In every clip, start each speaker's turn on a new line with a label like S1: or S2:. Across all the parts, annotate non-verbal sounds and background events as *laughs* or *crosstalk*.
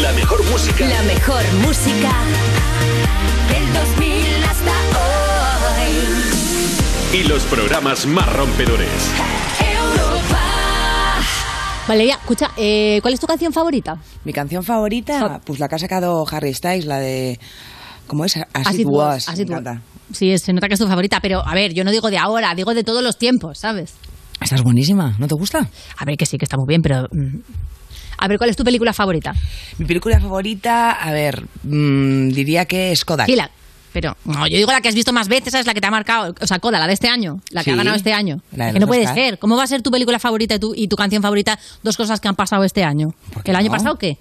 S1: La mejor música.
S2: La mejor música del 2000 hasta hoy.
S1: Y los programas más rompedores.
S3: Valeria, escucha, eh, ¿cuál es tu canción favorita?
S4: Mi canción favorita, pues la que ha sacado Harry Styles, la de. ¿Cómo es? As,
S3: As
S4: It
S3: It Was,
S4: Was. me
S3: As It Was.
S4: encanta.
S3: Sí, se nota que es tu favorita, pero a ver, yo no digo de ahora, digo de todos los tiempos, ¿sabes?
S4: Esta es buenísima, ¿no te gusta?
S3: A ver, que sí, que está muy bien, pero... mm. A ver, ¿cuál es tu película favorita?
S4: Mi película favorita, a ver, mm, diría que es Kodak.
S3: Sí, la- Pero no, yo digo la que has visto más veces, ¿sabes? La que te ha marcado, o sea, Coda, la de este año, la que
S4: Sí.
S3: ha ganado este año.
S4: La de
S3: que no
S4: los
S3: puede
S4: Oscar.
S3: ser. ¿Cómo va a ser tu película favorita y tu, y tu canción favorita dos cosas que han pasado este año?
S4: qué
S3: ¿El año
S4: no?
S3: pasado qué?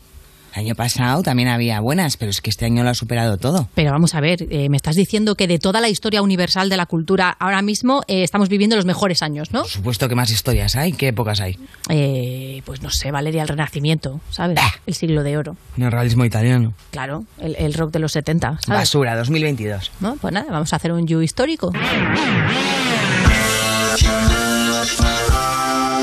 S4: El año pasado también había buenas, pero es que este año lo ha superado todo.
S3: Pero vamos a ver, eh, me estás diciendo que de toda la historia universal de la cultura ahora mismo eh, estamos viviendo los mejores años, ¿no?
S4: Por supuesto que más historias hay, qué épocas hay.
S3: Eh, pues no sé, Valeria, el Renacimiento, ¿sabes? El siglo de oro,
S4: En el realismo italiano.
S3: claro, el, el rock de los 70, ¿sabes?
S4: Basura, 2022.
S3: ¿No? Pues nada, vamos a hacer un You histórico.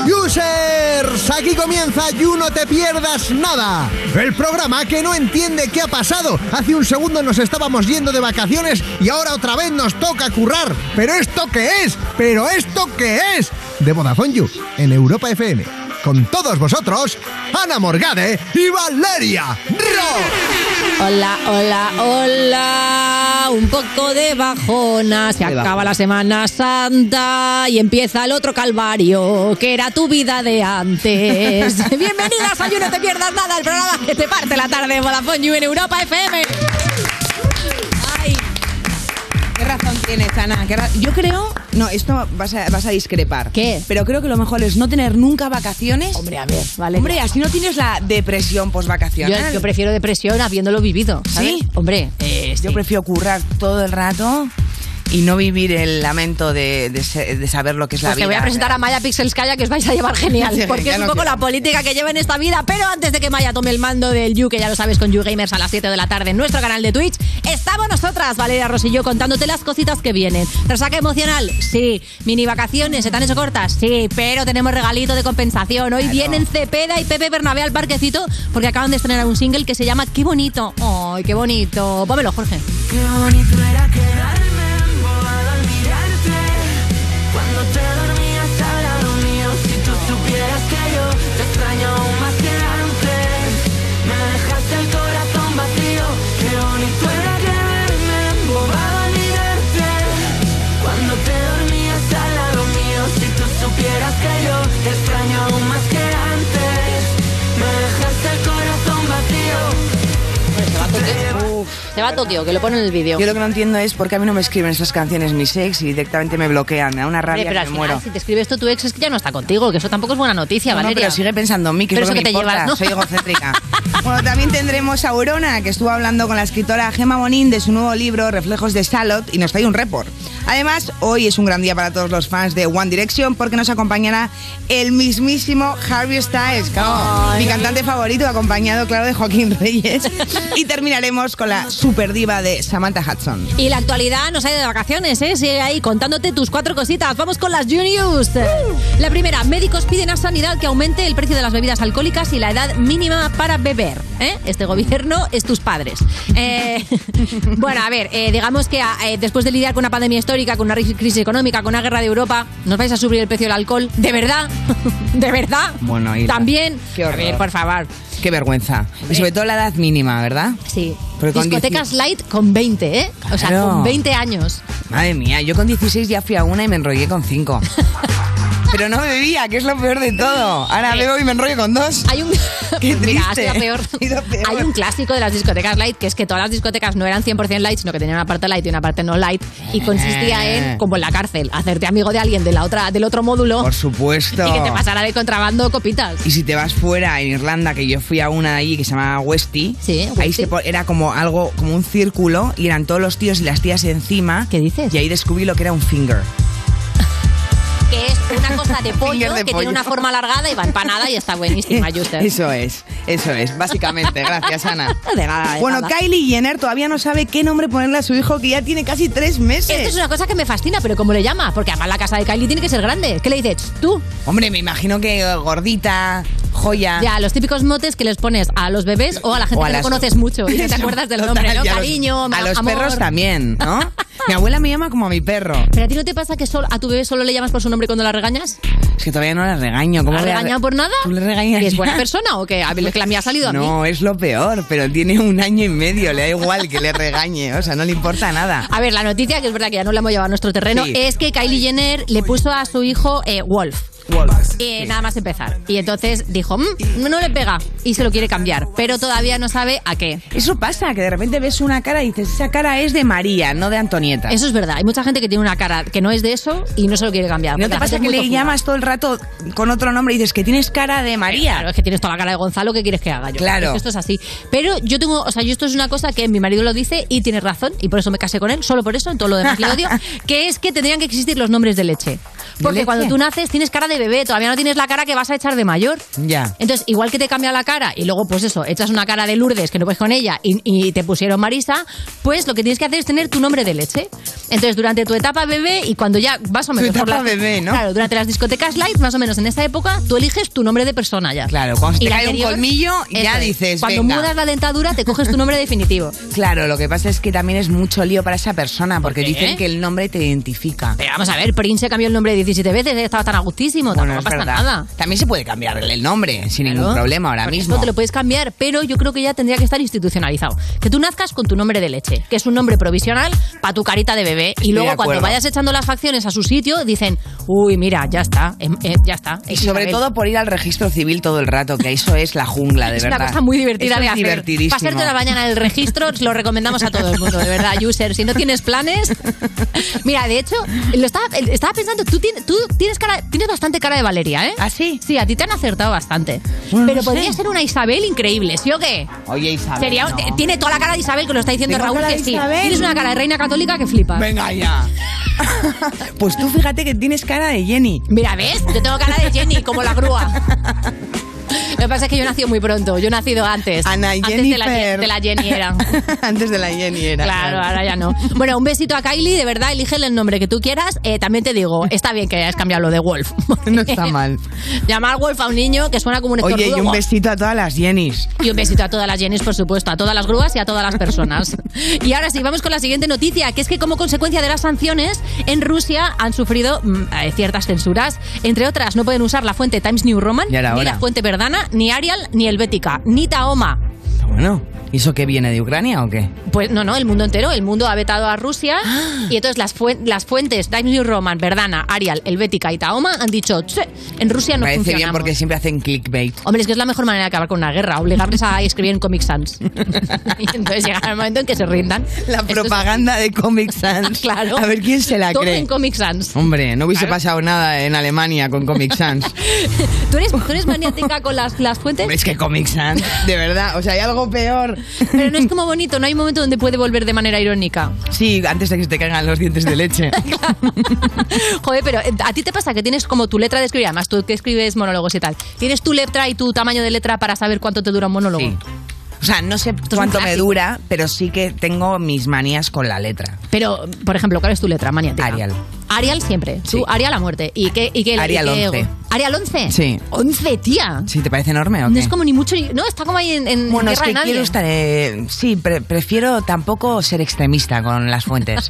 S5: Users, aquí comienza You No Te Pierdas Nada. El programa que no entiende qué ha pasado. Hace un segundo nos estábamos yendo de vacaciones y ahora otra vez nos toca currar. ¿Pero esto qué es? ¿Pero esto qué es? De Vodafone You, en Europa FM. Con todos vosotros, Ana Morgade y Valeria Ro.
S3: Hola, hola, hola. Un poco de bajona. Se
S5: De
S3: acaba
S5: bajona.
S3: la Semana Santa y empieza el otro calvario, que era tu vida de *laughs* antes. Bienvenidas a You No Te Pierdas Nada, el programa que te parte la tarde en Vodafone You en Europa FM. Ay,
S4: ¿Qué razón tienes, Ana? ¿Qué ra- Yo creo... No, esto vas a, vas a discrepar.
S3: ¿Qué?
S4: Pero creo que lo mejor es no tener nunca vacaciones.
S3: hombre, a ver, vale.
S4: Hombre, así no tienes la depresión
S3: yo,
S4: posvacacional.
S3: yo prefiero depresión habiéndolo vivido. ¿sabes?
S4: ¿Sí?
S3: Hombre, eh,
S4: Yo
S3: sí.
S4: prefiero currar todo el rato y no vivir el lamento de, de se- de saber lo que es la
S3: Pues te
S4: vida.
S3: voy a presentar a Maya Pixelskaya que os vais a
S4: *laughs*
S3: llevar genial,
S4: Sí,
S3: porque
S4: ya
S3: es un
S4: no
S3: poco
S4: quiero.
S3: la política que lleva en esta vida. Pero antes de que Maya tome el mando del You, que ya lo sabes con You Gamers a las 7 de la tarde en nuestro canal de Twitch, estamos nosotras, Valeria Rosillo, contándote las cositas que vienen. ¿Resaca emocional? Sí. ¿Mini vacaciones? ¿Se te han hecho cortas? Sí. Pero tenemos regalito de compensación. Hoy vienen Cepeda y Pepe Bernabé al parquecito porque acaban de estrenar un single que se llama Qué bonito. ¡Ay, qué bonito! Pómelo, Jorge.
S6: Qué bonito era quedarme embobado al mirarte Cuando te dormías al lado mío Si tú supieras que yo te extraño aún más que antes Me dejaste el corazón vacío Qué bonito era quedarme embobado al mirarte Cuando te dormías al lado mío Si tú supieras que yo te extraño aún más que antes Me dejaste el corazón vacío
S3: Se va a Tokio, que lo pone en el vídeo.
S4: Yo lo que no entiendo es por qué a mí no me escriben estas canciones mi sex y directamente me bloquean. Me da una
S3: Hombre,
S4: rabia
S3: pero
S4: que
S3: al
S4: me
S3: final,
S4: muero.
S3: si te escribe esto tu ex es que ya no está contigo, que eso tampoco es buena noticia,
S4: No, no,
S3: Valeria.
S4: pero sigue pensando en mí, que es
S3: Pero eso
S4: lo
S3: que
S4: que, me
S3: te
S4: importa.
S3: llevas, ¿no?
S4: Soy egocéntrica. bueno, también tendremos a Aurona, que estuvo hablando con la escritora Gema Bonín de su nuevo libro Reflejos de Salot y nos trae un report. Además, hoy es un gran día para todos los fans de One Direction porque nos acompañará el mismísimo Harry Styles, claro, mi cantante favorito, acompañado, claro, de Joaquín Reyes. y terminaremos con la superdiva de Samantha Hudson.
S3: *laughs* Y la actualidad nos ha ido de vacaciones, ¿eh? Sigue ahí contándote tus cuatro cositas. Vamos con las Juniors. La primera, médicos piden a Sanidad que aumente el precio de las bebidas alcohólicas y la edad mínima para beber. ¿eh? Este gobierno es tus padres. Eh, *laughs* bueno, a ver, eh, digamos que a- eh, después de lidiar con una pandemia histórica, con una ri- crisis económica, con una guerra de Europa, nos vais a subir el precio del alcohol. ¿De verdad? *laughs* ¿De verdad?
S4: Bueno, Hilda,
S3: También.
S4: qué
S3: a ver,
S4: horror.
S3: por favor. Eh.
S4: Qué vergüenza. Y sobre todo la edad mínima, ¿verdad?
S3: Sí.
S4: Porque con
S3: Discotecas
S4: 10
S3: light con 20, ¿eh? O sea,
S4: Claro.
S3: con 20 años.
S4: Madre mía, yo con 16 ya fui a una y me enrollé con *laughs* 5. Pero no bebía, que es lo peor de todo. Ahora bebo y me enrollo con dos.
S3: Eh, Hay un.
S4: *laughs* Qué
S3: *laughs* Mira, ha
S4: triste.
S3: sido peor.
S4: Ha sido peor.
S3: Hay un clásico de las discotecas light que es que todas las discotecas no eran 100% light, sino que tenían una parte light y una parte no light. Y
S4: Eh.
S3: consistía en, como en la cárcel, hacerte amigo de alguien de la otra, del otro módulo
S4: Por supuesto.
S3: y que te pasara de contrabando copitas.
S4: Y si te vas fuera, en Irlanda, que yo fui a una ahí que se llamaba Westy,
S3: Sí,
S4: ahí
S3: Westy.
S4: se po- era como algo, como un círculo, y eran todos los tíos y las tías encima.
S3: ¿Qué dices?
S4: Y ahí descubrí lo que era un finger.
S3: Que es una cosa
S4: *laughs*
S3: de pollo
S4: Finger de
S3: que
S4: pollo.
S3: tiene una forma alargada y va empanada y
S4: *laughs*
S3: está buenísima, Yuster.
S4: Eso es, eso es, básicamente. Gracias, Ana.
S3: De nada, de
S4: Bueno,
S3: nada.
S4: Kylie Jenner todavía no sabe qué nombre ponerle a su hijo, que ya tiene casi tres meses.
S3: Esto es una cosa que me fascina, pero ¿cómo le llama? Porque además la casa de Kylie tiene que ser grande. ¿Qué le dices? Tú,
S4: Hombre, me imagino que gordita, joya.
S3: Ya, los típicos motes que les pones a los bebés o a la gente
S4: O a
S3: que no
S4: las-
S3: conoces
S4: *laughs*
S3: mucho y no te
S4: Eso,
S3: acuerdas del
S4: total,
S3: nombre, ¿no?
S4: y a los-
S3: Cariño,
S4: A los
S3: amor.
S4: perros
S3: *laughs*
S4: también, ¿no? Mi abuela me llama como a mi perro.
S3: ¿Pero a ti no te pasa que solo, a tu bebé solo le llamas por su nombre cuando la regañas?
S4: Es que todavía no la regaño. ¿Cómo
S3: ¿La
S4: voy a re-
S3: regañas por nada?
S4: ¿Tú le regañas
S3: ¿Y es buena
S4: ya?
S3: persona o qué? A ver, que la mía ha salido a mí.
S4: No, es lo peor, pero tiene un año y medio, le da igual que le regañe, o sea, no le importa nada.
S3: A ver, la noticia, que es verdad que ya no la hemos llevado a nuestro terreno,
S4: Sí.
S3: es que Kylie Jenner le puso a su hijo eh, Wolf. Eh, Nada más empezar. Y entonces dijo, "Mm, no le pega. Y se lo quiere cambiar. Pero todavía no sabe a qué.
S4: Eso pasa, que de repente ves una cara y dices, esa cara es de María, no de Antonieta.
S3: Eso es verdad. Hay mucha gente que tiene una cara que no es de eso y no se lo quiere cambiar.
S4: ¿No
S3: porque
S4: te
S3: la
S4: pasa
S3: gente
S4: que
S3: es
S4: le
S3: muy tozuda.
S4: llamas todo el rato con otro nombre y dices que tienes cara de
S3: Claro,
S4: María?
S3: es que tienes toda la cara de Gonzalo, ¿qué quieres que haga yo?
S4: Claro.
S3: Es que esto es así. Pero yo tengo, o sea, yo esto es una cosa que mi marido lo dice y tiene razón, y por eso me casé con él, solo por eso, en todo lo demás le
S4: *laughs*
S3: odio, que es que tendrían que existir los nombres de leche. Porque
S4: leche?
S3: cuando tú naces tienes cara de bebé, todavía no tienes la cara que vas a echar de mayor.
S4: Ya.
S3: Entonces, igual que te cambia la cara y luego, pues eso, echas una cara de Lourdes que no puedes con ella y, y te pusieron Marisa, pues lo que tienes que hacer es tener tu nombre de leche. Entonces, durante tu etapa bebé y cuando ya vas o menos. por
S4: etapa
S3: la-
S4: bebé, ¿no?
S3: Claro, durante las discotecas light, más o menos en esa época, tú eliges tu nombre de persona ya.
S4: Claro, cuando se
S3: Y
S4: te
S3: la
S4: cae un colmillo,
S3: eso
S4: ya
S3: es.
S4: dices,
S3: Cuando
S4: "Venga".
S3: mudas la dentadura, te coges tu nombre definitivo.
S4: Claro, lo que pasa es que también es mucho lío para esa persona porque
S3: qué?
S4: dicen que el nombre te identifica.
S3: Pero vamos a ver, Prince se cambió el nombre 17 veces, eh, estaba tan agustísimo,
S4: Bueno,
S3: tampoco
S4: es
S3: pasa
S4: verdad.
S3: nada.
S4: También se puede cambiar el nombre sin ningún
S3: Claro.
S4: problema ahora
S3: Porque
S4: mismo.
S3: Esto te lo puedes cambiar, pero yo creo que ya tendría que estar institucionalizado. Que tú nazcas con tu nombre de leche, que es un nombre provisional para tu carita de bebé. Y
S4: de
S3: luego cuando
S4: acuerdo.
S3: vayas echando las facciones a su sitio, dicen, uy, mira, ya está, em, eh, ya está.
S4: Y
S3: es
S4: sobre
S3: Isabel".
S4: todo por ir al registro civil todo el rato, que eso es la jungla, de
S3: Es
S4: verdad.
S3: una cosa muy divertida
S4: Eso
S3: de
S4: es
S3: hacer.
S4: divertidísimo.
S3: Pasarte la mañana del registro, os lo recomendamos a todo el mundo, de verdad, user. Si no tienes
S4: *laughs*
S3: planes. Mira, de hecho, lo estaba, estaba pensando, tú, tienes, tú tienes, cara, tienes bastante cara de Valeria, ¿eh?
S4: ¿Ah, sí?
S3: Sí, a ti te han acertado bastante.
S4: Bueno,
S3: Pero
S4: no
S3: podría
S4: sé.
S3: ser una Isabel increíble, ¿sí o qué?
S4: Oye, Isabel.
S3: Sería,
S4: no.
S3: t- Tiene toda la cara de Isabel que lo está diciendo
S4: Tengo
S3: Raúl
S4: cara
S3: que
S4: de
S3: sí.
S4: Isabel.
S3: Tienes una cara de reina católica que flipa.
S4: Venga ya. pues tú fíjate que tienes cara de Jenny.
S3: Mira, ¿ves? Yo tengo cara de Jenny, como la grúa. Lo que pasa es que yo nací muy pronto, yo he nacido antes.
S4: Ana y
S3: antes de la,
S4: Jennifer.
S3: de la Jenny era.
S4: *laughs* Antes de la Jenny era.
S3: Claro, ahora ya no. Bueno, un besito a Kylie, de verdad, elígele el nombre que tú quieras. Eh, también te digo, está bien que hayas cambiado lo de Wolf. *laughs*
S4: No está mal.
S3: Llamar Wolf a un niño que suena como un
S4: Oye, y
S3: estornudo.
S4: un besito a todas las Jennys.
S3: Y un besito a todas las Jennys, por supuesto, a todas las grúas y a todas las personas. Y ahora sí, vamos con la siguiente noticia, que es que como consecuencia de las sanciones, en Rusia han sufrido mm, eh, ciertas censuras. Entre otras, no pueden usar la fuente Times New Roman,
S4: Ya era
S3: ni
S4: hora.
S3: la fuente Verdana, ni Arial, ni Helvética, ni Taoma.
S4: Bueno, ¿y eso qué viene de Ucrania o qué?
S3: Pues no, no, el mundo entero. El mundo ha vetado a Rusia.
S4: Ah.
S3: Y entonces las, fuen- las fuentes Times New Roman, Verdana, Arial, Helvética y Taoma han dicho, "Che, en Rusia no
S4: Parece bien
S3: funcionamos".
S4: porque siempre hacen clickbait.
S3: Hombre, es que es la mejor manera de acabar con una guerra, obligarles a escribir en Comic
S4: *laughs*
S3: Sans. y entonces llegará el momento en que se rindan.
S4: La
S3: Esto es-
S4: propaganda de Comic Sans.
S3: *laughs* claro.
S4: A ver quién se la
S3: Todo
S4: cree.
S3: en Comic Sans.
S4: Hombre, no hubiese pasado nada en Alemania con Comic Sans.
S3: ¿Tú eres, tú eres maniática con las, las fuentes?
S4: Hombre, es que Comic *laughs* Sans, de verdad, o sea, hay algo peor.
S3: Pero no es como bonito, no hay momento donde puede volver de manera irónica.
S4: Sí, antes de que se te caigan los dientes
S3: *laughs*
S4: de leche.
S3: Joder, pero eh, a ti te pasa que tienes como tu letra de escribir, además tú que escribes monólogos y tal. ¿Tienes tu letra y tu tamaño de letra para saber cuánto te dura un monólogo?
S4: Sí. O sea, no sé
S3: un
S4: cuánto me
S3: clásico.
S4: dura, pero sí que tengo mis manías con la letra.
S3: Pero, por ejemplo, ¿cuál es tu letra maniática?
S4: Arial.
S3: Arial siempre.
S4: Sí.
S3: Tú, Arial a muerte. ¿Y qué? Y qué
S4: Arial
S3: y qué-
S4: 11.
S3: ¿Arial 11?
S4: Sí.
S3: 11, tía.
S4: ¿Sí te parece enorme o qué?
S3: No es como ni mucho ni... No, está como ahí en, en
S4: bueno, es
S3: guerra
S4: que
S3: de nadie.
S4: quiero estar... eh, sí, pre- prefiero tampoco ser extremista con las
S3: *laughs*
S4: fuentes.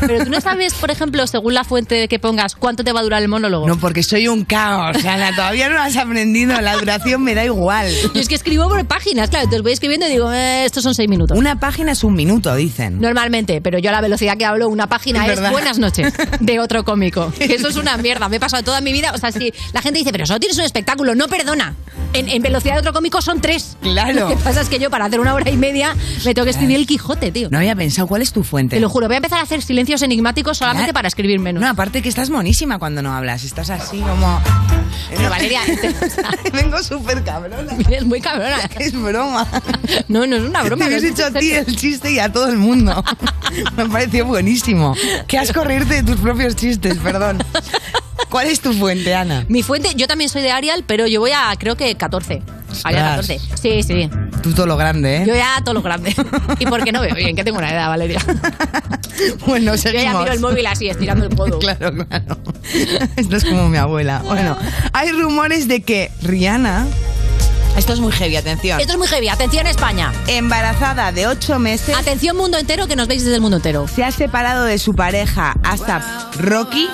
S3: Pero tú no sabes, por ejemplo, según la fuente que pongas, cuánto te va a durar el monólogo.
S4: No, porque soy un caos, Ana. Todavía no has aprendido. La duración me da igual.
S3: Yo es que escribo por páginas, claro. Entonces voy escribiendo y digo, eh, estos son seis minutos.
S4: Una página es un minuto, dicen.
S3: Normalmente, pero yo a la velocidad que hablo una página
S4: Es
S3: es
S4: verdad.
S3: buenas noches de otro cómico. Que eso es una mierda, me he pasado toda mi vida. O sea, si la gente dice, pero solo tienes un espectáculo, no perdona. En, en velocidad de otro cómico son tres.
S4: Claro.
S3: Lo que pasa es que yo para hacer una hora y media me tengo que escribir el Quijote, tío.
S4: No había pensado cuál es tu fuente.
S3: Te lo juro, voy a empezar a hacer silencios enigmáticos solamente
S4: Claro.
S3: para escribir menos.
S4: No, aparte que estás monísima cuando no hablas. Estás así como...
S3: Pero
S4: *laughs*
S3: Valeria, te- o sea,
S4: Vengo súper cabrona.
S3: eres muy cabrona.
S4: Es broma.
S3: No, no es una broma.
S4: Te
S3: no
S4: habías
S3: es
S4: hecho a
S3: en
S4: ti
S3: serio.
S4: el chiste y a todo el mundo.
S3: *laughs*
S4: Me pareció buenísimo. Qué asco reírte de tus propios chistes, perdón. ¿Cuál es tu fuente, Ana?
S3: Mi fuente, yo también soy de Arial, pero yo voy a creo que 14. Arial 14.
S4: Ostras.
S3: Sí, sí.
S4: Tú todo lo grande, ¿eh?
S3: Yo ya todo lo
S4: *laughs*
S3: grande. ¿Y por qué no veo bien? Que tengo una edad, Valeria.
S4: *laughs* Bueno,
S3: Yo ya
S4: seguimos.
S3: miro el móvil así, estirando el codo.
S4: *laughs* Claro, claro. Esto es como mi abuela. Bueno, hay rumores de que Rihanna Esto es muy heavy, atención.
S3: Esto es muy heavy. Atención, España.
S4: Embarazada de 8 meses.
S3: Atención, mundo entero, que nos veis desde el mundo entero.
S4: Se ha separado de su pareja, hasta Rocky,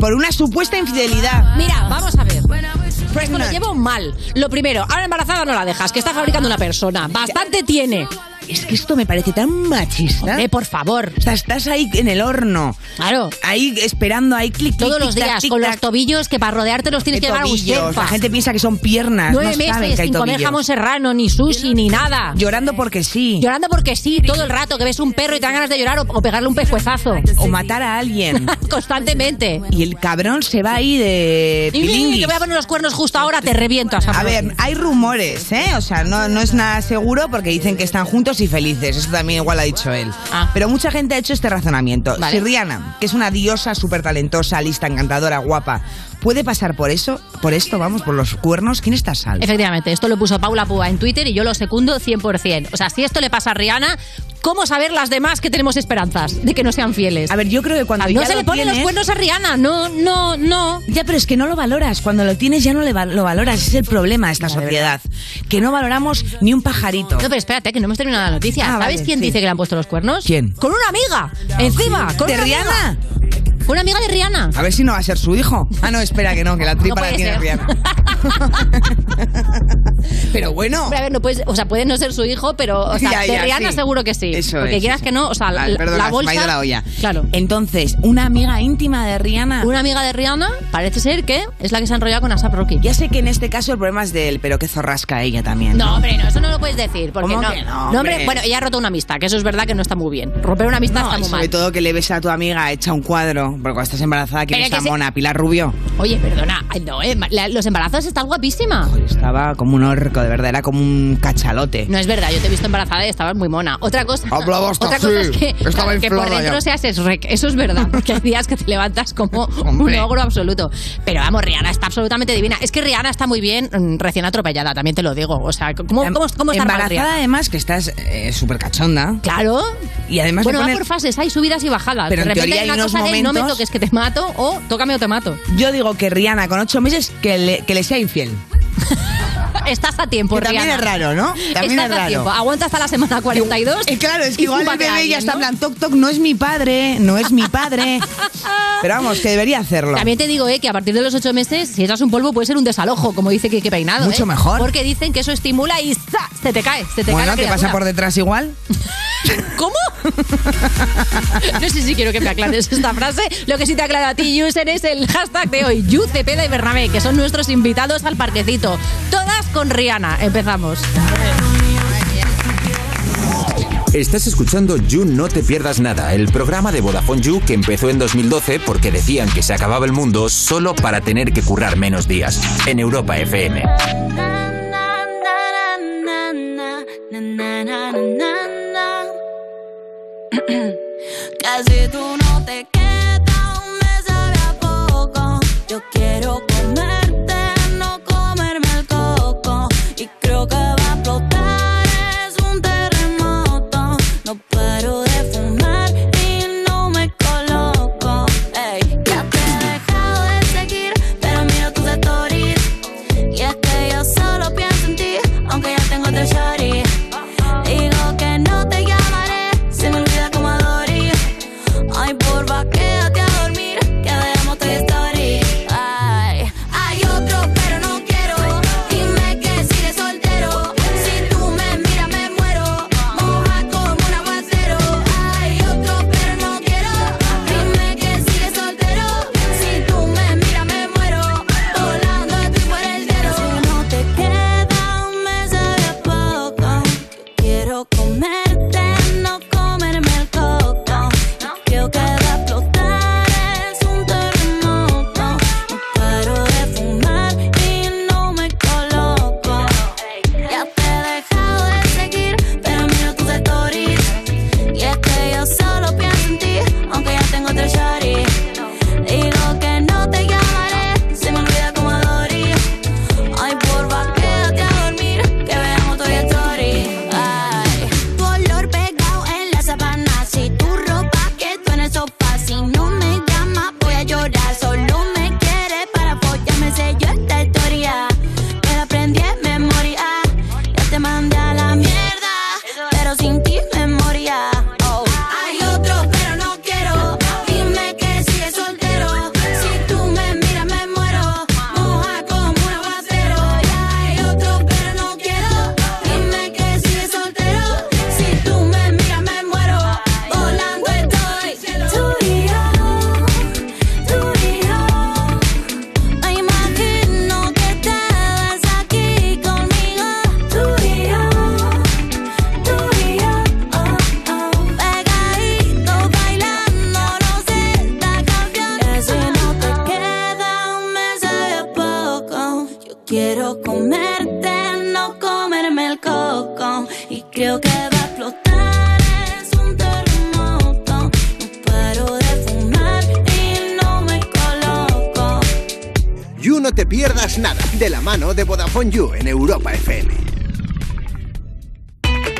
S4: por una supuesta infidelidad.
S3: Mira, vamos a ver. Pues Esto lo
S4: Pregnant.
S3: llevo mal. Lo primero, ahora embarazada no la dejas, que está fabricando una persona. Bastante tiene.
S4: Es que esto me parece tan machista.
S3: Eh, por favor.
S4: O sea, estás ahí en el horno,
S3: Claro.
S4: ahí esperando, ahí clic, clic,
S3: Todos los
S4: tic, tac,
S3: días,
S4: tic,
S3: con los
S4: tac.
S3: tobillos, que para rodearte los tienes
S4: De
S3: que llevar un
S4: tobillos. La
S3: sherpa.
S4: gente piensa que son piernas.
S3: Nueve
S4: no saben
S3: meses
S4: que hay
S3: sin comer
S4: tobillos.
S3: jamón serrano, ni sushi, ni nada.
S4: Llorando porque sí.
S3: Llorando porque sí, todo el rato, que ves un perro y te dan ganas de llorar o, o pegarle un pescuezazo.
S4: O matar a alguien.
S3: *laughs* Constantemente.
S4: y el cabrón se va ahí de
S3: Y
S4: pilinguis.
S3: que voy a poner los cuernos justo ahora, te reviento a San
S4: Eh, A
S3: Pedro.
S4: ver, hay rumores, ¿eh? O sea, no, no es nada seguro porque dicen que están juntos y felices. Eso también igual ha dicho él.
S3: Ah.
S4: Pero mucha gente ha hecho este razonamiento.
S3: Vale.
S4: Si Rihanna, que es una diosa súper talentosa, lista, encantadora, guapa, puede pasar por eso, por esto, vamos, por los cuernos, ¿quién está sal?
S3: Efectivamente, esto lo puso Paula Púa en Twitter y yo lo secundo 100%. O sea, si esto le pasa a Rihanna, ¿cómo saber las demás que tenemos esperanzas de que no sean fieles?
S4: A ver, yo creo que cuando
S3: Ah, no
S4: ya
S3: se
S4: lo
S3: le ponen los
S4: tienes-
S3: cuernos a Rihanna, no, no, no.
S4: Ya, pero es que no lo valoras. Cuando lo tienes ya no le va- lo valoras. Es el problema de esta sociedad. Que no valoramos ni un pajarito.
S3: No, pero espérate, que no hemos terminado la noticia.
S4: Ah,
S3: ¿Sabes
S4: vale,
S3: quién
S4: sí.
S3: dice que le han puesto los cuernos?
S4: ¿Quién?
S3: Con una amiga. Encima, con
S4: ¿De
S3: una amiga.
S4: Rihanna?
S3: Con una amiga de Rihanna.
S4: A ver si no va a ser su hijo. Ah, no, espera que no, que la tripa
S3: puede
S4: la tiene
S3: ser.
S4: Rihanna. Pero bueno.
S3: Hombre, a ver, no puedes, o sea, puede no ser su hijo, pero o sea,
S4: *laughs* Ya,
S3: de
S4: ya,
S3: Rihanna
S4: sí.
S3: seguro que sí.
S4: Eso
S3: Porque
S4: es,
S3: quieras
S4: eso
S3: que no, o sea,
S4: Vale,
S3: la, la
S4: perdona, se me ha
S3: bolsa.
S4: ido la olla.
S3: Claro.
S4: Entonces, una amiga íntima de Rihanna.
S3: Una amiga de Rihanna parece ser que es la que se ha enrollado con Asap Rocky.
S4: Ya sé que en este caso el problema es de él, pero qué zorrasca ella también.
S3: No, hombre, no, eso no lo puedes decir. Porque
S4: ¿Cómo
S3: no,
S4: que no,
S3: No,
S4: hombre?
S3: bueno, ella ha roto una amistad, que eso es verdad que no está muy bien. Romper una amistad está
S4: y
S3: muy
S4: sobre
S3: mal.
S4: todo que le ves a tu amiga hecha un cuadro, porque cuando estás embarazada, ¿quién
S3: Pero
S4: es
S3: que
S4: la
S3: se-
S4: mona? Pilar Rubio.
S3: Oye, perdona, ay, no, eh, la- los embarazos estás guapísima.
S4: Joder, estaba como un orco, de verdad, era como un cachalote.
S3: No es verdad, yo te he visto embarazada y estabas muy mona. Otra cosa,
S7: Hablaba hasta
S3: otra cosa es
S7: así,
S3: que,
S7: estaba
S3: que por
S7: inflada
S3: dentro
S7: ya.
S3: seas esrec, eso es verdad, porque hay días que te levantas como un
S4: Hombre.
S3: ogro absoluto. Pero vamos, Rihanna está absolutamente divina. Es que Rihanna está muy bien mm, recién atropellada, también te lo digo. O sea, ¿cómo, cómo, cómo está mal
S4: Em, Embarazada,
S3: Rihanna?
S4: además, que estás eh, súper cachonda.
S3: Claro.
S4: Y además
S3: Bueno,
S4: le
S3: va
S4: ponen-
S3: por fases, hay subidas y bajadas.
S4: Pero
S3: de
S4: en
S3: repente
S4: teoría
S3: hay
S4: hay
S3: una
S4: unos
S3: cosa de no me
S4: momentos-
S3: toques que te mato o tócame o te mato.
S4: Yo digo que Rihanna con ocho meses que le, que le sea infiel.
S3: *laughs* Estás a tiempo,
S4: Que también
S3: Rihanna.
S4: es raro, ¿no? También
S3: Estás
S4: es
S3: a
S4: raro.
S3: tiempo. Aguanta hasta la semana 42.
S4: Eh, claro, es que
S3: y
S4: igual el
S3: fúmbate a
S4: bebé ya
S3: alguien,
S4: está en
S3: ¿no?
S4: plan toc toc, no es mi padre, no es mi
S3: *laughs*
S4: padre. Pero vamos, que debería hacerlo.
S3: También te digo eh, que a partir de los ocho meses, si echas un polvo, puede ser un desalojo, como dice Kike Peinado.
S4: Mucho
S3: eh.
S4: mejor.
S3: Porque dicen que eso estimula y ¡za! se te cae. Se te
S4: bueno,
S3: cae
S4: que
S3: la
S4: pasa por
S3: criatura.
S4: detrás igual.
S3: ¿Cómo? *laughs* no sé si quiero que me aclares esta frase. Lo que sí te aclaro a ti, Yusen, es el hashtag de hoy, YuCepeda y Bernabé, que son nuestros invitados al parquecito. Todas con Rihanna. Empezamos.
S8: Estás escuchando You No Te Pierdas Nada, el programa de Vodafone You que empezó en 2012 porque decían que se acababa el mundo solo para tener que currar menos días. En Europa FM.
S9: *clears throat* Casi tú no te quedas, me sabe a poco. Yo quiero comerte, no comerme el coco. Y creo que va a explotar, es un terremoto. No paro de fumar y no me coloco. Ey, ya te he dejado de seguir, pero miro tus stories. Y es que yo solo pienso en ti, aunque ya tengo otro shorty. Digo que no te llamaré, se me olvida como Dory. Ay, porfa, que oh, Quiero comerte, no comerme el coco. Y creo que va a explotar, es un terremoto. No paro de fumar y no me coloco.
S5: You No Te Pierdas Nada, de la mano de Vodafone You en Europa FM.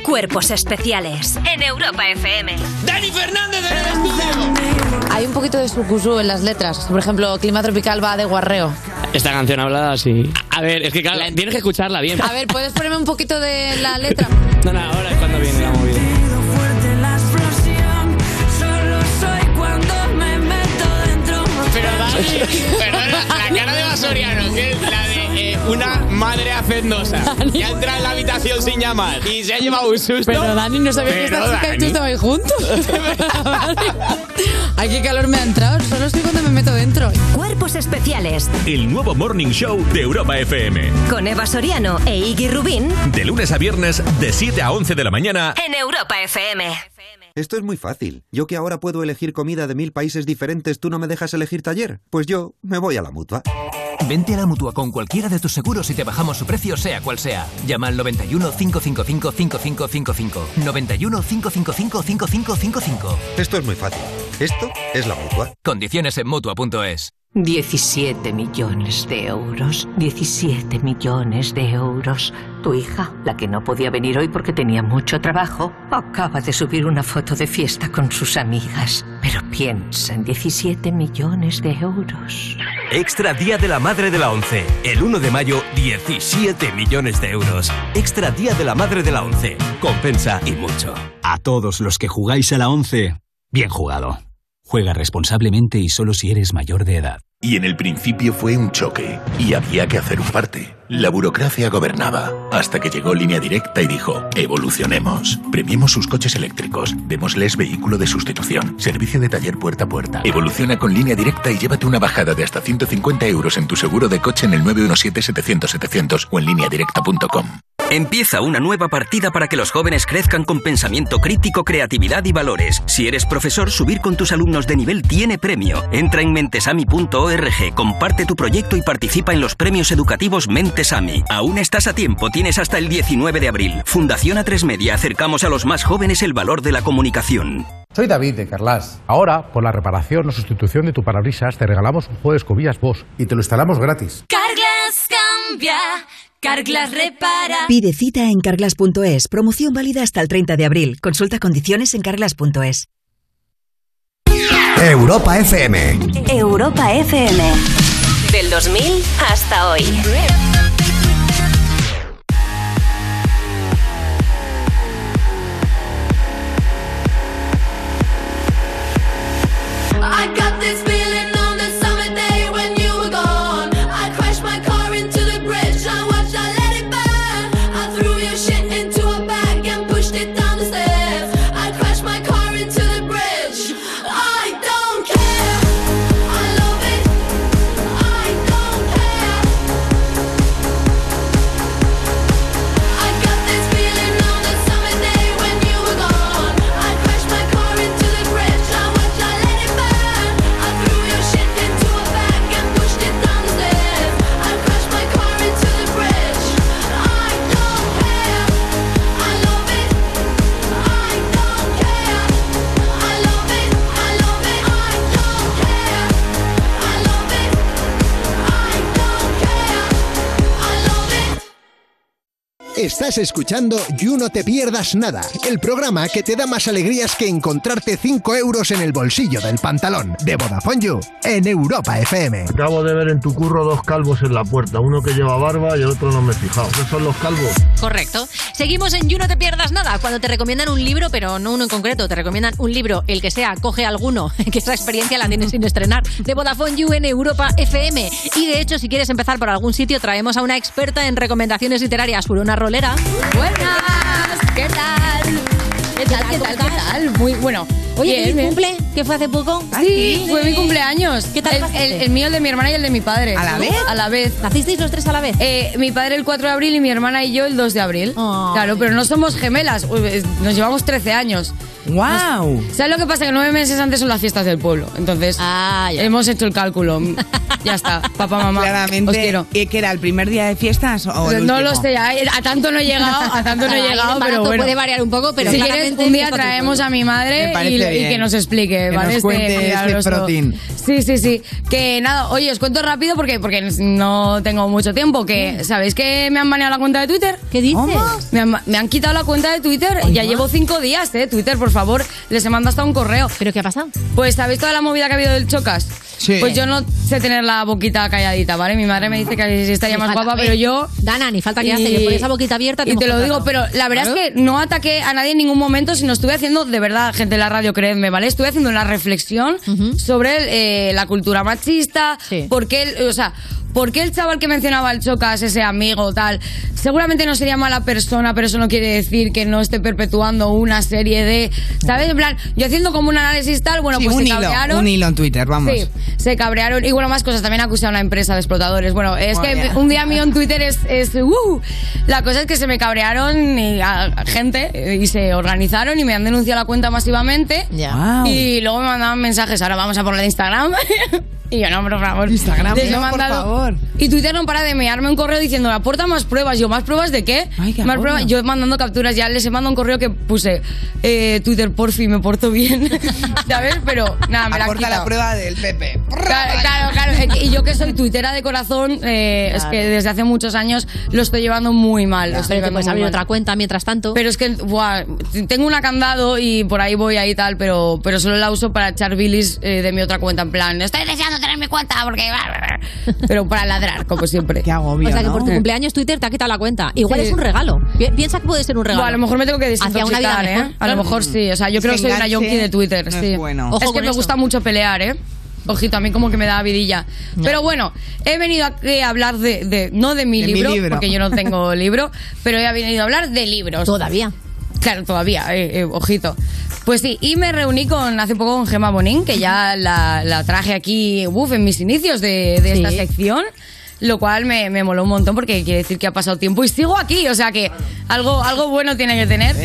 S10: Cuerpos especiales en Europa FM. Dani Fernández
S2: Hay un poquito de sucusú en las letras. Por ejemplo, clima tropical va de guarreo.
S11: Esta canción hablada así. A ver, es que claro, tienes que escucharla bien.
S2: A ver, ¿puedes ponerme un poquito de la letra?
S11: No, no, ahora es cuando viene la movida.
S12: fuerte la explosión. Solo soy cuando me meto dentro. Pero Dani,
S4: perdona, la cara de Basoriano, que es la de eh, una madre
S3: *laughs*
S4: hacendosa que ha entrado en la habitación sin llamar y se ha llevado un susto.
S2: Pero Dani, no sabía que
S4: Pero,
S2: esta chica y tú
S4: Dani.
S2: estabais juntos. Ay, qué calor me ha entrado. Solo estoy cuando me meto dentro.
S10: Cuerpos especiales
S8: El nuevo Morning Show de Europa FM.
S10: con Eva Soriano e Iggy Rubín
S8: De lunes a viernes, de 7 a 11 de la mañana.
S10: en Europa FM.
S13: Esto es muy fácil. Yo que ahora puedo elegir comida de mil países diferentes, ¿tú no me dejas elegir taller? Pues yo me voy a la mutua.
S14: Vente a la mutua con cualquiera de tus seguros y te bajamos su precio, sea cual sea. Llama al 91 555 5555. 91 555 5555.
S13: Esto es muy fácil. Esto es la mutua.
S14: Condiciones en mutua.es.
S15: 17 millones de euros. 17 millones de euros. Tu hija, la que no podía venir hoy porque tenía mucho trabajo, acaba de subir una foto de fiesta con sus amigas. Pero piensa en 17 millones de euros.
S16: Extra Día de la Madre de la ONCE. El 1 de mayo, 17 millones de euros. Extra Día de la Madre de la ONCE. Compensa y mucho.
S17: A todos los que jugáis a la 11, bien jugado. Juega responsablemente y solo si eres mayor de edad.
S18: Y en el principio fue un choque, y había que hacer un parte. La burocracia gobernaba, hasta que llegó Línea Directa y dijo, evolucionemos, premiemos sus coches eléctricos, démosles vehículo de sustitución, servicio de taller puerta a puerta. Evoluciona con Línea Directa y llévate una bajada de hasta 150 euros en tu seguro de coche en el 917-700-700 o en lineadirecta.com.
S19: Empieza una nueva partida para que los jóvenes crezcan con pensamiento crítico, creatividad y valores. Si eres profesor, subir con tus alumnos de nivel tiene premio. Entra en mentesami.org, comparte tu proyecto y participa en los premios educativos Mentesami. Aún estás a tiempo, tienes hasta el 19 de abril. Fundación A3 Media, acercamos a los más jóvenes el valor de la comunicación.
S20: Soy David de Carlas. Ahora, por la reparación o sustitución de tu parabrisas, te regalamos un juego de escobillas vos y te lo instalamos gratis.
S9: Carglass cambia, Carglass repara.
S21: Pide cita en carglass.es. Promoción válida hasta el 30 de abril. Consulta condiciones en carglass.es.
S5: Europa FM.
S10: Europa FM. Del 2000 hasta hoy.
S12: I got this feeling on the summer day when you were gone. I crashed my car into the bridge. I watched, I let it burn. I threw your shit into a bag and pushed it down the stairs. I crashed my car into the bridge. I don't care. I love it. I don't care. I got this feeling on the summer day when you were gone. I crashed my car into the bridge. I watched, I let it burn.
S5: Estás escuchando You No Te Pierdas Nada, el programa que te da más alegrías que encontrarte 5 euros en el bolsillo del pantalón de Vodafone You en Europa FM.
S22: Acabo de ver en tu curro dos calvos en la puerta, uno que lleva barba y el otro no me he fijado. ¿Qué son los calvos?
S3: Correcto. Seguimos en You No Te Pierdas Nada. Cuando te recomiendan un libro, pero no uno en concreto, te recomiendan un libro, el que sea, coge alguno, *laughs* que esa experiencia la tienes sin estrenar, de Vodafone You en Europa FM. Y de hecho, si quieres empezar por algún sitio, traemos a una experta en recomendaciones literarias, una Rolera. Buenas, ¿qué tal?
S23: ¿Qué tal? ¿Qué tal? Muy bueno.
S3: Oye, ¿y
S2: Bien, bien.
S3: cumple? ¿Que fue hace poco?
S2: Sí, fue mi cumpleaños. ¿Qué tal? El, el mío, el de mi hermana y el de mi padre.
S3: ¿A la vez?
S2: A la vez. Eh,
S3: ¿Nacisteis los tres a la vez?
S2: mi padre el 4 de abril y mi hermana y yo el 2 de abril. Claro, pero no somos gemelas. Uy, es- Nos llevamos 13 años.
S4: ¡Wow!
S2: ¿Sabes lo que pasa? Que nueve meses antes son las fiestas del pueblo. Entonces,
S3: Ah,
S2: hemos hecho el cálculo. *laughs* Ya está, papá, mamá.
S4: Claramente.
S2: Os quiero.
S4: ¿Y qué era? ¿El primer día de fiestas o el
S2: Pues no lo
S4: último?
S2: sé, ay, a tanto no he llegado, a tanto
S4: *laughs*
S2: no he
S3: Ahí el
S2: llegado,
S3: embarazo
S2: pero bueno.
S3: puede variar un poco, pero
S2: si quieres,
S3: claramente
S2: un día
S3: fiesta tu
S2: traemos
S3: pueblo.
S2: a mi
S4: Me
S2: madre
S4: parece
S2: y, y
S4: bien.
S2: que nos explique,
S4: Que
S2: ¿vale?
S4: nos cuente este
S2: milagroso-
S4: protein.
S2: Sí, sí, sí. Que nada, oye, os cuento rápido porque, porque no tengo mucho tiempo. Que ¿Sabéis que me han baneado la cuenta de Twitter?
S3: ¿Qué dices?
S2: Me han, me han quitado la cuenta de Twitter. ya llevo cinco días, ¿eh? Twitter, por favor, les he mandado hasta un correo.
S3: ¿Pero qué ha pasado?
S2: Pues ¿sabéis toda la movida que ha habido del Chocas?
S4: Sí.
S2: Pues yo no sé tener la boquita calladita, ¿vale? Mi madre me dice que si estaría
S3: Ni
S2: más
S3: falta-
S2: guapa,
S3: eh,
S2: pero yo...
S3: Dana, ni falta que hace, que por esa boquita abierta te
S2: Y
S3: hemos
S2: te lo digo,
S3: contratado.
S2: pero la verdad
S3: Claro.
S2: es que no ataqué a nadie en ningún momento, sino estuve haciendo, de verdad, gente de la radio, creedme, ¿vale? Estuve haciendo una reflexión sobre eh, la cultura machista, por qué, el- o sea, por qué el chaval que mencionaba el Chocas, ese amigo, tal, seguramente no sería mala persona, pero eso no quiere decir que no esté perpetuando una serie de, ¿sabes? En plan, yo haciendo como un análisis tal, bueno,
S4: Sí,
S2: pues
S4: un,
S2: se
S4: hilo,
S2: cabrearon.
S4: un hilo en Twitter, vamos.
S2: Sí, se cabrearon. Y bueno, más cosas. También acusé a una empresa de explotadores. Bueno, es
S4: Muy
S2: que
S4: bien.
S2: un día mío en Twitter es. es, ¡uh! La cosa es que se me cabrearon y a- gente eh, y se organizaron y me han denunciado la cuenta masivamente.
S4: Ya. Wow.
S2: Y luego me mandaban mensajes. Ahora vamos a por la de Instagram. *laughs* y yo, no, por favor.
S4: Instagram,
S2: Les he
S4: no, por
S2: mandado-
S4: favor.
S2: Y Twitter no para de enviarme un correo diciendo, aporta más pruebas. Yo, ¿más pruebas de qué? más
S4: agobio.
S2: pruebas. Yo mandando capturas. Ya les he mandado un correo que puse, eh, Twitter, por fin me porto bien. *laughs* ¿Sabes? Pero nada, me la han
S4: Aporta la
S2: quitado.
S4: prueba del Pepe.
S2: Claro, claro, claro. Y yo que soy tuitera de corazón, eh, es que desde hace muchos años lo estoy llevando muy mal. lo estoy
S3: Pero te
S2: llevando
S3: puedes
S2: muy
S3: abrir
S2: mal.
S3: otra cuenta mientras tanto.
S2: Pero es que, buah, tengo una candado y por ahí voy ahí tal, pero, pero solo la uso para echar bilis eh, de mi otra cuenta. En plan, estoy deseando tener mi cuenta porque. Pero para ladrar, como siempre. Qué agobio.
S3: o sea que por tu cumpleaños Twitter te ha quitado la cuenta. Igual
S2: Sí.
S3: es un regalo. Pi- Piensa que puede ser un regalo.
S2: Buah, a lo mejor me tengo que
S3: Hacia una vida
S2: desintoxicar, ¿eh?
S3: mejor.
S2: A lo mejor sí. O sea, yo
S3: Ese
S2: creo que soy una
S3: enganche
S2: yonki de Twitter,
S3: no es
S2: sí.
S3: bueno.
S2: Es
S3: Ojo
S2: que
S3: con
S2: me
S3: esto.
S2: gusta mucho pelear, ¿eh? Ojito, a mí como que me da vidilla. Pero bueno, he venido a eh, hablar de, de- no de mi,
S4: De mi
S2: libro,
S4: libro.
S2: porque yo no
S3: *laughs*
S2: tengo libro, pero he venido a hablar de libros.
S3: Todavía.
S2: Claro, todavía, eh, eh, ojito. Pues sí, y me reuní con hace poco con Gemma Bonín, que ya la, la traje aquí uf, en mis inicios de, de esta sección, lo cual me, me moló un montón porque quiere decir que ha pasado tiempo y sigo aquí, o sea que algo, algo bueno tiene que tener.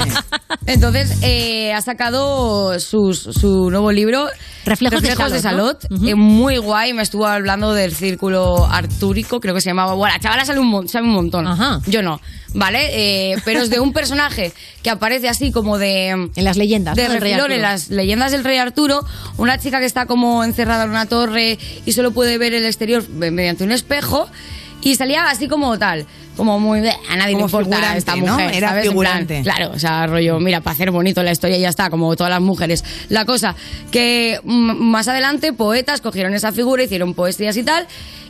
S2: Entonces, eh, ha sacado sus- su nuevo libro,
S3: Reflejos de Salot,
S2: Salot, eh, muy guay, me estuvo hablando del círculo artúrico, creo que se llamaba. Bueno, la chavala sale un, mon- sabe un montón, yo no, ¿vale? Eh, pero es de un personaje que aparece así como de...
S3: En las leyendas.
S2: De
S3: ¿no? Del rey
S2: refilón, en
S3: Arturo.
S2: las leyendas del rey Arturo, una chica que está como encerrada en una torre y solo puede ver el exterior me- mediante un espejo y salía así como tal, como muy... "Bleh, A nadie
S4: Como
S2: le importa
S4: figurante,
S2: esta
S4: ¿no?
S2: mujer.
S4: Era
S2: ¿sabes? En plan,
S4: figurante.
S2: claro, o sea, rollo, mira, para hacer bonito la historia y ya está, como todas las mujeres. La cosa que mm, más adelante poetas cogieron esa figura, hicieron poesías y tal,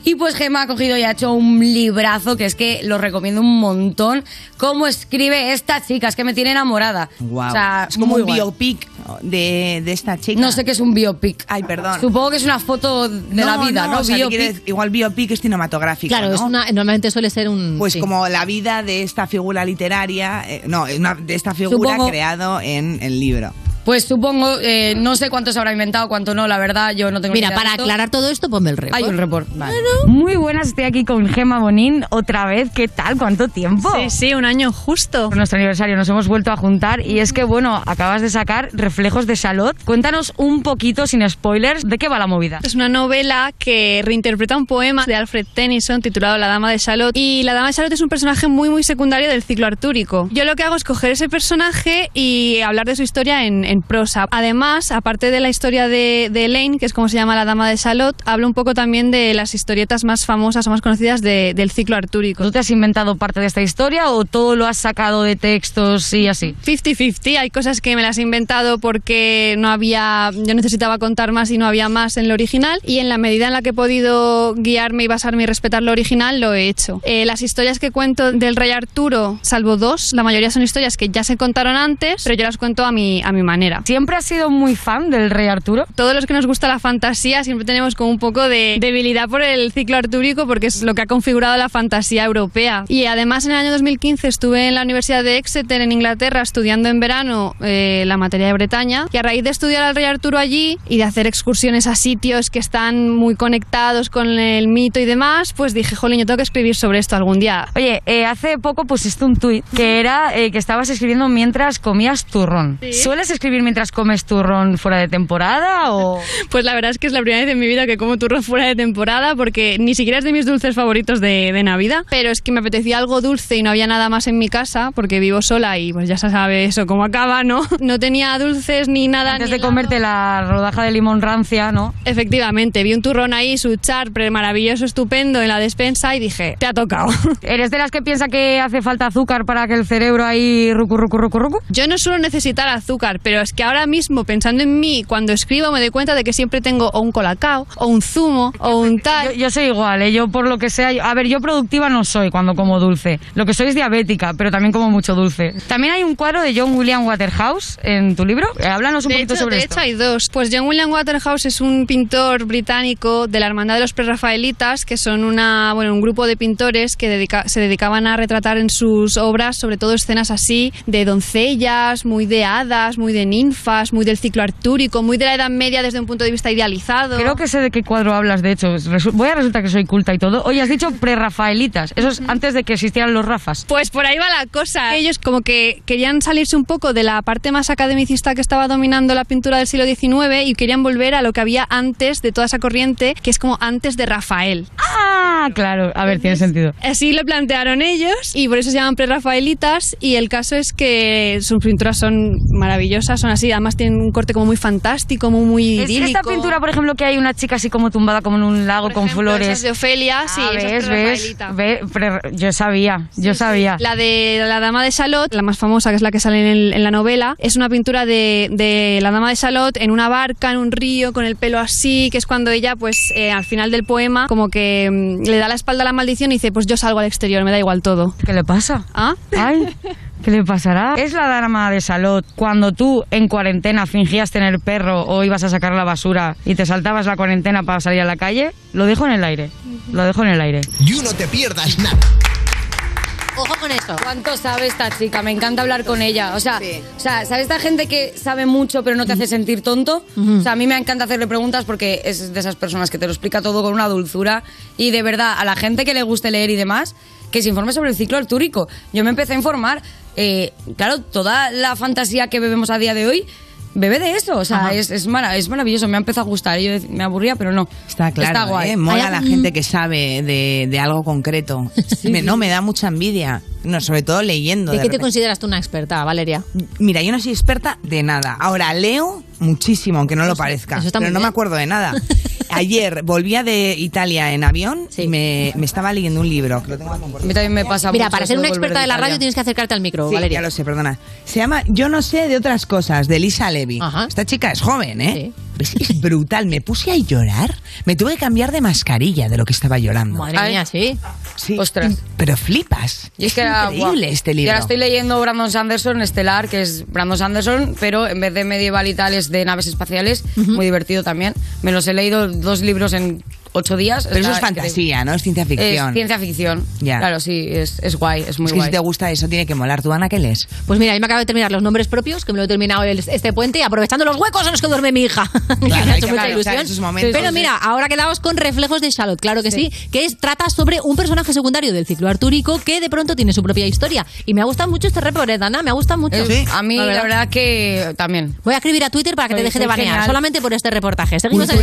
S2: y pues Gemma ha cogido y ha hecho un librazo que es que lo recomiendo un montón. Cómo escribe esta chica, es que me tiene enamorada.
S4: Guau.
S2: O sea,
S4: es como
S2: muy
S4: un
S2: guay.
S4: biopic de, de esta chica.
S2: No sé qué es un biopic.
S4: Ay, perdón.
S2: Supongo que es una foto de la vida, ¿no?
S4: O sea,
S2: Biopic.
S4: que quiere- igual biopic es cinematográfico.
S3: Claro,
S4: ¿no?
S3: es una- normalmente suele ser un.
S4: Pues
S3: sí.
S4: como la vida de esta figura literaria, eh, no, una- de esta figura
S2: Supongo-
S4: creado en el libro.
S2: Pues supongo, eh, no sé cuánto se habrá inventado, cuánto no, la verdad, yo no tengo
S3: Mira, para aclarar todo esto, ponme el report.
S2: Hay un report. Muy buenas, estoy aquí con Gema Bonín otra vez. ¿Qué tal? ¿Cuánto tiempo? Sí, sí, un año justo. Por nuestro aniversario nos hemos vuelto a juntar y es que, bueno, acabas de sacar Reflejos de Salud. Cuéntanos un poquito, sin spoilers, de qué va la movida.
S24: Es una novela que reinterpreta un poema de Alfred Tennyson titulado La Dama de Salot. Y la Dama de Salot es un personaje muy, muy secundario del ciclo artúrico. Yo lo que hago es coger ese personaje y hablar de su historia en, en prosa. Además, aparte de la historia de, de Elaine, que es como se llama la Dama de Salot, hablo un poco también de las historietas más famosas o más conocidas de- del ciclo artúrico.
S2: ¿Tú te has inventado parte de esta historia o todo lo has sacado de textos y así?
S24: 50-50, hay cosas que me las he inventado porque no había, yo necesitaba contar más y no había más en lo original y en la medida en la que he podido guiarme y basarme y respetar lo original lo he hecho. Eh, las historias que cuento del rey Arturo, salvo dos, la mayoría son historias que ya se contaron antes, pero yo las cuento a mi, a mi manera. manera. ¿Siempre has sido muy fan del rey Arturo? Todos los que nos gusta la fantasía siempre tenemos como un poco de debilidad por el ciclo artúrico porque es lo que ha configurado la fantasía europea. Y además en el año 2015 estuve en la Universidad de Exeter en Inglaterra estudiando en verano eh, la materia de Bretaña y a raíz de estudiar al rey Arturo allí y de hacer excursiones a sitios que están muy conectados con el mito y demás, pues dije, jolín, yo tengo que escribir sobre esto algún día.
S2: Oye, eh, hace poco pusiste un tuit que era eh, que estabas escribiendo mientras comías turrón. ¿Sueles escribir mientras comes turrón fuera de temporada *laughs* o...?
S24: Pues la verdad es que es la primera vez en mi vida que como turrón fuera de temporada porque ni siquiera es de mis dulces favoritos de, de Navidad, pero es que me apetecía algo dulce y no había nada más en mi casa porque vivo sola y pues ya se sabe eso cómo acaba, ¿no? No tenía dulces ni nada.
S2: Antes de comerte la rodaja de limón rancia, ¿no?
S24: Efectivamente, vi un turrón ahí, su charper maravilloso, estupendo en la despensa y dije, te ha tocado. *laughs*
S2: ¿Eres de las que piensa que hace falta azúcar para que el cerebro ahí rucu, rucu, rucu, rucu?
S24: Yo no suelo necesitar azúcar, pero es que ahora mismo pensando en mí, cuando escribo me doy cuenta de que siempre tengo o un colacao, o un zumo, o un tal.
S2: *laughs* Yo, yo soy igual, ¿eh? yo por lo que sea... yo- a ver, yo productiva no soy cuando como dulce. Lo que soy es diabética, pero también como mucho dulce. También hay un cuadro de John William Waterhouse en tu libro. Eh, Háblanos un
S24: de
S2: poquito
S24: hecho,
S2: sobre
S24: de
S2: esto.
S24: hecho hay dos. Pues John William Waterhouse es un pintor británico de la Hermandad de los Prerrafaelitas, que son una, bueno, un grupo de pintores que dedica- se dedicaban a retratar en sus obras, sobre todo escenas así, de doncellas, muy de hadas, muy de ninfas, muy del ciclo artúrico, muy de la Edad Media desde un punto de vista idealizado.
S2: Creo que sé de qué cuadro hablas, de hecho. Resu- Voy a resultar que soy culta y todo. Oye, has dicho prerrafaelitas. Eso es antes de que existieran los Rafas.
S24: Pues por ahí va la cosa. Ellos como que querían salirse un poco de la parte más academicista que estaba dominando la pintura del siglo XIX y querían volver a lo que había antes de toda esa corriente, que es como antes de Rafael.
S2: Ah, claro. A ver, tiene sentido.
S24: Así lo plantearon ellos y por eso se llaman prerrafaelitas y el caso es que sus pinturas son maravillosas, son así, además tienen un corte como muy fantástico, muy, muy
S2: ¿Es
S24: idílico.
S2: esta pintura, por ejemplo, que hay una chica así como tumbada como en un lago con
S24: Esas
S2: flores?
S24: de Ofelia, sí,
S2: Ah,
S24: esa es
S2: ¿ves, ves?
S24: prerrafaelita.
S2: Ve- pre- yo sabía, yo sabía.
S24: *laughs* La de la Dama de Salot, la más famosa, que es la que sale en, el- en la novela, es una pintura de, de la Dama de Salot en una barca, en un río, con el pelo así, que es cuando ella, pues, eh, al final del poema, como que mm, le da la espalda a la maldición y dice, pues yo salgo al exterior, me da igual todo.
S2: ¿Qué le pasa?
S24: ¿Ah? *laughs*
S2: Ay, ¿qué le pasará? Es la dama de Salot. Cuando tú en cuarentena fingías tener perro o ibas a sacar la basura y te saltabas la cuarentena para salir a la calle, lo dejo en el aire. Lo dejo en el aire.
S5: You no te pierdas nada.
S3: Ojo con eso.
S2: ¿Cuánto sabe esta chica? Me encanta hablar con ella. O sea, o sea ¿sabes esta gente que sabe mucho pero no te hace sentir tonto? O sea, a mí me encanta hacerle preguntas porque es de esas personas que te lo explica todo con una dulzura. Y de verdad, a la gente que le guste leer y demás, que se informe sobre el ciclo artúrico. Yo me empecé a informar. eh, claro, toda la fantasía que bebemos a día de hoy bebe de eso. O sea, es, es, mara- es maravilloso. Me ha empezado a gustar. Yo dec- me aburría, pero no.
S4: Está claro,
S2: Está guay.
S4: ¿eh? mola
S2: Hay-
S4: la gente que sabe de, de algo concreto. Me- no, me da mucha envidia. No, sobre todo leyendo.
S3: ¿De
S4: de
S3: qué te
S4: repente.
S3: consideras tú una experta, Valeria?
S4: Mira, yo no soy experta de nada. Ahora leo muchísimo, aunque no lo parezca.
S3: eso está
S4: pero
S3: muy
S4: no me
S3: bien.
S4: acuerdo
S3: *laughs*
S4: de nada. Ayer volvía de Italia en avión y me, me estaba leyendo un libro. que lo tengo aquí.
S2: A mí también me pasa
S3: Mira,
S2: mucho
S3: para
S2: eso
S3: ser una
S2: volver
S3: experta de la
S2: Italia.
S3: radio tienes que acercarte al micro,
S4: Sí,
S3: Valeria.
S4: ya lo sé, perdona. Se llama Yo no sé de otras cosas, de Lisa Levy. Esta chica es joven, ¿eh? Es, es brutal. Me puse a llorar. Me tuve que cambiar de mascarilla de lo que estaba llorando.
S3: Madre mía, sí.
S4: Sí.
S2: Ostras.
S4: Pero flipas.
S2: Y es
S4: es
S2: que era
S4: increíble
S2: guau.
S4: este
S2: Y
S4: libro.
S2: ahora estoy leyendo Brandon Sanderson, Estelar, que es Brandon Sanderson, pero en vez de medieval y tal es de naves espaciales, muy divertido también. Me los he leído dos libros en ocho días.
S4: Pero eso es
S2: Está
S4: fantasía, ¿no? Es ciencia
S2: increíble.
S4: ficción.
S2: Es ciencia ficción.
S4: Ya.
S2: Claro, sí, es, es guay, es muy
S4: Es que
S2: guay.
S4: si te gusta eso, tiene que molar. ¿Tú, Ana, qué lees?
S3: Pues mira, yo me acabo de terminar los nombres propios, que me lo he terminado el- este puente, aprovechando los huecos en los que duerme mi hija. *laughs* que me ha
S4: hay
S3: hecho
S4: que
S3: mucha
S4: aprovechar
S3: ilusión.
S4: esos momentos,
S3: Pero
S4: sí.
S3: mira, ahora quedamos con Reflejos de Charlotte, claro que sí, que es, trata sobre un personaje secundario del ciclo artúrico que de pronto tiene su propia historia. Y me ha gustado mucho este report, Dana, me ha gustado mucho.
S2: Es- A mí, la verdad, que también.
S3: Voy a escribir a Twitter para que
S2: Soy-
S3: te deje
S2: soy
S3: de banear,
S2: genial.
S3: solamente por este reportaje. Seguimos en-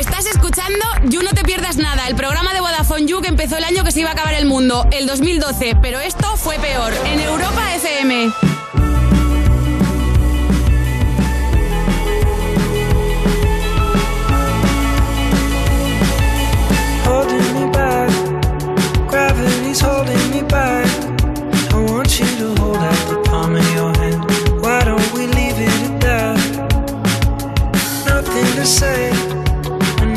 S14: Estás escuchando You No Te Pierdas Nada, el programa de Vodafone You que empezó el año que se iba a acabar el mundo, el 2012, pero esto fue peor, en Europa FM.
S25: holding me back. Gravity's holding me back. I want you to hold out the palm of your hand. Why don't we leave it at that? Nothing to say, and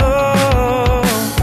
S25: Oh. Oh,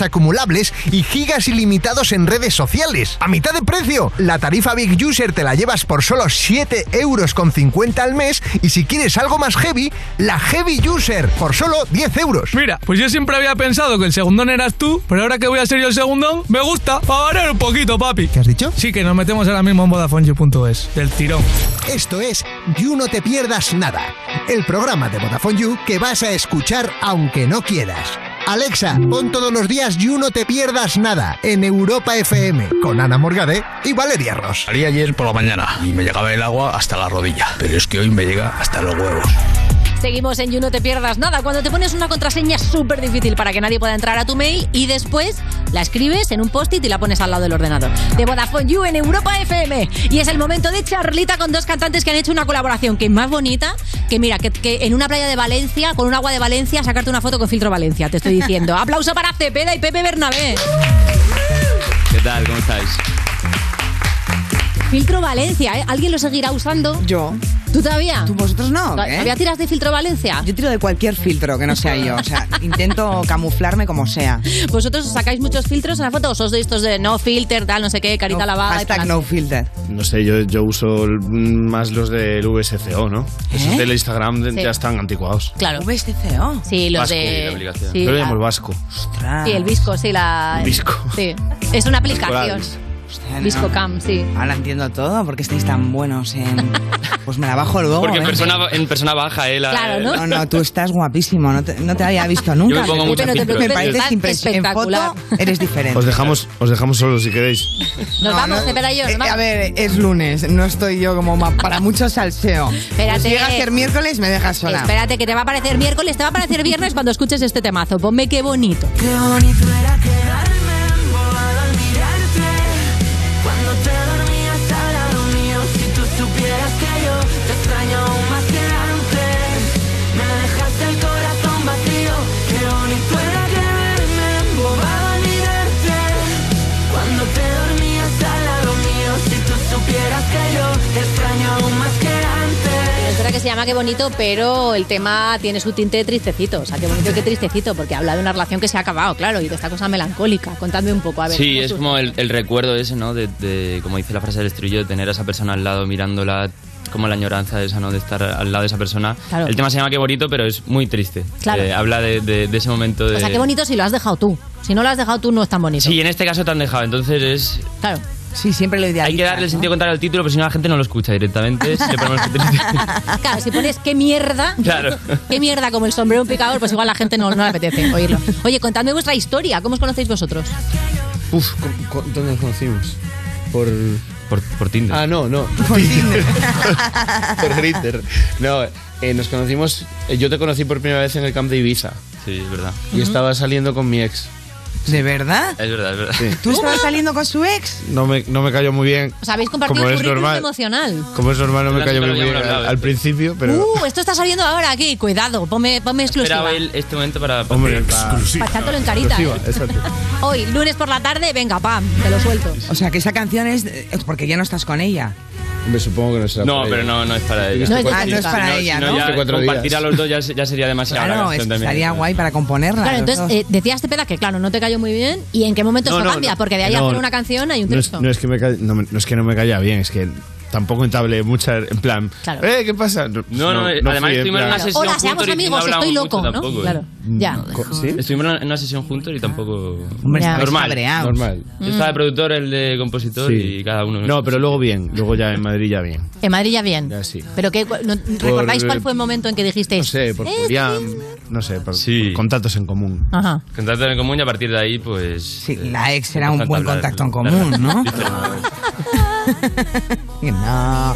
S5: acumulables y gigas ilimitados en redes sociales. A mitad de precio. La tarifa Big User te la llevas por solo 7 euros con 50 al mes y si quieres algo más heavy, la Heavy User por solo 10 euros.
S26: Mira, pues yo siempre había pensado que el segundón eras tú, pero ahora que voy a ser yo el segundón, me gusta. Para variar un poquito, papi.
S5: ¿Qué has dicho?
S26: Sí, que nos metemos ahora mismo en VodafoneYou.es, del tirón.
S5: Esto es You No Te Pierdas Nada, el programa de Vodafone You que vas a escuchar aunque no quieras. Alexa, pon todos los días You No Te Pierdas Nada en Europa FM con Ana Morgade y Valeria Ross.
S20: Salí ayer por la mañana y me llegaba el agua hasta la rodilla, pero es que hoy me llega hasta los huevos.
S3: Seguimos en You No Te Pierdas Nada. Cuando te pones una contraseña súper difícil para que nadie pueda entrar a tu mail y después la escribes en un post-it y la pones al lado del ordenador. De Vodafone You en Europa FM. Y es el momento de charlita con dos cantantes que han hecho una colaboración que es más bonita que, mira, que, que en una playa de Valencia, con un agua de Valencia, sacarte una foto con filtro Valencia. Te estoy
S4: *laughs*
S3: diciendo. Aplauso para Cepeda y Pepe Bernabé.
S27: ¿Qué tal? ¿Cómo estáis?
S3: Filtro Valencia, ¿eh? ¿Alguien lo seguirá usando?
S4: Yo.
S3: ¿Tú todavía?
S4: ¿Tú vosotros no? ¿eh?
S3: ¿Todavía tiras de filtro Valencia?
S4: Yo tiro de cualquier filtro que no sea yo. O sea, intento camuflarme como sea.
S3: ¿Vosotros os sacáis muchos filtros en la foto o sos de estos de no filter, tal, no sé qué, carita
S4: No,
S3: lavada? y
S4: hashtag
S3: tal?
S4: no filter.
S27: No sé, yo, yo uso el- más los del VSCO, ¿no? Esos del Instagram de-
S3: Sí.
S27: ya están anticuados.
S3: Claro.
S4: VSCO.
S3: Sí, los
S27: Vasco,
S3: de...
S27: la aplicación.
S3: Sí,
S27: yo lo
S3: la-
S27: llamo el Vasco.
S3: sí, el Visco, sí, la...
S27: Visco.
S3: Sí. Es una
S27: Los
S3: aplicación.
S27: corales.
S4: no.
S3: Visco Cam, sí.
S4: Ahora entiendo todo, porque estáis tan buenos en... Pues me la bajo luego,
S11: Porque en
S4: ¿eh?
S11: persona, en persona baja, ¿eh? La-
S3: *laughs*
S4: No, no, tú estás guapísimo, no te, no te había visto nunca.
S27: Yo me pongo muchos
S4: me
S27: filtros,
S4: me
S27: tío.
S4: pareces
S27: Estás
S4: impresionante. En
S3: espectacular.
S4: foto eres diferente.
S27: Os dejamos, os dejamos solos si queréis.
S3: Nos vamos, Cepeda y yo, nos
S4: eh,
S3: vamos.
S4: A ver, es lunes, no estoy yo como ma- para mucho salseo.
S3: Espérate.
S4: Si llega a ser miércoles, me dejas sola.
S3: Espérate, que te va a parecer miércoles, te va a parecer viernes cuando escuches este temazo. Ponme qué bonito.
S12: Qué bonito era quedarme embobado al mirarte Cuando te dormías al lado mío Si tú supieras que yo te extraño aún más que antes Me dejaste el corazón vacío Qué bonito era quedarme embobado al mirarte Cuando te dormías al lado mío Si tú supieras que yo te extraño aún más que antes
S3: Es verdad que se llama Qué bonito, pero el tema tiene su tinte tristecito. O sea, qué bonito, qué tristecito, porque habla de una relación que se ha acabado, claro, y de esta cosa melancólica. Contadme un poco, a ver.
S11: Sí,
S3: ¿cómo
S11: es
S3: surge?
S11: como el, el recuerdo ese, ¿no? De, de, como dice la frase del estribillo, de tener a esa persona al lado mirándola, como la añoranza esa, ¿no? De estar al lado de esa persona.
S3: Claro.
S11: El tema se llama Qué bonito, pero es muy triste.
S3: Claro.
S11: Eh, habla de, de- de ese momento de...
S3: O sea, qué bonito si lo has dejado tú. Si no lo has dejado tú, no es tan bonito.
S11: Sí, en este caso te han dejado, entonces es...
S3: Claro.
S4: Sí, siempre lo ideal.
S11: Hay que darle el sentido contrario al título, pero si no la gente no lo escucha directamente. si
S3: *laughs*
S11: le ponemos que triste.
S3: Ah, Claro, si pones qué mierda,
S11: Claro.
S3: qué mierda como el sombrero un picador, pues igual a la gente no, no le apetece oírlo. Oye, contadme vuestra historia. ¿Cómo os conocéis vosotros?
S27: Uf, ¿cu- cu- ¿dónde nos conocimos? Por...
S11: Por, Tinder.
S27: Ah, no, no. Por Tinder. *laughs* por Gritter. No, eh, nos conocimos... eh, yo te conocí por primera vez en el camp de Ibiza.
S11: Sí, es verdad.
S27: Y estaba saliendo con mi ex.
S4: ¿De verdad?
S11: Es verdad, es verdad.
S4: ¿Tú estabas saliendo con su ex?
S27: No me, no me cayó muy bien.
S3: O sea, habéis compartido
S27: Como
S3: el
S27: es
S3: currículum
S27: normal.
S3: emocional.
S27: Como es normal, no me
S11: La
S27: cayó
S11: nunca lo
S27: muy bien
S11: habíamos
S27: al,
S11: hablado,
S27: al principio, pero...
S3: Uh, esto está saliendo ahora aquí. Cuidado, ponme, ponme exclusiva.
S11: Esperaba él este momento para...
S3: Exclusiva. Para echártelo en carita.
S4: ¿eh?
S3: Exclusiva,
S4: *laughs*
S3: Hoy, lunes por la tarde, venga, pam, te lo suelto.
S4: O sea, que esa canción es eh, porque ya no estás con ella.
S27: Me supongo que no será
S11: No,
S27: por
S11: pero
S27: ella.
S11: no, no es para ella.
S27: No es-
S4: ah, no es para ella, ¿no?
S11: ya
S27: Hace Este cuatro
S11: compartir
S27: días.
S11: a los dos ya, se- ya sería demasiado. la
S4: Claro, es
S11: canción
S4: que
S11: también.
S4: estaría guay para componerla.
S3: Claro,
S4: los
S3: entonces
S4: dos.
S3: eh, decías, Tepeda, que claro, no te cayó muy bien. ¿Y en qué momento
S27: No,
S3: esto
S27: no,
S3: cambia?
S27: no.
S3: Porque de ahí a
S27: No,
S3: hacer
S27: no.
S3: una canción hay un
S27: No es,
S3: texto.
S27: no es que me ca- no me- no es que no me calla bien, es que tampoco entablé mucha. En plan,
S3: Claro.
S27: ¿eh? ¿Qué pasa? No,
S11: No, no, eh, además
S27: fui, en
S11: estuvimos
S27: plan-
S11: en una sesión
S3: Hola, seamos
S11: juntos y
S3: amigos,
S11: no
S3: estoy
S11: hablamos
S3: loco,
S11: mucho
S3: ¿no?
S11: tampoco, ¿eh?
S3: claro, ya.
S11: Estuvimos en una sesión juntos y tampoco.
S27: Hombre, estabais
S11: normal.
S27: cabreados. Normal.
S4: Mm.
S11: Yo estaba de productor, el de compositor
S27: Sí.
S11: y cada uno.
S4: *laughs*
S27: No, pero luego bien, luego ya en Madrid ya bien.
S3: En Madrid ya bien.
S27: Ya sí.
S3: ¿Pero qué, no- recordáis
S27: eh,
S3: cuál fue el momento en que dijisteis?
S27: No sé, por
S3: "Eh,
S27: Julián, mm, no sé, por, por contactos en común.
S3: Ajá.
S11: Contacto en común y a partir de ahí, pues. Sí,
S4: la ex era un buen contacto en común, ¿no? No.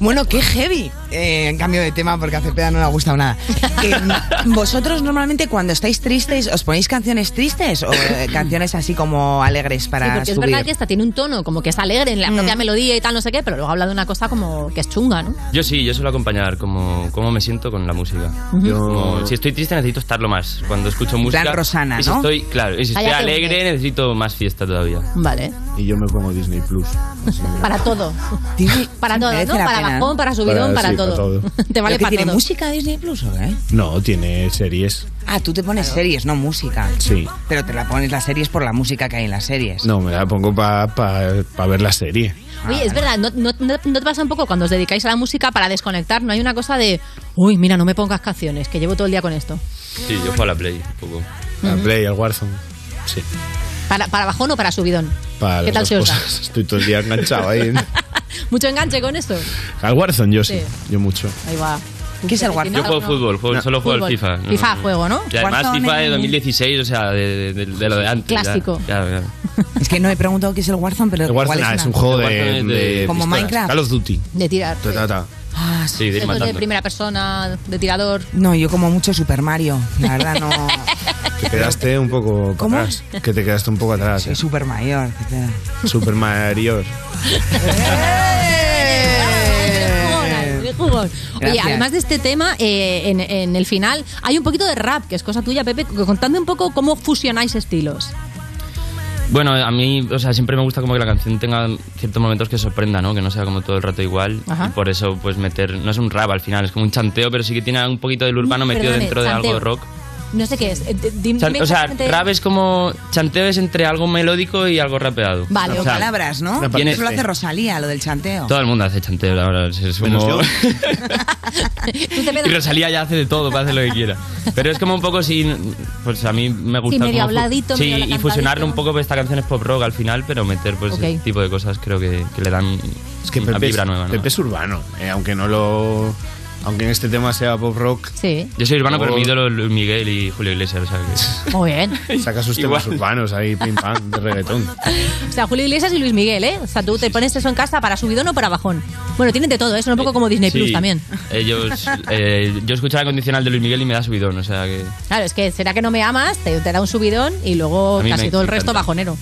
S4: Bueno, qué heavy. Eh, en cambio de tema, porque a Cepeda no le ha gustado nada. Eh, *laughs* ¿Vosotros normalmente cuando estáis tristes os ponéis canciones tristes o eh, canciones así como alegres
S3: Sí,
S4: para
S3: porque es
S4: subir? Mm.
S3: verdad que esta tiene un tono como que es alegre en la propia melodía y tal, no sé qué, pero luego habla de una cosa como que es chunga, ¿no?
S11: Yo sí, yo suelo acompañar como, como me siento con la música.
S3: Ujú.
S11: Yo, como, si estoy triste necesito estarlo más. Cuando escucho música...
S4: Rosana,
S11: y si
S4: ¿no?
S11: estoy, claro, y si estoy
S3: Cállate,
S11: alegre necesito más fiesta todavía.
S3: Vale.
S27: Y yo me pongo Disney Plus.
S3: Para todo. *laughs* para todo,
S4: merece
S3: ¿no?
S4: la
S3: Para
S4: pena. ¿eh?
S3: bajón, para subidón,
S27: Para-
S3: para,
S27: Ah, sí, para
S3: todo.
S27: todo.
S3: *laughs* Te vale
S4: ¿Pero qué
S3: para
S4: tiene
S3: todo.
S4: música Disney Plus o qué?
S27: No, tiene series.
S4: Ah, tú te pones series, no música.
S27: Sí.
S4: Pero te la pones las series por la música que hay en las series.
S27: No, me la pongo para ver la serie.
S3: Oye, es verdad, ¿no, no, no- no te pasa un poco cuando os dedicáis a la música para desconectar? No hay una cosa de, uy, mira, no me pongas canciones, que llevo todo el día con esto. Mm.
S11: Sí, yo juego a la Play un poco.
S27: La Play, el Warzone. Sí.
S3: ¿Para, para bajón o para subidón?
S27: Para
S3: ¿Qué
S27: las
S3: tal
S27: dos
S3: se os da?
S27: cosas. Estoy todo el día
S3: *laughs*
S27: enganchado ahí.
S3: Mucho enganche con esto.
S27: Al Warzone yo sí, yo mucho.
S3: Ahí va.
S4: ¿Qué es el
S3: Warzone?
S11: Yo juego fútbol, juego- solo juego
S3: Fútbol.
S11: al FIFA. no-
S3: FIFA, juego, ¿no?
S11: Y además
S4: Warzone
S11: FIFA de
S4: en-
S11: 2016, o sea, de, de- de lo de antes. ya.
S4: Clásico.
S11: Claro, claro.
S4: Es que no he preguntado qué es el Warzone, pero
S27: El
S4: ¿cuál
S27: Warzone
S4: es,
S27: ah,
S4: una-
S27: es un juego de,
S11: Warzone es de-
S27: de
S4: Como
S27: pistolas.
S4: Minecraft.
S27: Call of Duty.
S3: De tirar.
S27: Ta, ta, ta.
S4: Ah,
S27: Sí, de ir
S3: Esto es de
S27: matando.
S3: primera persona, de tirador.
S4: No, yo como mucho Super Mario. La verdad no.
S3: *laughs*
S27: Te quedaste un poco
S4: ¿Cómo?
S27: para atrás. Que te quedaste un poco atrás. Soy
S4: super mayor.
S27: Super mayor.
S3: Eh. Qué jugón. Oye,
S27: Gracias.
S3: además de este tema, eh, en, en el final hay un poquito de rap, que es cosa tuya, Pepe. Contadme un poco cómo fusionáis estilos.
S11: Bueno, a mí, o sea, siempre me gusta como que la canción tenga ciertos momentos que sorprenda, ¿no? Que no sea como todo el rato igual.
S3: Ajá.
S11: Y por eso, pues meter, no es un rap al final, es como un chanteo, pero sí que tiene un poquito del urbano metido
S3: Perdone,
S11: dentro de algo
S3: chanteo.
S11: de rock.
S3: No sé qué es. eh, d- dime
S11: Chan- o sea,
S3: exactamente-
S11: rap es como chanteo es entre algo melódico y algo rapeado.
S4: Vale,
S11: O
S4: o
S11: sea,
S4: palabras, ¿no?
S11: tiene- eh,
S4: Eso lo hace Rosalía, lo del chanteo. *laughs*
S11: Todo el mundo hace chanteo, la verdad. Es como... y Rosalía ya hace de todo, para hacer lo que quiera. Pero es como un poco sin... Pues a mí me gusta...
S3: medio
S11: como fu-
S3: habladito,
S11: Sí,
S3: medio
S11: y
S3: cantadito.
S11: fusionarlo un poco, pues esta canción es pop rock al final, pero meter pues
S3: Ok.
S11: ese tipo de cosas creo que, que le dan es
S27: que
S11: *laughs* una
S27: Pepe
S11: vibra
S27: es-
S11: nueva. ¿no?
S27: Pepe es urbano, eh, aunque no lo. Aunque en este tema sea pop rock.
S3: Sí.
S11: Yo soy urbano, pero
S27: Oh.
S11: mi ídolo es Luis Miguel y Julio Iglesias, o sea que...
S3: Muy bien.
S27: *laughs* Saca sus temas urbanos ahí, pim pam, de reggaetón.
S3: O sea, Julio Iglesias y Luis Miguel, ¿eh? O sea, tú te pones eso en casa para subidón o para bajón. Bueno, tienen de todo, es un poco como Disney
S11: Sí.
S3: Plus también.
S11: Ellos, eh, yo escucho la condicional de Luis Miguel y me da subidón, o sea que...
S3: Claro, es que será que no me amas, te, te da un subidón y luego
S11: A mí me
S3: casi todo el resto
S11: encanta.
S3: bajonero.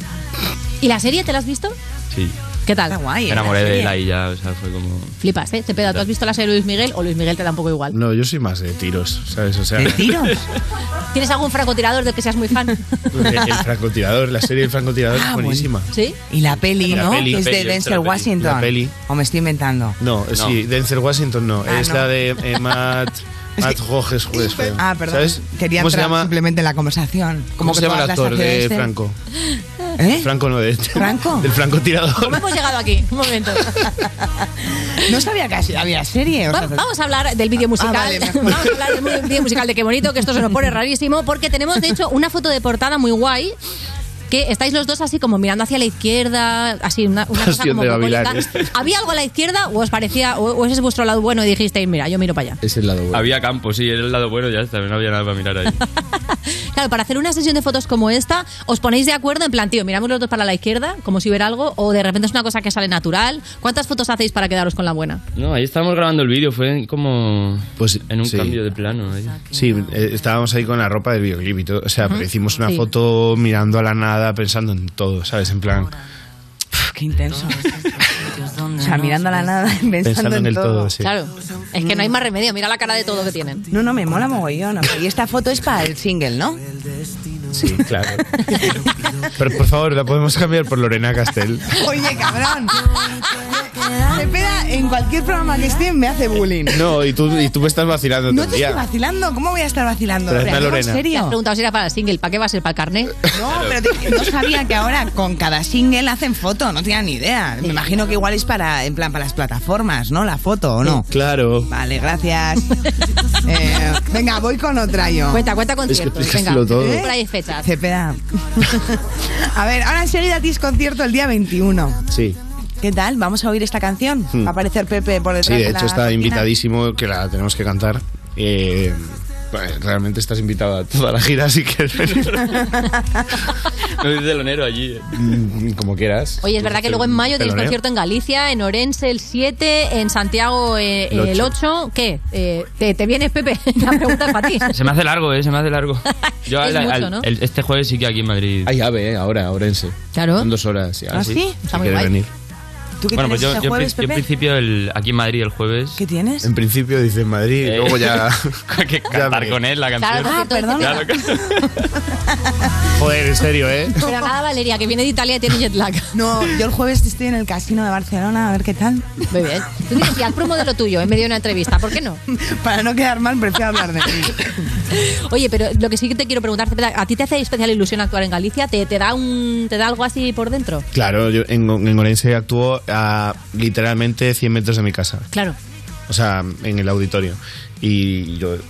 S3: ¿Y la serie te la has visto?
S11: Sí.
S3: ¿Qué tal?
S11: Me enamoré de él ahí ya, o sea, fue como...
S3: Flipas, ¿eh? Te peda, ¿tú has visto la serie de Luis Miguel o Luis Miguel te da un poco igual?
S27: No, yo soy más de tiros, ¿sabes? O sea,
S4: ¿De tiros?
S27: *laughs*
S3: ¿Tienes algún francotirador del que seas muy
S4: *laughs*
S3: fan? Ah,
S27: El, el francotirador, la serie del francotirador es buenísima.
S3: ¿Sí?
S4: Y la peli,
S27: La
S4: Ah, ¿no?
S27: peli,
S4: es de
S27: peli,
S4: Denzel
S27: la peli.
S4: Washington.
S27: La peli.
S4: O me estoy inventando.
S27: No,
S4: No.
S27: sí, Denzel Washington no,
S4: Ah,
S27: es
S4: no.
S27: la de eh,
S4: *laughs*
S27: Matt, Matt Roges, joder, joder.
S4: Ah, perdón.
S27: ¿Sabes?
S4: Quería
S27: ¿Cómo se
S4: entrar
S27: llama,
S4: simplemente en la conversación. Como
S27: ¿cómo
S4: que
S27: se llama el
S4: todas las
S27: actor de
S4: hace Denzel.
S27: Franco? Franco no, de este.
S4: ¿Franco?
S27: Del francotirador.
S3: ¿Cómo hemos llegado aquí? Un momento.
S4: *laughs* No sabía que así había serie. o
S3: Va-
S4: sea, Ah,
S3: vamos a hablar del vídeo musical. *laughs*
S4: vale, mejor.
S3: vamos a hablar del
S4: *laughs*
S3: vídeo musical de qué bonito, que esto se nos pone rarísimo, porque tenemos de hecho una foto de portada muy guay. Que estáis los dos así como mirando hacia la izquierda, así una, una cosa
S27: Pasión
S3: como
S27: de
S3: bucólica.
S27: Babilanes.
S3: ¿Había algo a la izquierda o os parecía, o, o ese es vuestro lado bueno y dijisteis, mira, yo miro para allá?
S27: Es el lado bueno.
S11: Había campo, sí, era el lado bueno, ya está, no había nada para mirar ahí.
S3: Claro, para hacer una sesión de fotos como esta, os ponéis de acuerdo en plan, tío, miramos los dos para la izquierda, como si hubiera algo, o de repente es una cosa que sale natural. ¿Cuántas fotos hacéis para quedaros con la buena?
S11: No, ahí estábamos grabando el vídeo, fue como Mm, en un
S27: sí.
S11: cambio de plano. ahí.
S27: Pues Sí, eh, estábamos ahí con la ropa del videoclip y todo. O sea, pero hicimos una
S11: Sí.
S27: foto mirando a la nada, pensando en todo, ¿sabes? En plan,
S4: Pf, qué
S3: *laughs*
S4: intenso. o sea, mirando a la nada, *laughs* pensando,
S27: Pensando en el todo, sí.
S3: Claro, es que no hay más remedio, mira la cara de todo que tienen.
S4: No, no, me mola mogollón. hombre. Y esta foto es para el single,
S3: *laughs*
S4: ¿no?
S27: sí, claro.
S4: *laughs*
S27: Pero por favor, la podemos cambiar por Lorena Castell.
S4: Oye, cabrón. Cepeda, en cualquier programa que esté me hace bullying.
S27: No, y tú, y tú me estás vacilando
S4: No
S27: todo
S4: te
S27: el
S4: estoy
S27: día.
S4: vacilando. ¿Cómo voy a estar vacilando?
S27: Traedme a
S4: Lorena?
S27: Lorena.
S4: ¿En
S3: Te has
S4: serio?
S3: preguntado si era para el single, ¿para qué va a ser para el carnet?
S11: *laughs*
S4: No, pero te- no sabía que ahora con cada single hacen foto, no tenía ni idea. Me imagino que igual es para, en plan, para las plataformas, ¿no? La foto, ¿o no?
S27: Claro.
S4: Vale,
S3: *laughs*
S4: gracias. Eh, venga, voy con otra yo.
S3: Cuenta, cuenta conciertos. venga,
S4: ¿Eh?
S3: por ahí fechas.
S4: Cepeda. *laughs* A ver, ahora enseguida tienes concierto el día 21.
S27: Sí.
S4: ¿Qué tal? Vamos a oír esta canción.
S27: Hmm.
S4: Pues Va a aparecer Pepe por detrás.
S27: Sí, de
S4: la
S27: hecho está
S4: cortina.
S27: invitadísimo que la tenemos que cantar. Eh, Bueno, Realmente estás invitado a toda la gira, así que. no dices lonero allí. Mm, Como quieras.
S3: Oye, es verdad que luego en mayo tienes
S27: Telonero.
S3: concierto en Galicia, en Orense el 7, en Santiago eh,
S11: El
S3: el 8.
S11: ocho.
S3: ¿Qué? Eh, te, te vienes, Pepe? *laughs* La pregunta es para ti.
S11: Se me hace largo, ¿eh? Se me hace largo. Yo
S3: Es
S11: al- al-
S3: mucho, ¿no?
S11: el- este jueves sí que aquí en Madrid.
S27: Hay ave, ¿eh? Ahora, Orense.
S3: Claro.
S27: Son dos horas. Ya,
S11: ¿Ah, sí?
S27: Si
S11: Está muy
S27: quieres
S11: guay.
S27: venir.
S4: ¿Tú qué
S11: Bueno, pues
S4: tienes
S11: yo,
S4: ese
S11: yo en
S4: jueves,
S11: pri- yo en
S4: Pepe?
S11: principio el- aquí en Madrid el jueves.
S4: ¿Qué tienes?
S27: En principio dice en Madrid,
S11: Eh,
S27: luego ya.
S11: *laughs* hay que cantar con él la canción.
S4: Ah,
S3: Claro, porque tú-
S11: Claro,
S27: *laughs* Joder, en serio, ¿eh?
S3: Pero nada, Valeria, que viene de Italia y tiene jet lag.
S4: *laughs* No, yo el jueves estoy en el casino de Barcelona, a ver qué tal.
S3: Muy bien. Tú tienes que ir al promo de lo tuyo en medio de una entrevista, ¿por qué no?
S4: *laughs* Para no quedar mal, prefiero hablar de mí.
S3: *laughs* Oye, pero lo que sí que te quiero preguntar, Cepeda, ¿a ti te hace especial ilusión actuar en Galicia? ¿Te, te da un, ¿Te da algo así por dentro?
S27: Claro, yo en, en Orense actúo a literalmente 100 metros de mi casa.
S3: Claro.
S27: O sea, en el auditorio. Y yo eh,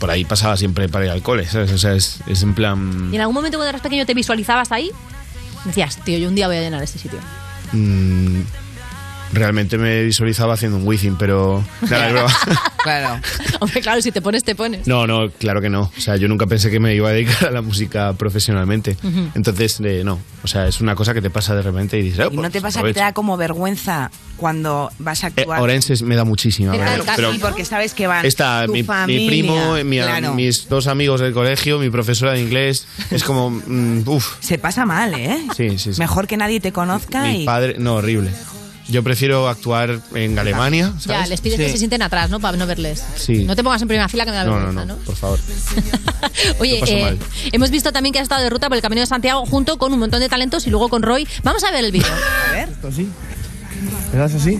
S27: por ahí pasaba siempre para ir al cole, ¿sabes? O sea, es, es en plan.
S3: ¿Y en algún momento cuando eras pequeño te visualizabas ahí? Decías, tío, yo un día voy a llenar este sitio.
S27: mm, realmente me visualizaba haciendo un wifi,
S4: *laughs*
S27: pero. Nada, es broma.
S4: *laughs*
S27: *laughs*
S4: Claro.
S3: *laughs* Hombre, claro, si te pones, te pones.
S27: No, no, claro que no. O sea, yo nunca pensé que me iba a dedicar a la música profesionalmente.
S4: Ujú.
S27: Entonces, eh, no. O sea, es una cosa que te pasa de repente y dices, ah,
S4: ¿Y
S27: pues,
S4: no te pasa que
S27: aprovecho.
S4: te da como vergüenza cuando vas a
S27: Eh,
S4: actuar?
S27: Orense me da muchísima
S4: Claro,
S27: vergüenza, pero
S4: sí, porque sabes que van
S27: está
S4: tu
S27: mi, mi
S4: familia,
S27: primo, mi-
S4: claro.
S27: mis dos amigos del colegio, mi profesora de inglés. Es como, mm, uff.
S4: Se pasa mal, ¿eh?
S27: Sí, sí, sí.
S4: Mejor que nadie te conozca
S27: Mi
S4: y...
S27: padre, no, horrible. Yo prefiero actuar en Alemania.
S3: Ya,
S27: ¿sabes?
S3: les pides que se sienten atrás, ¿no? Para no verles.
S27: Sí.
S3: No te pongas en primera fila que me da
S27: No, no,
S3: vergüenza,
S27: no,
S3: ¿no?
S27: por favor.
S3: Oye,
S27: Lo paso
S3: eh,
S27: mal.
S3: hemos visto también que has estado de ruta por el Camino de Santiago junto con un montón de talentos y luego con Roy. Vamos a ver el vídeo.
S4: A ver.
S28: Así. ¿Le das así?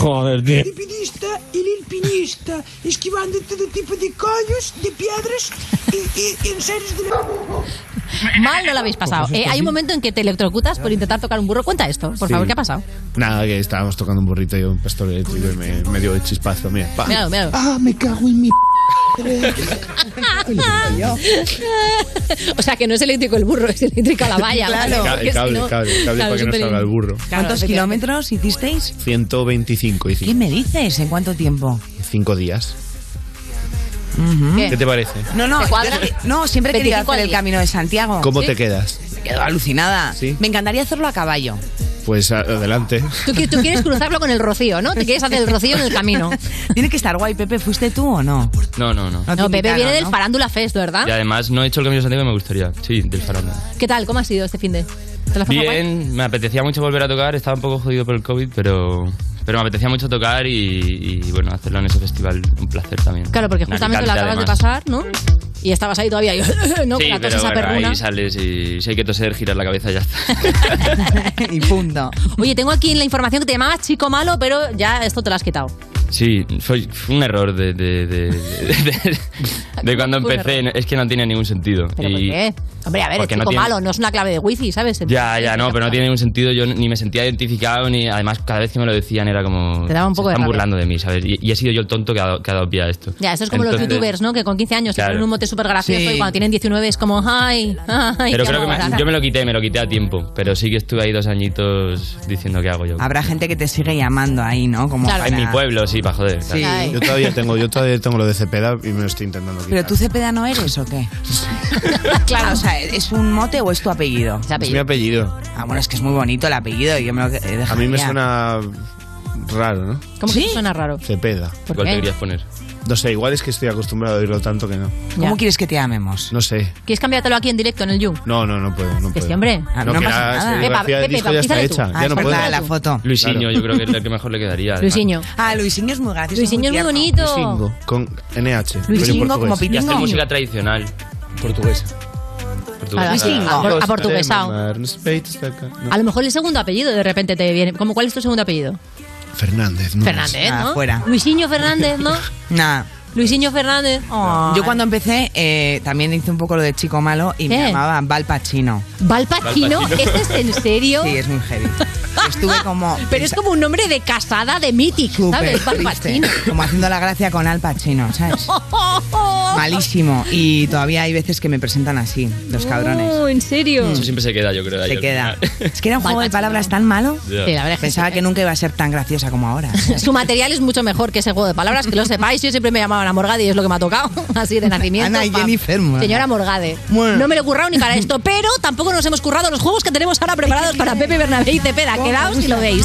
S28: Joder, tío.
S18: El alpinista, el alpinista, esquivando todo tipo de callos, de piedras y, y- y en seres de...
S3: Mal no lo habéis pasado.
S18: Pues esto
S3: Eh, hay
S18: sí.
S3: un momento en que te electrocutas por intentar tocar un burro. Cuenta esto, por
S27: Sí.
S3: favor, ¿qué ha pasado?
S27: Nada, que estábamos tocando un burrito y un pastor eléctrico y me, me dio el chispazo. Mira, pa.
S3: Míralo, míralo.
S18: Ah, me cago en mi...
S6: *laughs*
S3: *laughs* o sea, que no es eléctrico el burro, es eléctrica la
S27: *laughs*
S3: valla.
S4: Claro.
S3: ¿vale? Porque
S27: El
S3: si
S27: cable,
S3: no-
S27: el cable, el cable
S3: claro,
S27: para que no
S3: súper-
S27: salga el burro.
S4: ¿Cuántos kilómetros hicisteis?
S27: 125 y
S4: ¿Qué me dices? ¿En cuánto tiempo?
S27: 5 días.
S4: ¿Qué?
S27: ¿Qué te parece?
S4: No, no,
S3: ¿Te cuadra?
S4: yo- no, siempre he querido
S3: 25
S4: hacer
S3: al
S4: el
S3: día.
S4: Camino de Santiago.
S27: ¿Cómo te quedas?
S4: Quedo alucinada.
S27: Sí.
S4: Me encantaría hacerlo a caballo.
S27: Pues a- adelante.
S3: Tú, qui- tú quieres cruzarlo con el rocío, ¿no? Te quieres hacer el rocío en el camino.
S4: *laughs* Tiene que estar guay, Pepe. ¿Fuiste tú o no?
S11: No, no, no.
S3: No, Pepe viene del Farándula Fest, ¿verdad?
S11: Y además no he hecho el camino de Santiago y me gustaría. Sí, del faranda.
S3: ¿Qué tal? ¿Cómo ha sido este fin de? ¿Te la has pasado guay?
S11: Bien, me apetecía mucho volver a tocar, estaba un poco jodido por el COVID, pero, pero me apetecía mucho tocar y, y, bueno, hacerlo en ese festival, un placer también.
S3: Claro, porque
S11: En
S3: justamente lo
S11: Alicante,
S3: acabas de
S11: además.
S3: pasar, ¿no? Y estabas ahí todavía, *laughs* ¿no?
S11: Sí,
S3: con la tos
S11: pero
S3: esa
S11: bueno,
S3: perruna. *laughs*
S11: ahí sales y si hay que toser, girar la cabeza y ya está. *laughs*
S4: y punto.
S3: Oye, tengo aquí la información que te llamabas chico malo, pero ya esto te lo has quitado.
S11: Sí, fue, fue un error de, de, de, de- de- de cuando
S3: Fue *laughs* un
S11: empecé, es que no tiene ningún sentido.
S3: ¿Pero por
S11: Y-
S3: qué? ¿Eh? Hombre, a ver, es
S11: porque no
S3: chico
S11: tiene-
S3: malo, no es una clave de wifi, ¿sabes?
S11: Ya, ya, no, pero no tiene ningún sentido. Yo ni me sentía identificado, ni además cada vez que me lo decían era como.
S3: Te daba un poco
S11: se
S3: de
S11: Están
S3: rabia.
S11: burlando de mí, ¿sabes? Y, y he sido yo el tonto que ha, dado- que ha dado pie a esto.
S3: Ya, eso es como los
S11: Entonces-
S3: youtubers, ¿no? Que con 15 años
S11: Claro.
S3: tienen un mote súper gracioso
S11: Sí.
S3: y cuando tienen 19 es como, ay, ay.
S11: Pero
S3: ¿qué
S11: creo que
S3: hago
S11: me-
S3: ahora?".
S11: yo me lo quité, me lo quité a tiempo. Pero sí que estuve ahí dos añitos diciendo qué hago yo.
S3: Ah,
S4: Habrá gente que te sigue llamando ahí, ¿no? Como
S11: En
S4: para-
S11: mi pueblo, sí, para joder.
S4: Sí. Ay.
S27: Yo todavía tengo, yo todavía tengo lo de Cepeda y me lo estoy intentando quitar.
S4: ¿Pero tú Cepeda no eres
S3: *laughs*
S4: o qué? claro, o sea, ¿es un mote o es tu apellido?
S27: Es mi apellido.
S4: Ah, eh, bueno, es que es muy bonito el apellido. y Yo me lo
S27: A mí me suena raro, ¿no?
S3: ¿Cómo que te suena raro?
S27: Cepeda.
S3: ¿Por ¿Cuál qué? te querías
S11: poner?
S27: No sé, igual es que estoy acostumbrado a oírlo tanto que no.
S4: ¿Cómo quieres que te amemos? ¿Este
S27: No sé.
S3: ¿Quieres cambiártelo aquí en directo, en el You?
S27: No, no, no puedo. No
S3: Que
S27: puedo.
S3: sí, hombre.
S4: Ah,
S27: No, que la serigrafía del disco ya está
S3: bautízale tú.
S27: hecha. ya no puedo.
S4: la foto.
S11: Luisinho,
S27: Claro.
S11: yo creo que es el que mejor le quedaría. además.
S3: Luisinho.
S4: Ah, Luisinho es muy gracioso.
S3: Luisinho es muy bonito.
S27: Luisingo, con NH. rollo
S11: Rollo portugués.
S27: portugués.
S11: Y hacer música tradicional.
S27: Portuguesa.
S3: Claro, Luisingo. A- a portuguesao. A lo mejor el segundo apellido de repente te viene. ¿Cómo cuál es tu segundo apellido?
S27: Fernández, ¿no?
S3: Fernández,
S4: Ah,
S3: ¿no?
S4: fuera.
S3: Luisinho Fernández,
S4: *laughs*
S3: ¿no?
S4: Nah.
S3: Luisinho Fernández.
S4: Yo cuando empecé eh, también hice un poco lo de chico malo y
S3: ¿Qué?
S4: me llamaba Val Pacino.
S3: ¿Val Pacino?
S4: Val Pacino.
S3: ¿Este es en serio?
S4: Sí, es muy heavy. Estuve como...
S3: Pero es como un nombre de casada de Mythic,
S4: súper
S3: ¿sabes? Val
S4: triste,
S3: Pacino. *laughs*
S4: Como haciendo la gracia con Al Pacino, ¿sabes? Malísimo. Y todavía hay veces que me presentan así, los cabrones.
S3: Oh, ¿en serio?
S11: Eso siempre se queda, yo creo. de
S4: Se
S11: ahí al
S4: queda.
S11: final.
S3: *laughs*
S4: Es que era un juego de palabras tan malo.
S11: Sí, la verdad es que
S4: Pensaba que nunca iba a ser tan graciosa como ahora.
S3: *laughs* Su material es mucho mejor que ese juego de palabras, que lo sepáis. Yo siempre me llamaban a Morgade y es lo que me ha tocado, *laughs* así de nacimiento.
S4: Ana y
S3: pam.
S4: Jennifer, madre.
S3: Señora Morgade.
S4: Bueno.
S3: No me lo he currado ni para esto, pero tampoco nos hemos currado los juegos que tenemos ahora preparados para Pepe Bernabé y Cepeda. Quedaos y lo veis.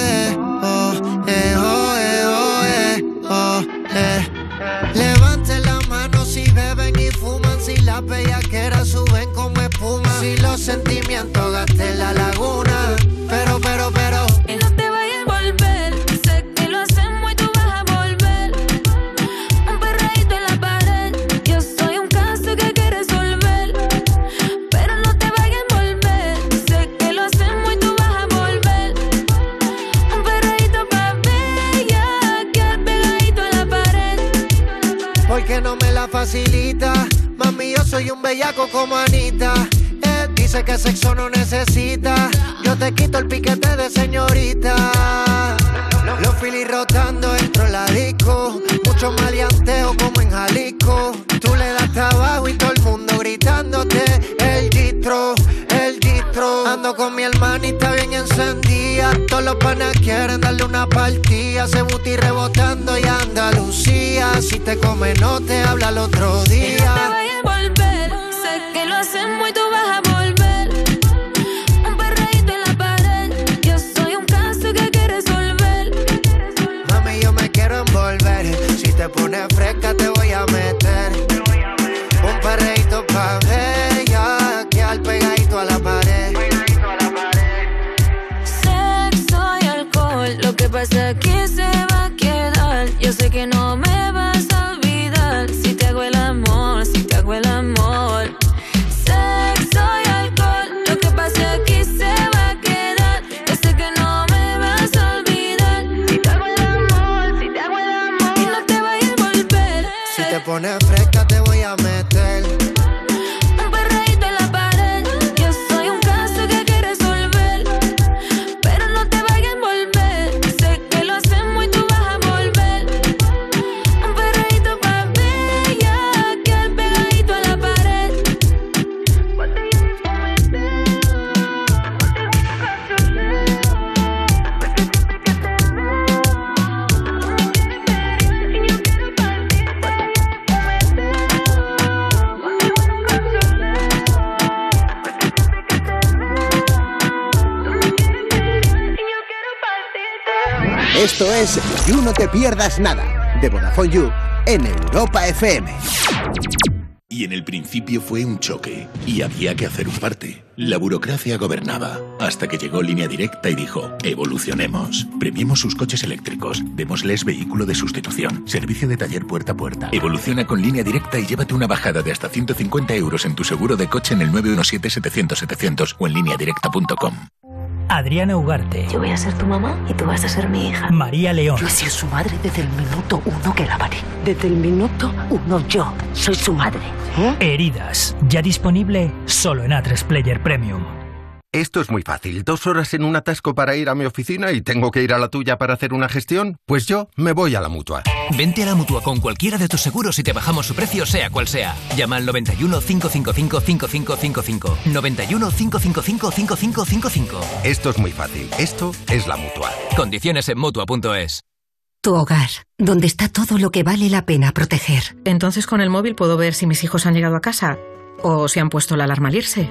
S29: eh, oh, eh, oh, eh, oh, eh, oh, eh. Levanten la mano si beben y fuman, si las bellaqueras suben como espuma, si los sentimientos gasten la laguna. Pero, pero, pero.
S30: Y no te vayas a volver, sé que lo hacemos y tú vas a volver. Un perreíto en la pared, yo soy un caso que hay que resolver. Pero no te vayas a volver, sé que lo hacemos y tú vas a volver. Un perreíto para bella, quedar pegadito en la pared.
S29: porque no me la facilita. Mami, yo soy un bellaco como Anita. Él dice que sexo no necesita. Yo te quito el piquete de señorita. Los filis rotando dentro de la disco. Mucho maleanteo como en Jalisco. Tú le das trabajo y todo el mundo gritándote. El distro, el distro. Ando con mi hermanita bien encendida. Todos los panas quieren darle una partida. Se buti rebotando y Andalucía. Si te come, no te habla el otro
S30: Y no te
S29: día.
S30: vayas a volver, sé que lo hacemos y tú vas a volver. Un perreíto en la pared, yo soy un caso que hay que resolver.
S29: Mami, yo me quiero envolver. Si te pones fresca, te voy a meter. Un perreíto pa' bella. Que al pegadito a la pared.
S30: Sexo y alcohol, lo que pasa aquí se va a quedar. Yo sé que no me vas a olvidar si te hago el amor, si te hago el amor. Sexo y alcohol, lo que pasa aquí se va a quedar. Yo sé que no me vas a olvidar si te hago el amor, si te hago el amor. Y no te vayas a volver.
S29: Si te pones fresca, te voy a meter.
S30: Un perreíto en la pared, yo soy un caso que hay que resolver. Pero no te vayas a volver, sé que lo hacemos y tú vas a volver. Un perreíto pa' bella, que pegadito a la pared.
S5: Esto es You No Te Pierdas Nada, de Vodafone You, en Europa FM.
S18: Y en el principio fue un choque, y había que hacer un parte. La burocracia gobernaba, hasta que llegó Línea Directa y dijo, evolucionemos. Premiemos sus coches eléctricos, démosles vehículo de sustitución, servicio de taller puerta a puerta. Evoluciona con Línea Directa y llévate una bajada de hasta 150 euros en tu seguro de coche en el 917-700-700 o en lineadirecta.com.
S31: Adriana Ugarte. Yo voy a ser tu mamá y tú vas a ser mi hija. María León. Yo he sido su madre desde el minuto uno que la paré. Desde el minuto uno yo soy su madre. ¿eh? Heridas. Ya disponible solo en A3 Player Premium.
S32: Esto es muy fácil. Dos horas en un atasco para ir a mi oficina y tengo que ir a la tuya para hacer una gestión. Pues yo me voy a la mutua.
S14: Vente a la mutua con cualquiera de tus seguros y te bajamos su precio, sea cual sea. Llama al 91 555 5555. 91 555 5555.
S32: Esto es muy fácil. Esto es la mutua.
S14: Condiciones en mutua.es.
S24: Tu hogar, donde está todo lo que vale la pena proteger.
S2: Entonces con el móvil puedo ver si mis hijos han llegado a casa o si han puesto la alarma al irse.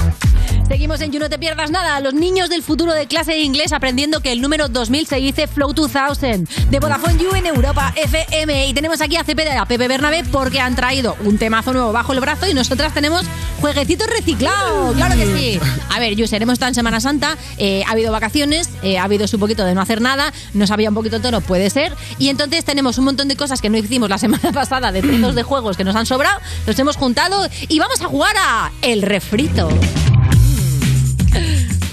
S3: Seguimos en You No Te Pierdas Nada. Los niños del futuro de clase de inglés aprendiendo que el número 2000 se dice Flow 2000 de Vodafone You en Europa FM. Y tenemos aquí a CP de la Pepe Bernabé porque han traído un temazo nuevo bajo el brazo y nosotras tenemos jueguecitos reciclados. Claro que sí. A ver, Yuser, hemos estado en Semana Santa, eh, ha habido vacaciones, eh, ha habido su poquito de no hacer nada, no sabía un poquito el tono, puede ser. Y entonces tenemos un montón de cosas que no hicimos la *laughs* semana pasada, de trozos de juegos que nos han sobrado, los hemos juntado y vamos a jugar a El Refrito.
S4: *laughs*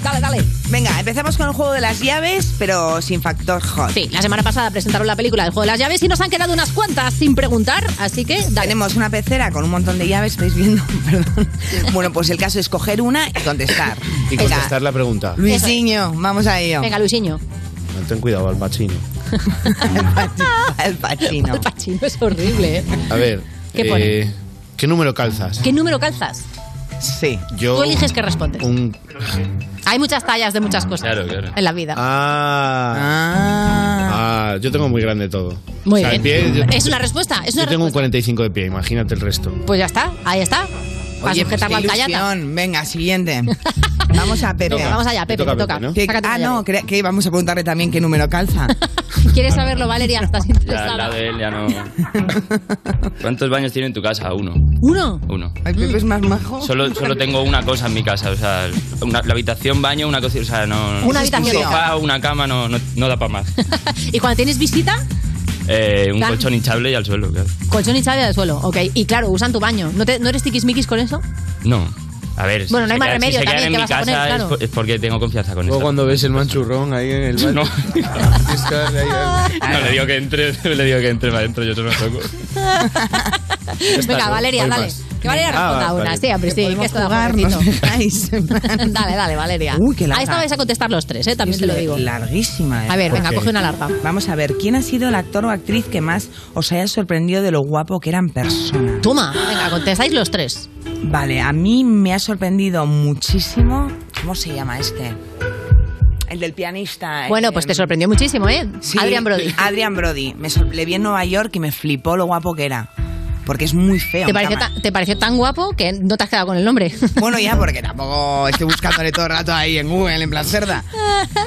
S4: Dale, dale. Venga, empezamos con el juego de las llaves, pero sin factor hot.
S3: Sí, la semana pasada presentaron la película del juego de las llaves y nos han quedado unas cuantas sin preguntar, así que
S4: Tenemos una pecera con un montón de llaves, estáis viendo, *laughs* perdón. *laughs* Bueno, pues el caso es coger una y
S3: *laughs*
S4: contestar.
S27: Y
S4: Venga,
S27: contestar la pregunta.
S4: Luisinho, vamos a ello.
S3: Venga, Luisinho.
S27: No, Ten cuidado, al machino.
S4: El pachino.
S3: *laughs* El pachino es horrible, ¿eh?
S27: A ver.
S3: ¿Qué pone?
S27: eh, ¿Qué número calzas?
S3: ¿Qué número calzas?
S4: Sí.
S27: Yo.
S3: Tú eliges que respondes.
S27: Un.
S3: Hay muchas tallas de muchas cosas
S27: Claro, claro.
S3: en la vida.
S27: Ah. Ah, yo tengo muy grande todo.
S3: Muy
S27: O sea, el
S3: bien.
S27: pie, yo-
S3: es una respuesta, es una
S27: Yo tengo un
S3: respuesta.
S27: 45 de pie, imagínate el resto.
S3: Pues ya está, ahí está. Para
S4: Oye,
S3: sujetar la
S4: pues qué
S3: tallata.
S4: ilusión.
S3: *laughs*
S4: Venga, siguiente. Vamos a Pepe.
S3: Venga, vamos allá, Pepe, te toca.
S4: Que- ah, no, cre- que íbamos a preguntarle también qué número calza.
S3: ¿Quieres saberlo, Valeria? Estás
S11: Ya, al
S3: interesada.
S11: lado de él
S4: *laughs*
S11: ya no. ¿Cuántos baños tiene en tu casa? Uno.
S3: *laughs* Uno.
S11: Uno.
S4: Ay, Pepe es más majo.
S11: Solo, solo tengo una cosa en mi casa, o sea, una- la habitación, baño, una cocina, o sea, no.
S3: Una habitación.
S11: Un sofá, una cama, no, no, no da para más.
S3: *laughs* Y cuando tienes visita,
S11: Eh, un
S3: Claro.
S11: colchón hinchable y al suelo, claro.
S3: colchón y chave al suelo. Ok. Y claro, usan tu baño. ¿No, te, no eres tiquismiquis con eso?
S11: No. A ver, si
S3: Bueno, no hay
S11: se
S3: más
S11: quedan-
S3: remedio
S11: si se quedan
S3: también,
S11: en
S3: ¿qué
S11: mi
S3: vas a
S11: casa
S3: poner?
S11: es
S3: Claro.
S11: por- es, porque tengo confianza con esto.
S27: cuando ves el manchurrón ahí en el
S11: *laughs* No. No le digo que entre, *laughs* le digo que entre para adentro, yo se me toco.
S3: Venga,
S11: ¿no?
S3: Valeria,
S11: Voy
S3: dale.
S11: más.
S3: Que Valeria
S11: Ah,
S3: responda
S11: vale.
S3: una. Sí, hombre, sí. Que esto da
S4: Jugarnos.
S3: jueguecito.
S4: *laughs* Ay,
S3: *laughs* dale, dale, Valeria.
S4: Uy, qué larga.
S3: A esta vais a contestar los tres, ¿eh? También
S4: Es
S3: te lo digo.
S4: Larguísima. ¿eh?
S3: A ver, venga, Ok. coge una larga.
S4: Vamos a ver, ¿quién ha sido el actor o actriz que más os haya sorprendido de lo guapo que eran personas?
S3: Toma, venga, contestáis los tres.
S4: Vale, a mí me ha sorprendido muchísimo. ¿Cómo se llama este? El del pianista. ¿eh? Em,
S3: Bueno, pues te sorprendió muchísimo, ¿eh?
S4: Sí,
S3: Adrian Brody.
S4: Adrian Brody. Me sor- le vi en Nueva York y me flipó lo guapo que era. Porque es muy feo.
S3: ¿Te
S4: en
S3: pareció,
S4: cámara.
S3: tan, te pareció tan guapo que no te has quedado con el nombre.
S4: *laughs* Bueno, ya, porque tampoco estoy buscándole todo el rato ahí en Google, en
S3: *laughs*
S4: plan cerda.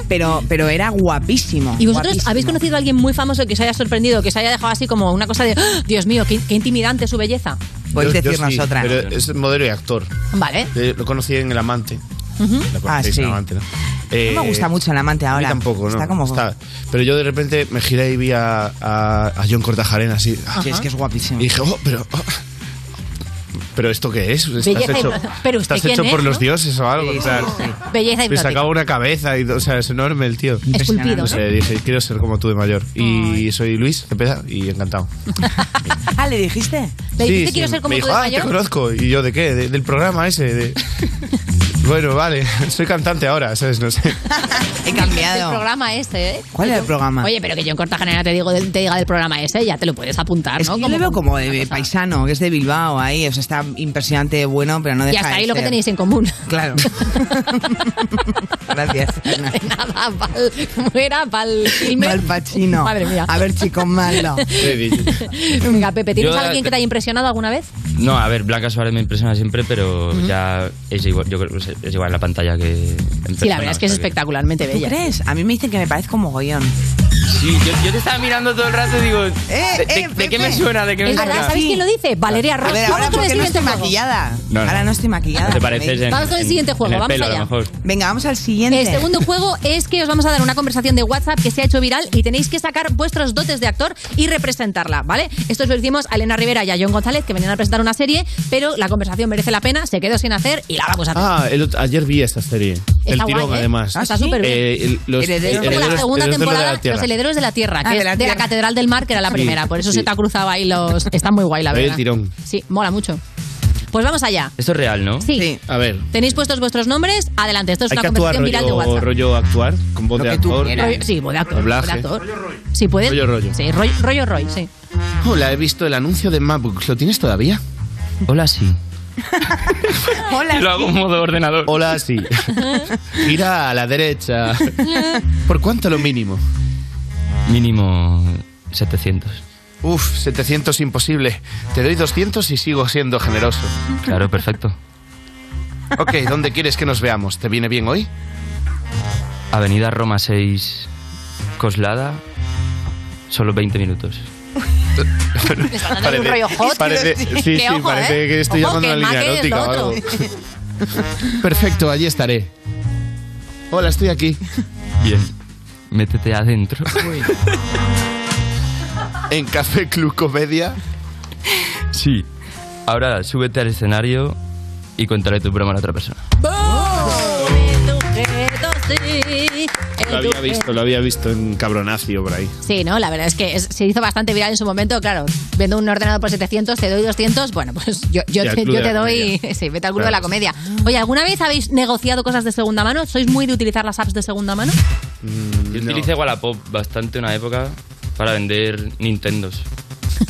S4: Pero, pero era guapísimo.
S3: *laughs* ¿Y vosotros
S4: guapísimo.
S3: habéis conocido a alguien muy famoso que os haya sorprendido, que os haya dejado así como una cosa de, "¡Ah! Dios mío, qué, qué intimidante su belleza?
S27: Yo-
S4: Podéis
S27: yo
S4: decirnos
S27: sí,
S4: otra.
S27: Pero es modelo y actor.
S3: Vale.
S27: Eh, Lo conocí en El Amante.
S3: Ujú.
S27: La
S4: Ah,
S27: conocéis,
S4: sí.
S27: El Amante, ¿no?
S4: no me
S27: Eh,
S4: gusta mucho el amante
S27: A mí
S4: ahora.
S27: tampoco, ¿no?
S4: Está como...
S27: Está- pero yo de repente me giré y vi a, a, a John Cortajarena así.
S4: Sí, es que es guapísimo.
S27: Y dije, oh, pero. oh, ¿Pero esto qué es? Estás
S3: Belleza
S27: hecho,
S3: hipnótica. Pero usted
S27: estás
S3: quién
S27: hecho por
S3: es,
S27: los
S3: ¿no?
S27: dioses o algo. o sea,
S3: Belleza
S27: Me
S3: hipnótica.
S27: sacaba una cabeza, y, o sea, es enorme el tío.
S3: Esculpido, ¿no?
S27: O sea, dije, quiero ser como tú de mayor. Y soy Luis, empieza, y encantado.
S4: *laughs* Ah, ¿le dijiste?
S3: Le
S27: Sí,
S3: dijiste
S27: sí,
S3: quiero ser como
S27: me
S3: tú de
S27: dijo, "Ah,
S3: mayor.
S27: te conozco. ¿Y yo de qué? De- del programa
S3: *laughs*
S27: ese. de- bueno, vale, soy cantante ahora, ¿sabes? No sé.
S4: He
S3: El
S4: cambiado.
S3: programa este, ¿eh?
S4: ¿Cuál era el programa?
S3: Oye, pero que yo en Cortagenera te, digo, te diga del programa ese, ya te lo puedes apuntar,
S4: Es
S3: ¿no?
S4: que yo le veo como de paisano, que es de Bilbao ahí, o sea, está impresionante de bueno, pero no
S3: y
S4: deja
S3: hasta
S4: de
S3: ahí lo que
S4: ser.
S3: tenéis en común. *laughs*
S4: Claro. Gracias.
S3: Nada, pal. ¿Cómo era? Pal Kilmer.
S4: Mal Pacino.
S3: Madre mía.
S4: A ver, chico, malo.
S3: *laughs* Venga, Pepe, ¿tienes
S11: Yo-
S3: a alguien que te haya impresionado alguna vez?
S11: No, a ver, Blanca Suárez me impresiona siempre, pero
S3: Ujú.
S11: ya es igual, yo creo que es- es igual en la pantalla que
S3: Sí,
S11: en
S3: la
S11: persona,
S3: verdad es que es
S11: o sea
S3: espectacularmente
S4: ¿Tú
S3: bella.
S4: crees? A mí me dicen que me parezco mogollón.
S11: Sí, yo, yo te estaba mirando todo el rato y
S27: Eh,
S11: digo, ¿de, de- de qué me suena? ¿De qué me
S3: Es verdad,
S11: suena?
S3: ¿sabéis quién lo dice? Valeria Ross.
S4: A ver, ahora
S3: Vamos con el
S4: porque no
S3: siguiente
S4: estoy
S3: juego.
S4: maquillada.
S11: No, no.
S4: Ahora no estoy maquillada.
S11: No te pareces en-
S3: Vamos con el
S11: en-
S3: siguiente juego,
S11: en el
S3: vamos
S11: pelo, a lo
S3: allá.
S11: mejor.
S4: Venga, vamos al siguiente.
S3: El segundo juego es que os vamos a dar una conversación de WhatsApp que se ha hecho viral y tenéis que sacar vuestros dotes de actor y representarla, ¿vale? Esto se lo hicimos a Elena Rivera y a John González que venían a presentar una serie, pero la conversación merece la pena, se quedó sin hacer y la vamos a hacer.
S27: Ah, el otro- ayer vi esta serie. el
S3: guay,
S27: tirón,
S3: ¿eh?
S27: además.
S3: Está súper bien.
S27: Eh, el- los
S3: Es como la
S27: herederos-
S3: segunda
S27: herederos de la
S3: temporada,
S27: Tierra.
S3: Los Herederos de la Tierra, que
S4: Ah, de
S3: es
S4: la
S3: de la
S4: Tierra.
S3: Catedral del Mar, que era la
S27: Sí,
S3: primera. Por eso
S11: sí.
S3: se te ha cruzado ahí los... Está muy guay, la
S11: Vaya
S3: verdad.
S11: tirón.
S3: Sí, mola mucho. Pues vamos allá.
S11: Esto es real, ¿no?
S3: Sí.
S27: A ver.
S3: Tenéis puestos vuestros nombres, adelante. Esto es
S11: Hay
S3: una
S11: que
S27: Actuar
S3: conversación viral de
S27: rollo,
S3: WhatsApp.
S27: rollo actuar, con voz de actor.
S3: Rollo- sí, voz de actor.
S27: Doblaje.
S3: voz de actor. Sí, puede.
S27: Rollo, rollo.
S3: Sí, rollo, rollo Roy, sí.
S27: Hola, Oh, he visto el anuncio de MacBook. ¿Lo tienes todavía?
S3: *laughs*
S27: Hola, sí.
S4: Hola.
S27: Lo hago en modo ordenador.
S3: *laughs*
S27: Hola, sí. Gira a la derecha. ¿Por cuánto lo mínimo?
S11: Mínimo 700.
S27: Uf, 700 imposible. Te doy 200 y sigo siendo generoso.
S11: Claro, perfecto.
S27: Ok, ¿dónde quieres que nos veamos? ¿Te viene bien *laughs* hoy?
S11: Avenida Roma 6, Coslada, solo 20 minutos.
S3: Le están dando ahí un rollo hot.
S27: parece- sí, sí,
S3: ojo,
S27: parece
S3: ¿eh?
S27: que estoy
S3: Ojo,
S27: llamando a
S3: que
S27: la línea
S3: Maque es lo
S27: náutica o
S3: otro.
S27: algo. *laughs*
S3: *laughs*
S27: Perfecto, allí estaré. Hola, estoy aquí.
S11: Bien,
S27: *laughs*
S11: métete adentro.
S3: *laughs*
S27: En Café Club Comedia.
S11: Sí. Ahora súbete al escenario y cuéntale tu broma a la otra persona.
S27: Lo había visto, lo había visto en Cabronacio por ahí.
S3: Sí, ¿no? La verdad es que es- se hizo bastante viral en su momento. Claro, vendo un ordenador por 700, te doy 200. Bueno, pues yo, yo
S27: Y al
S3: te,
S27: Club
S3: yo
S27: de
S3: te
S27: la
S3: doy... *laughs* Sí, vete al club de la
S27: Claro.
S3: comedia. Oye, ¿alguna vez habéis negociado cosas de segunda mano? ¿Sois muy de utilizar las apps de segunda mano? *laughs*
S11: Mm, Yo utilicé Wallapop bastante una época para vender Nintendos.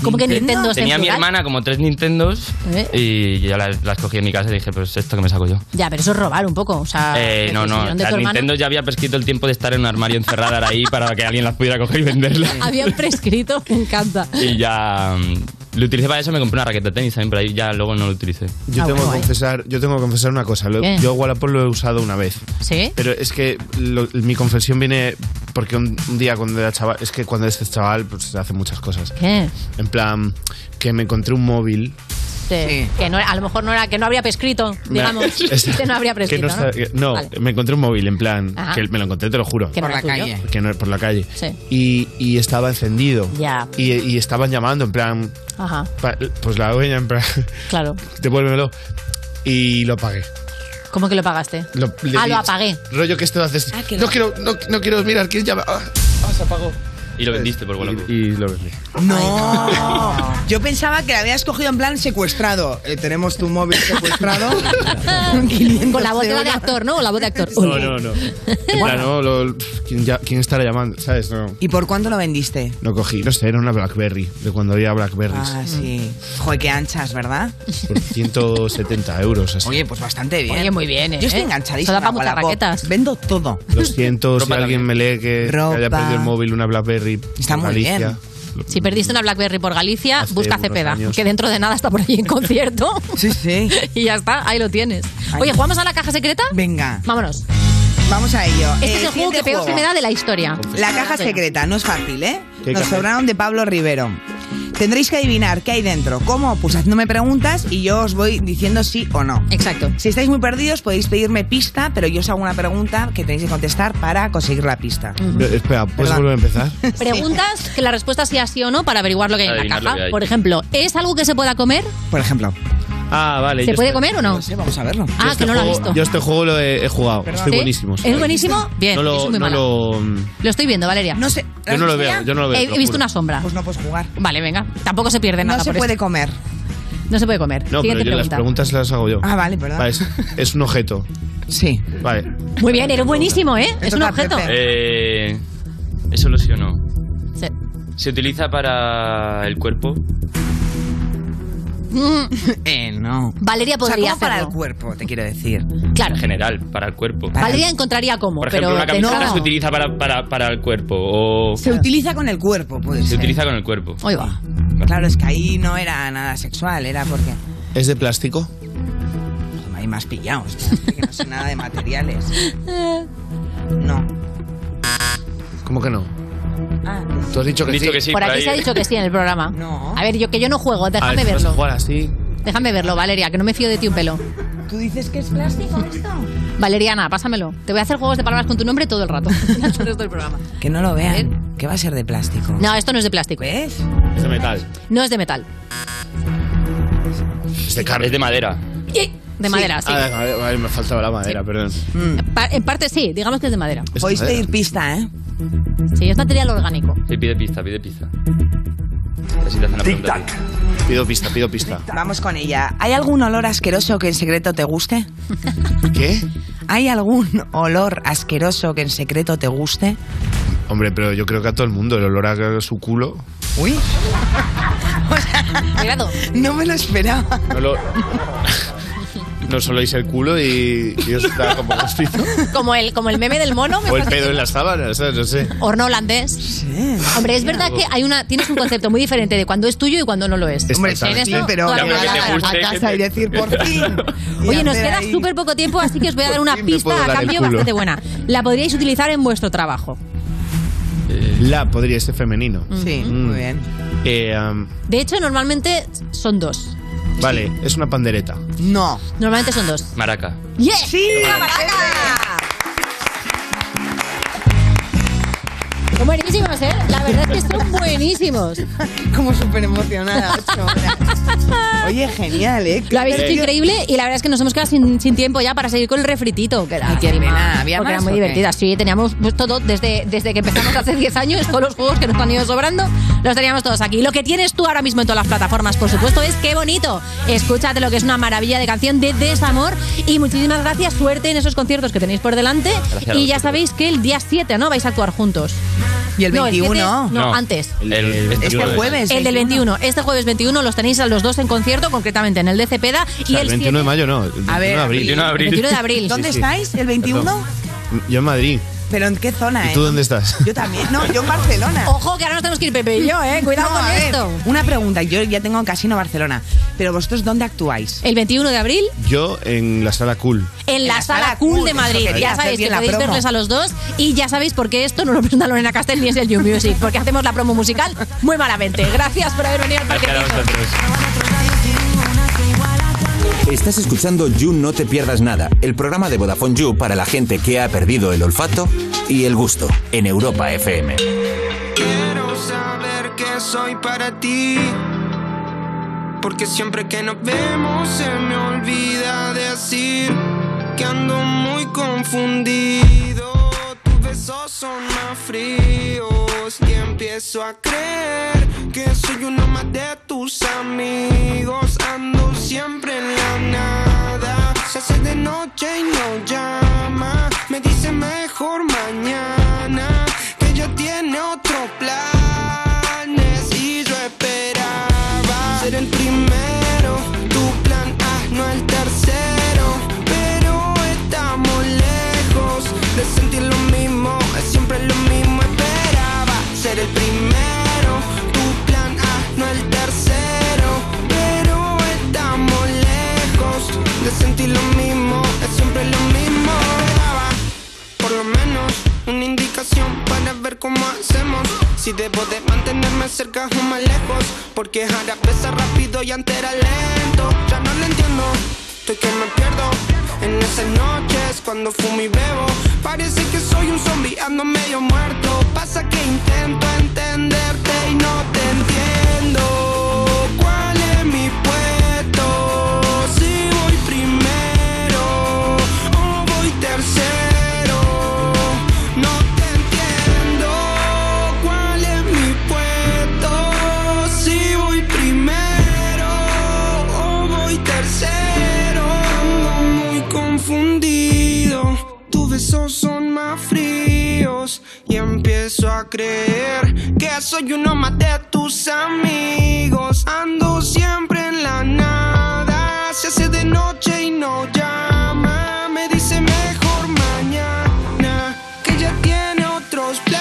S3: ¿Cómo que Nintendo
S11: Tenía mi hermana como tres Nintendos
S3: ¿Eh?
S11: y yo ya las, las cogí en mi casa y dije, pues esto que me saco yo.
S3: Ya, pero eso es robar un poco. O sea,
S11: Eh, no, no,
S3: decisión de
S11: las
S3: tu hermana.
S11: Nintendo ya había prescrito el tiempo de estar en un armario encerrada era ahí para que alguien las pudiera coger
S3: *laughs*
S11: y venderlas.
S3: Habían prescrito, me encanta.
S11: Y ya mm, lo utilicé para eso, me compré una raqueta de tenis también, pero ahí ya luego no lo utilicé.
S3: Ah,
S27: Yo, tengo, que confesar, yo tengo que confesar una cosa. Lo-
S11: ¿Qué?
S27: yo Wallapop lo he usado una vez.
S3: ¿Sí?
S27: Pero es que lo- mi confesión viene porque un, un día cuando era chaval, es que cuando eres chaval pues se hacen muchas cosas.
S3: ¿Qué?
S27: En plan, que me encontré un móvil
S3: Sí. Que no, era- a lo mejor no era que no habría prescrito,
S27: *laughs*
S3: digamos. que no habría
S27: que
S3: prescrito,
S27: no,
S3: ¿no?
S27: está- que- no, me encontré un móvil, en plan,
S3: Ajá.
S27: que me lo encontré, te lo juro.
S3: Que no Por era la tuyo. calle.
S27: Que no- por la calle.
S3: Sí.
S27: Y, y estaba encendido.
S3: Ya.
S27: Y, y estaban llamando, en plan,
S3: Ajá,
S27: pa- pues la dueña, en plan, *laughs*
S3: claro.
S27: devuélvemelo. Y lo pagué.
S3: ¿Cómo que lo pagaste?
S27: le
S3: ah,
S27: di-
S3: lo apagué. Ah,
S27: Rollo que esto haces. no, quiero, no, no quiero mirar quién llama.
S3: *laughs*
S27: Ah, ah, se apagó.
S11: Y lo vendiste por Wallapop.
S27: Y, lo vendí.
S4: No. Yo pensaba que la habías cogido en plan secuestrado. Eh, tenemos tu móvil
S3: *laughs*
S4: secuestrado. *laughs*
S3: Con la voz de actor, ¿no? O la voz de actor.
S27: No, no, no. En plan, no, lo- ¿quién, ya- quién estará llamando? ¿Sabes? No.
S4: ¿Y por cuánto lo vendiste?
S27: Lo cogí, no sé, era una Blackberry, de cuando había Blackberries.
S4: Ah, sí. Joder, qué anchas, ¿verdad?
S27: Por 170 euros, así.
S4: Oye, pues bastante bien.
S3: Oye, muy bien, ¿eh?
S4: Yo estoy
S3: Eso
S4: enganchadísima.
S3: da para muchas
S4: Wallapop.
S3: raquetas.
S4: Vendo todo.
S27: Lo siento si alguien me lee que, que haya
S4: Ropa.
S27: perdido el móvil, una Blackberry. Está
S4: muy bien.
S3: Si perdiste una Blackberry por Galicia,
S27: Hace
S3: busca
S27: unos
S3: Cepeda,
S27: años.
S3: que dentro de nada está por ahí en concierto.
S4: *laughs* Sí, sí.
S3: *laughs* Y ya está, ahí lo tienes.
S4: Ahí.
S3: Oye, ¿jugamos a la caja secreta?
S4: Venga.
S3: Vámonos.
S4: Vamos a ello.
S3: Este
S4: Eh,
S3: es el juego
S4: siguiente
S3: que peor se
S4: juego.
S3: me da de la historia.
S4: La
S3: Venga.
S4: caja secreta, no es fácil, ¿eh?
S3: ¿Qué
S4: Nos
S3: caja?
S4: sobraron de Pablo Rivero. Tendréis que adivinar qué hay dentro. ¿Cómo? Pues haciéndome preguntas y yo os voy diciendo sí o no.
S3: Exacto.
S4: Si estáis muy perdidos podéis pedirme pista, pero yo os hago una pregunta que tenéis que contestar para conseguir la pista.
S3: Mm.
S27: Eh, Espera, ¿puedes volver a empezar?
S3: Preguntas que la respuesta sea sí o no para averiguar lo que hay en la
S27: Adivinar lo
S3: caja.
S27: que hay.
S3: Por ejemplo, ¿es algo que se pueda comer?
S4: *laughs* Por ejemplo.
S27: Ah, vale.
S3: ¿Se
S27: yo
S3: puede
S27: este-
S3: comer o no?
S4: vamos a verlo.
S3: Ah,
S27: yo este
S3: que no lo ha
S27: juego-
S3: visto.
S27: Yo este juego lo he, he jugado. Estoy
S3: ¿Sí?
S27: buenísimo.
S3: ¿Es buenísimo? Bien,
S27: No
S3: yo
S27: lo,
S3: soy muy
S27: no
S3: mala.
S27: lo,
S3: Lo estoy viendo, Valeria. No sé.
S27: Yo no lo veo, yo no lo veo.
S3: He,
S27: te
S3: he visto
S27: juro.
S3: una sombra. Pues
S4: no puedes jugar.
S3: Vale, venga. Tampoco se pierde nada.
S4: se
S3: por
S4: puede
S3: esto.
S4: comer.
S3: No se puede comer.
S27: No, pero
S3: Siguiente
S27: yo las
S3: pregunta.
S27: preguntas las hago yo.
S4: Ah, vale, perdón.
S27: Vale, es, es un objeto.
S4: Sí.
S27: Vale.
S3: Muy bien, eres buenísimo, ¿eh? Es un
S4: toca a
S3: objeto.
S11: Eh, eso lo sí o no.
S3: Sí.
S11: Se utiliza para el cuerpo.
S3: Mm.
S11: *laughs*
S4: Eh, no.
S3: Valeria podría
S4: ¿cómo para el
S3: hacerlo.
S4: cuerpo, te quiero decir.
S3: Claro.
S11: En general, para el cuerpo.
S3: Valeria encontraría cómo,
S11: Por ejemplo,
S3: pero
S11: una camiseta
S3: pensaba-
S11: se utiliza para, para, para el cuerpo. O
S4: Se utiliza con el cuerpo, puede
S11: se
S4: ser.
S11: utiliza con el cuerpo.
S3: Ahí va.
S4: Claro, es que ahí no era nada sexual, era porque
S27: ¿Es de plástico?
S4: hay más pillados. espérate, que no sé nada de materiales. No.
S27: ¿Cómo que no?
S4: Ah,
S27: Tú has dicho que sí.
S3: por aquí se ha dicho que sí en el programa. A ver, yo que yo no juego,
S27: Ah,
S3: déjame
S27: ¿tú vas a
S3: verlo.
S27: jugar así?
S3: Déjame verlo, Valeria, que no me fío de ti un pelo.
S4: ¿Tú dices que es plástico
S3: *laughs*
S4: esto?
S3: Valeriana, pásamelo. Te voy a hacer juegos de palabras con tu nombre todo el
S27: *laughs*
S3: rato. Todo el programa.
S4: Que no lo vean. Que va a ser de plástico.
S3: No, esto no es de plástico.
S4: ¿Es?
S27: Es de metal.
S3: No es de metal.
S27: Es de carne. Es de madera.
S3: De madera, sí.
S27: Ah, vale, vale, me faltaba la madera, perdón.
S3: Pa- en parte sí, digamos que es de madera.
S27: Es Mm. Podéis madera. pedir
S4: pista, ¿eh?
S3: Sí, es material orgánico.
S11: Sí, pide pista, pide pista. Así te hacen la pregunta a ti.
S27: Pido pista, pido pista.
S4: Vamos con ella. ¿Hay algún olor asqueroso que en secreto te guste?
S27: *laughs* ¿Qué?
S4: ¿Hay algún olor asqueroso que en secreto te guste?
S27: Hombre, pero yo creo que a todo el mundo el olor a su culo.
S4: Uy. No me lo esperaba.
S27: No,
S4: *laughs*
S27: lo, no soléis el culo y, y os da como gustito.
S4: *laughs*
S3: Como el, como el meme del mono. me
S27: O el
S3: parece.
S27: pedo en las sábanas, ¿sabes? No sé.
S3: Horno holandés. Hombre, es verdad que hay una, tienes un concepto muy diferente de cuando es tuyo y cuando no lo es.
S27: Hombre, sí,
S3: En
S27: sí,
S3: esto,
S27: pero-
S3: toda la
S27: Ya, pero que te
S3: cagada.
S27: guste,
S4: A casa y decir
S27: *laughs*
S4: por fin.
S3: Oye,
S4: Y
S3: nos
S4: hacer
S3: queda
S4: ahí-
S3: súper poco tiempo, así que os voy a dar una
S4: *laughs* Por fin me puedo
S3: pista a
S27: dar el
S3: cambio
S27: culo.
S3: bastante buena. La podríais utilizar en vuestro trabajo.
S27: La podría ser femenino. Mm. Eh,
S4: Sí, muy bien.
S3: De hecho, normalmente son dos.
S27: vale, es una pandereta.
S4: No.
S3: Normalmente son dos.
S11: Maraca.
S3: ¡Yeah!
S4: ¡Sí!
S3: Son buenísimos, ¿eh? La verdad es que son buenísimos.
S4: *laughs* Como súper emocionada.
S3: *laughs*
S4: Oye, genial, ¿eh?
S3: Lo habéis hecho increíble y la verdad es que nos hemos quedado sin, sin tiempo ya para seguir con el refritito. Que era,
S4: pena. ¿Había
S3: porque
S4: más
S3: era muy
S4: o qué?
S3: divertida. Sí, teníamos pues, todo desde, desde que empezamos hace *laughs* 10 años, todos los juegos que nos han ido sobrando, los teníamos todos aquí. Lo que tienes tú ahora mismo en todas las plataformas, por supuesto, es qué bonito. Escúchate lo que es una maravilla de canción de desamor y muchísimas gracias. Suerte en esos conciertos que tenéis por delante.
S11: Gracias a
S3: y ya
S11: vosotros.
S3: sabéis que el día 7, ¿no? Vais a actuar juntos.
S4: Y el
S3: No,
S4: 21.
S3: 7, no, antes.
S11: El, el-
S4: Este jueves.
S3: El del 21. Este jueves 21 los tenéis a los dos en concierto, concretamente en el de Cepeda.
S27: O
S3: y
S27: sea,
S3: el
S27: el 21 de mayo no. El 21
S4: ver,
S27: de abril.
S11: 21 de abril.
S3: 21 de abril.
S4: ¿Dónde
S27: Sí, sí.
S4: estáis? ¿El 21?
S27: Yo en Madrid.
S4: ¿Pero en qué zona,
S27: ¿Y
S4: eh?
S27: tú dónde estás?
S4: Yo también. No, yo en Barcelona.
S3: Ojo, que ahora nos tenemos que ir Pepe y yo, ¿eh? Cuidado
S4: No,
S3: con
S4: a ver,
S3: esto.
S4: Una pregunta. Yo ya tengo Casino Barcelona. Pero vosotros, ¿dónde actuáis?
S3: El 21 de abril
S27: Yo en la sala cool.
S3: en la, sala, cool, de Madrid.
S4: quería
S3: Ya
S4: hacer
S3: sabéis que
S4: bien la
S3: podéis
S4: promo.
S3: verles a los dos y ya sabéis por qué esto no lo presenta Lorena Castell ni es el You Music, porque hacemos la promo musical muy malamente. Gracias por haber venido al parque.
S11: Gracias a vosotros.
S8: Estás escuchando You No Te Pierdas Nada, el programa de Vodafone You para la gente que ha perdido el olfato y el gusto en Europa FM.
S1: Quiero saber que soy para ti. Porque siempre que nos vemos se me olvida decir que ando muy confundido. Tus besos son más fríos y empiezo a creer que soy uno más de tus amigos. Ando siempre en la nada. Se hace de noche y no llama. Me dice mejor mañana que ya tiene otro planes y yo esperaba ser el primero, tu plan A no el tercero, pero estamos lejos de sentir lo mismo, es siempre lo mismo esperaba ser el primero, tu plan A no el tercero, pero estamos lejos de sentir lo mismo, es siempre lo mismo esperaba por lo menos una indicación para ver cómo hacemos. Si debo de mantenerme cerca o más lejos. Porque ahora pesa rápido y antes era lento. Ya no lo entiendo, estoy que me pierdo. En esas noches cuando fumo y bebo. Parece que soy un zombie, ando medio muerto. Pasa que intento entenderte y no te entiendo. ¿Cuál es mi puesto? a creer que soy uno más de tus amigos. Ando siempre en la nada, se hace de noche y no llama. Me dice mejor mañana que ya tiene otros planes.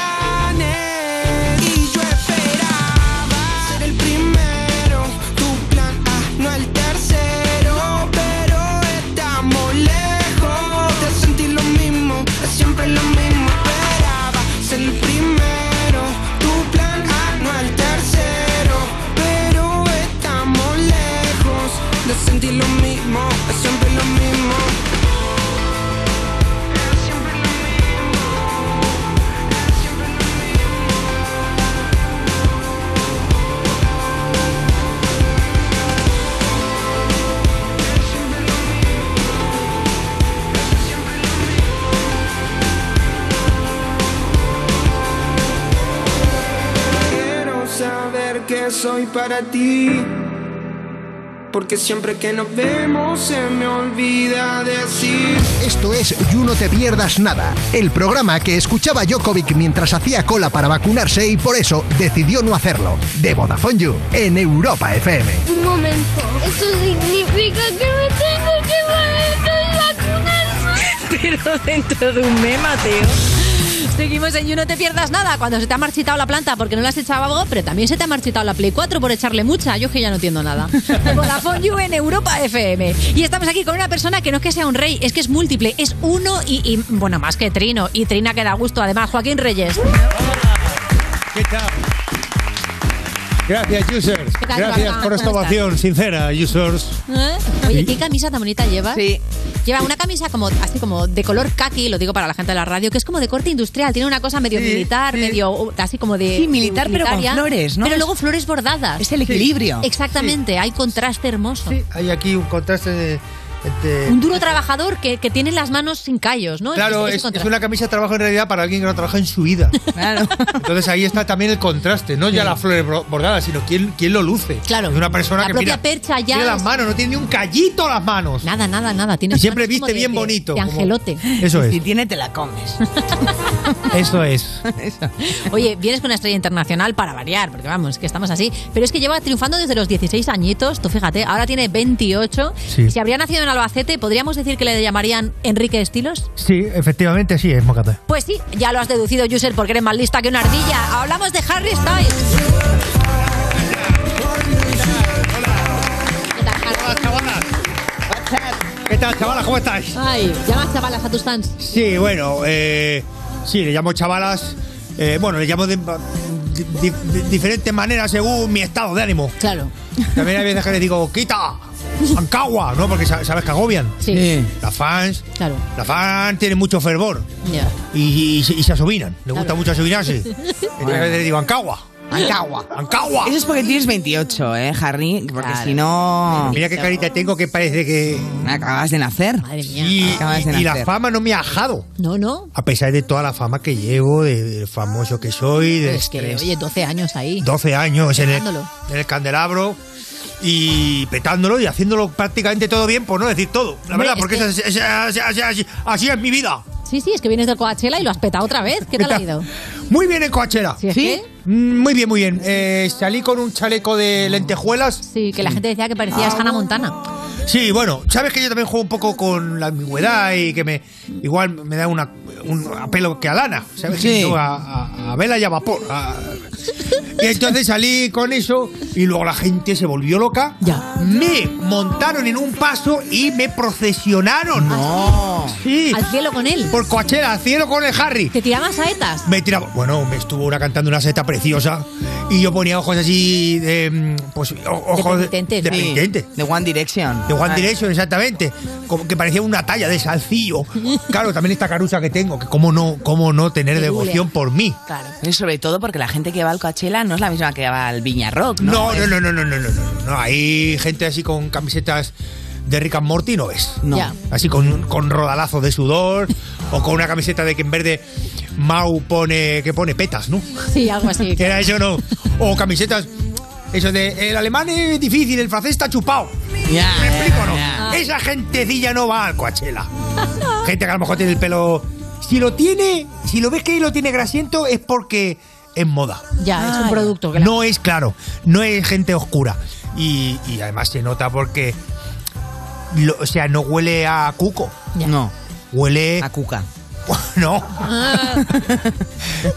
S1: Y yo esperaba ser el primero, tu plan A, no el tercero. Pero estamos lejos de sentir lo mismo, es siempre lo mismo. Esperaba ser el primero, tu plan A, no el tercero. Pero estamos lejos de sentir lo mismo, es siempre lo mismo. Quiero saber que soy para ti. Porque siempre que nos vemos se me olvida decir.
S5: Esto es You No Te Pierdas Pues Nada, el programa que escuchaba Jokovic mientras hacía cola para vacunarse y por eso decidió no hacerlo. De Vodafone You, en Europa FM.
S6: Un momento. Eso significa que me tengo que
S3: Pero dentro de un meme, Mateo. *laughs* Seguimos en You, no te pierdas nada cuando se te ha marchitado la planta porque no la has echado algo, pero también se te ha marchitado la Play 4 por echarle mucha. Yo es que ya no entiendo nada. De Vodafone You en Europa FM. Y estamos aquí con una persona que no es que sea un rey, es que es múltiple, es uno y, y, bueno, más que Trino. Y Trina que da gusto, además, Joaquín Reyes.
S13: ¿Qué tal? Gracias, users.
S3: ¿Qué tal,
S13: Gracias
S3: Rafa?
S13: por esta
S3: ¿Cómo
S13: ovación sincera, users.
S3: ¿Eh? Oye, qué camisa tan bonita lleva. Sí. Lleva una camisa como así como de color kaki, lo digo para la gente de la radio, que es como de corte industrial, tiene una cosa medio
S4: Sí,
S3: militar, medio uh, así como de
S4: Sí, militar, pero con
S3: militaria,
S4: flores, ¿no?
S3: Pero luego flores bordadas.
S4: Es el equilibrio.
S3: Exactamente, hay contraste hermoso.
S13: Hay aquí un contraste de- entre...
S3: Un duro trabajador que, que tiene las manos sin callos, ¿no?
S13: Claro,
S3: Ese- ese
S13: es, es
S3: contraste.
S13: una camisa de trabajo en realidad para alguien que no trabaja en su vida. Entonces ahí está también el contraste, no ya las flores bro- bordadas, sino quién, quién lo luce. Claro. una persona
S3: La
S13: que
S3: propia
S13: mira,
S3: percha ya.
S13: tiene las
S3: es-
S13: manos, no tiene ni un callito las manos.
S3: Nada, nada, nada. Tiene
S13: Y siempre
S3: manos como
S13: viste
S3: de-
S13: bien
S3: de-
S13: bonito,
S3: De
S13: como-
S3: angelote.
S13: Eso es.
S4: Si tiene, te la comes.
S13: Eso es.
S3: Oye, vienes con una estrella internacional para variar, porque vamos, que estamos así. Pero es que lleva triunfando desde los 16 añitos, tú fíjate, ahora tiene 28.
S13: Sí.
S3: Y Si habría nacido en Albacete, ¿podríamos decir que le llamarían Enrique Estilos?
S13: Sí, efectivamente sí, es mocata.
S3: Pues sí, ya lo has deducido, User, porque eres más lista que una ardilla. Hablamos de Harry Styles.
S13: ¿Qué tal, chavalas? ¿Cómo estáis?
S3: Ay, llamas chavalas a tus fans.
S13: Sí, bueno, eh, sí, le llamo chavalas. eh, bueno, le llamo de, di- di- de diferentes maneras según mi estado de ánimo.
S3: Claro.
S13: También hay veces que les digo, quita, Ancagua, ¿no? Porque sa- sabes que agobian.
S3: Sí. Sí.
S13: Las fans,
S3: Claro.
S13: las fans tienen mucho fervor
S3: Ya.
S13: y, y se- y se asobinan. Les gusta mucho
S3: *laughs*
S13: asobinarse. Entonces a veces le digo, Ancagua.
S4: Ancagua.
S13: Ancagua.
S4: Eso es porque tienes 28, ¿eh, Harry? Porque
S13: Claro.
S4: si no.
S13: Mira qué carita tengo que parece que.
S4: Acabas de nacer.
S3: Madre mía.
S13: Y,
S4: Acabas de
S13: y la
S4: nacer.
S13: fama no me ha ajado.
S3: No, no.
S13: A pesar de toda la fama que llevo, de- del famoso que soy, del
S3: Es que,
S13: estrés.
S3: oye, 12 años ahí.
S13: 12 años en el,
S3: Petándolo.
S13: en el candelabro y petándolo y haciéndolo prácticamente todo bien, por no decir todo. La
S3: Hombre,
S13: verdad,
S3: es
S13: porque
S3: que-
S13: es- es- es- así, así- así- así es mi vida.
S3: Sí, sí, es que vienes del Coachella y lo has petado otra vez. ¿Qué tal ha ido?
S13: Muy bien en Coachera.
S3: es ¿Sí? que-
S13: Muy bien, muy bien. Eh, salí con un chaleco de lentejuelas.
S3: Sí, que la gente decía que parecías Hannah Montana.
S13: Sí, bueno, sabes que yo también juego un poco con la ambigüedad y que me igual me da una, un apelo que a lana, ¿sabes?
S4: Sí.
S13: Yo a, a- a vela y a vapor. a- Y entonces salí con eso y luego la gente se volvió loca. Ya. Me montaron en un paso y me procesionaron. No. Ah, Sí.
S3: Al *laughs* cielo con él.
S13: Por Coachella, al cielo con el Harry.
S3: ¿Te tirabas saetas?
S13: Me tiraba, bueno, me estuvo una cantando una seta preciosa y yo ponía ojos así de, mm, pues, o- ojos de,
S4: penitente,
S13: de
S4: sí.
S13: penitente.
S4: De One Direction.
S13: De One
S4: Ah.
S13: Direction, exactamente. Como que parecía una talla de salcillo. Claro, también esta carucha que tengo, que cómo no, cómo no tener
S4: Qué dulce.
S13: devoción por mí.
S4: Y sobre todo porque la gente que va al Coachella no es la misma que va al Viña Rock, ¿no?
S13: No, no, no, no, no, no, no, no, no. Hay gente así con camisetas de Rick and Morty, no ves.
S4: No. Ya.
S13: Así con, con rodalazo de sudor o con una camiseta de que en verde Mau pone, que pone petas, ¿no?
S3: Sí, algo así.
S13: Que *laughs* era eso, no. O camisetas, eso de el alemán es difícil, el francés está chupado. ¿Me explico o no? Esa gentecilla no va al Coachella. Gente que a lo mejor tiene el pelo si lo tiene, si lo ves que lo tiene grasiento es porque es moda.
S3: Ya,
S13: Ah,
S3: es un producto.
S13: No es claro, no es gente oscura. Y, y además se nota porque, lo- o sea, no huele a cuco. No. Huele... A cuca. *laughs* No.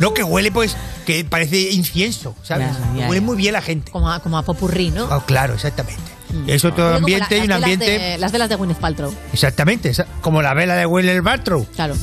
S13: no, que huele pues, que parece incienso, ¿sabes?
S3: Ya, ya,
S13: huele
S3: ya.
S13: muy bien la gente.
S3: Como a, como a popurrí, ¿no? Mm.
S13: Ah, claro, exactamente. Es otro
S3: Como
S13: ambiente
S3: la-
S13: y un
S3: las velas
S13: ambiente...
S3: de- las velas de Gwyneth Paltrow.
S13: Exactamente, esa- como la vela de Will el Bartrow.
S3: Claro.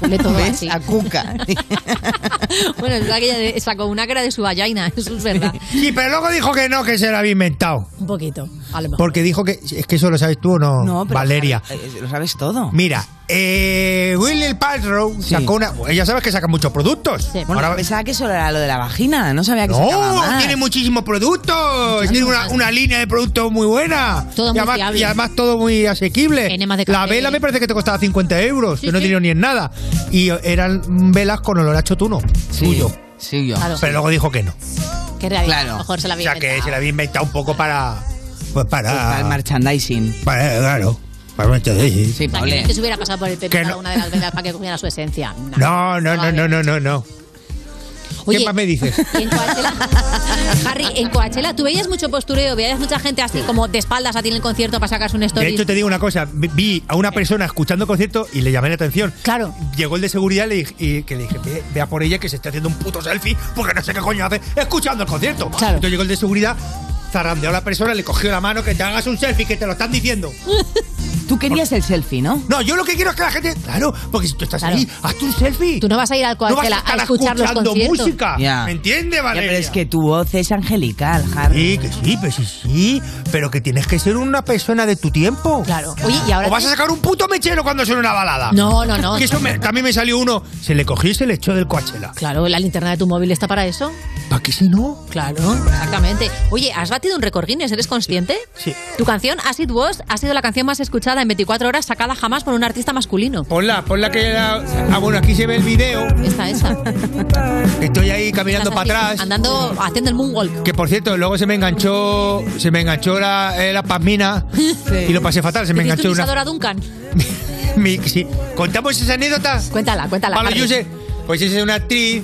S3: Huele todo así.
S4: A
S13: *laughs*
S4: cuca.
S3: *laughs* bueno, es verdad que ella sacó una cara de su vallaina, *laughs* eso es verdad.
S13: Sí, pero luego dijo que no, que se la había inventado.
S3: Un poquito, a lo mejor.
S13: Porque dijo que. Es que eso lo sabes tú o no,
S4: No, pero
S13: Valeria.
S4: sabes- eh, lo sabes todo.
S13: Mira, eh, Will Paltrow sacó una. Ella sabes que saca muchos productos.
S4: Bueno,
S13: Ahora-
S4: pensaba que solo era lo de la vagina, no sabía que se acababa
S13: no,
S4: más.
S13: tiene muchísimos productos. Tiene una, una línea de productos muy buena.
S4: Todo
S13: y
S4: muy
S13: además,
S4: fiable.
S13: y además todo muy asequible. La vela me parece que te costaba 50 euros. que no tenía ni en nada. Y eran velas con olor a chotuno. suyo.
S4: Sí, yo.
S3: Claro.
S13: Pero luego dijo que no.
S3: Que era-
S13: Claro.
S3: A lo mejor se la
S13: O
S3: había
S13: sea, que se la había inventado un poco para. Pues para.
S4: Para el merchandising.
S13: Para, claro. Para el merchandising.
S4: Sí,
S3: inventado. O sea, que no te se hubiera pasado por el pelo
S13: Que no.
S3: cada una de las velas para que comiera
S13: *laughs*
S3: su esencia. Nah.
S13: No, no, no, no, no, no. no. ¿Qué
S3: Oye,
S13: más me dices?
S3: Y en Coachella, *laughs* Harry, en Coachella, ¿tú veías mucho postureo? ¿Veías mucha gente así como de espaldas a ti en el concierto para sacarse un
S13: De
S3: story?
S13: hecho, te digo una cosa. vi- Vi a una persona escuchando el concierto y le llamé la atención.
S3: Claro.
S13: Llegó el de seguridad le dije- y que le dije, "Ve- vea por ella que se está haciendo un puto selfie porque no sé qué coño hace escuchando el concierto. Entonces llegó el de seguridad, zarandeó a la persona, le cogió la mano, que te hagas un selfie, que te lo están diciendo.
S4: *laughs* Tú querías el selfie, ¿no?
S13: No, yo lo que quiero es que la gente... Claro, porque si tú estás ahí, hazte un selfie.
S3: Tú no vas a ir al
S13: No vas
S3: Coachella
S13: estar
S3: Pues a escuchar los
S13: escuchando
S3: conciertos.
S13: música.
S4: Ya.
S13: ¿Me entiendes,
S4: Ya,
S13: Valeria?
S4: pero es que tu voz es angelical, Harry.
S13: Sí, que sí, pero sí, sí. Pero que tienes que ser una persona de tu tiempo.
S3: Claro. Oye, y ahora
S13: O vas
S3: te-
S13: a sacar un puto mechero cuando suene una balada.
S3: No, no, no.
S13: Que eso me- también me salió uno. Se le cogió y se le echó del Coachella.
S3: Claro, la linterna de tu móvil está para eso.
S13: ¿Para qué si no?
S3: Claro, exactamente. Oye, ¿has batido un récord Guinness? ¿Eres consciente?
S13: Sí.
S3: Tu canción As It Was ha sido la canción más escuchada en 24 horas sacada jamás por un artista masculino.
S13: Ponla, ponla que... era- Ah, bueno, aquí se ve el video.
S3: Esta, esa.
S13: Estoy ahí caminando
S3: Estás
S13: para
S3: así,
S13: atrás.
S3: Andando, haciendo el moonwalk.
S13: Que por cierto, luego se me enganchó, se me enganchó la, eh, la
S3: *laughs*
S13: pasmina y lo pasé fatal. Se me
S3: ¿Te
S13: enganchó
S3: hiciste un
S13: una.
S3: guisador a Duncan?
S13: Mi- sí. ¿Contamos esa anécdota?
S3: Cuéntala, cuéntala.
S13: Pablo
S3: Harry.
S13: Yuse, pues esa es una actriz.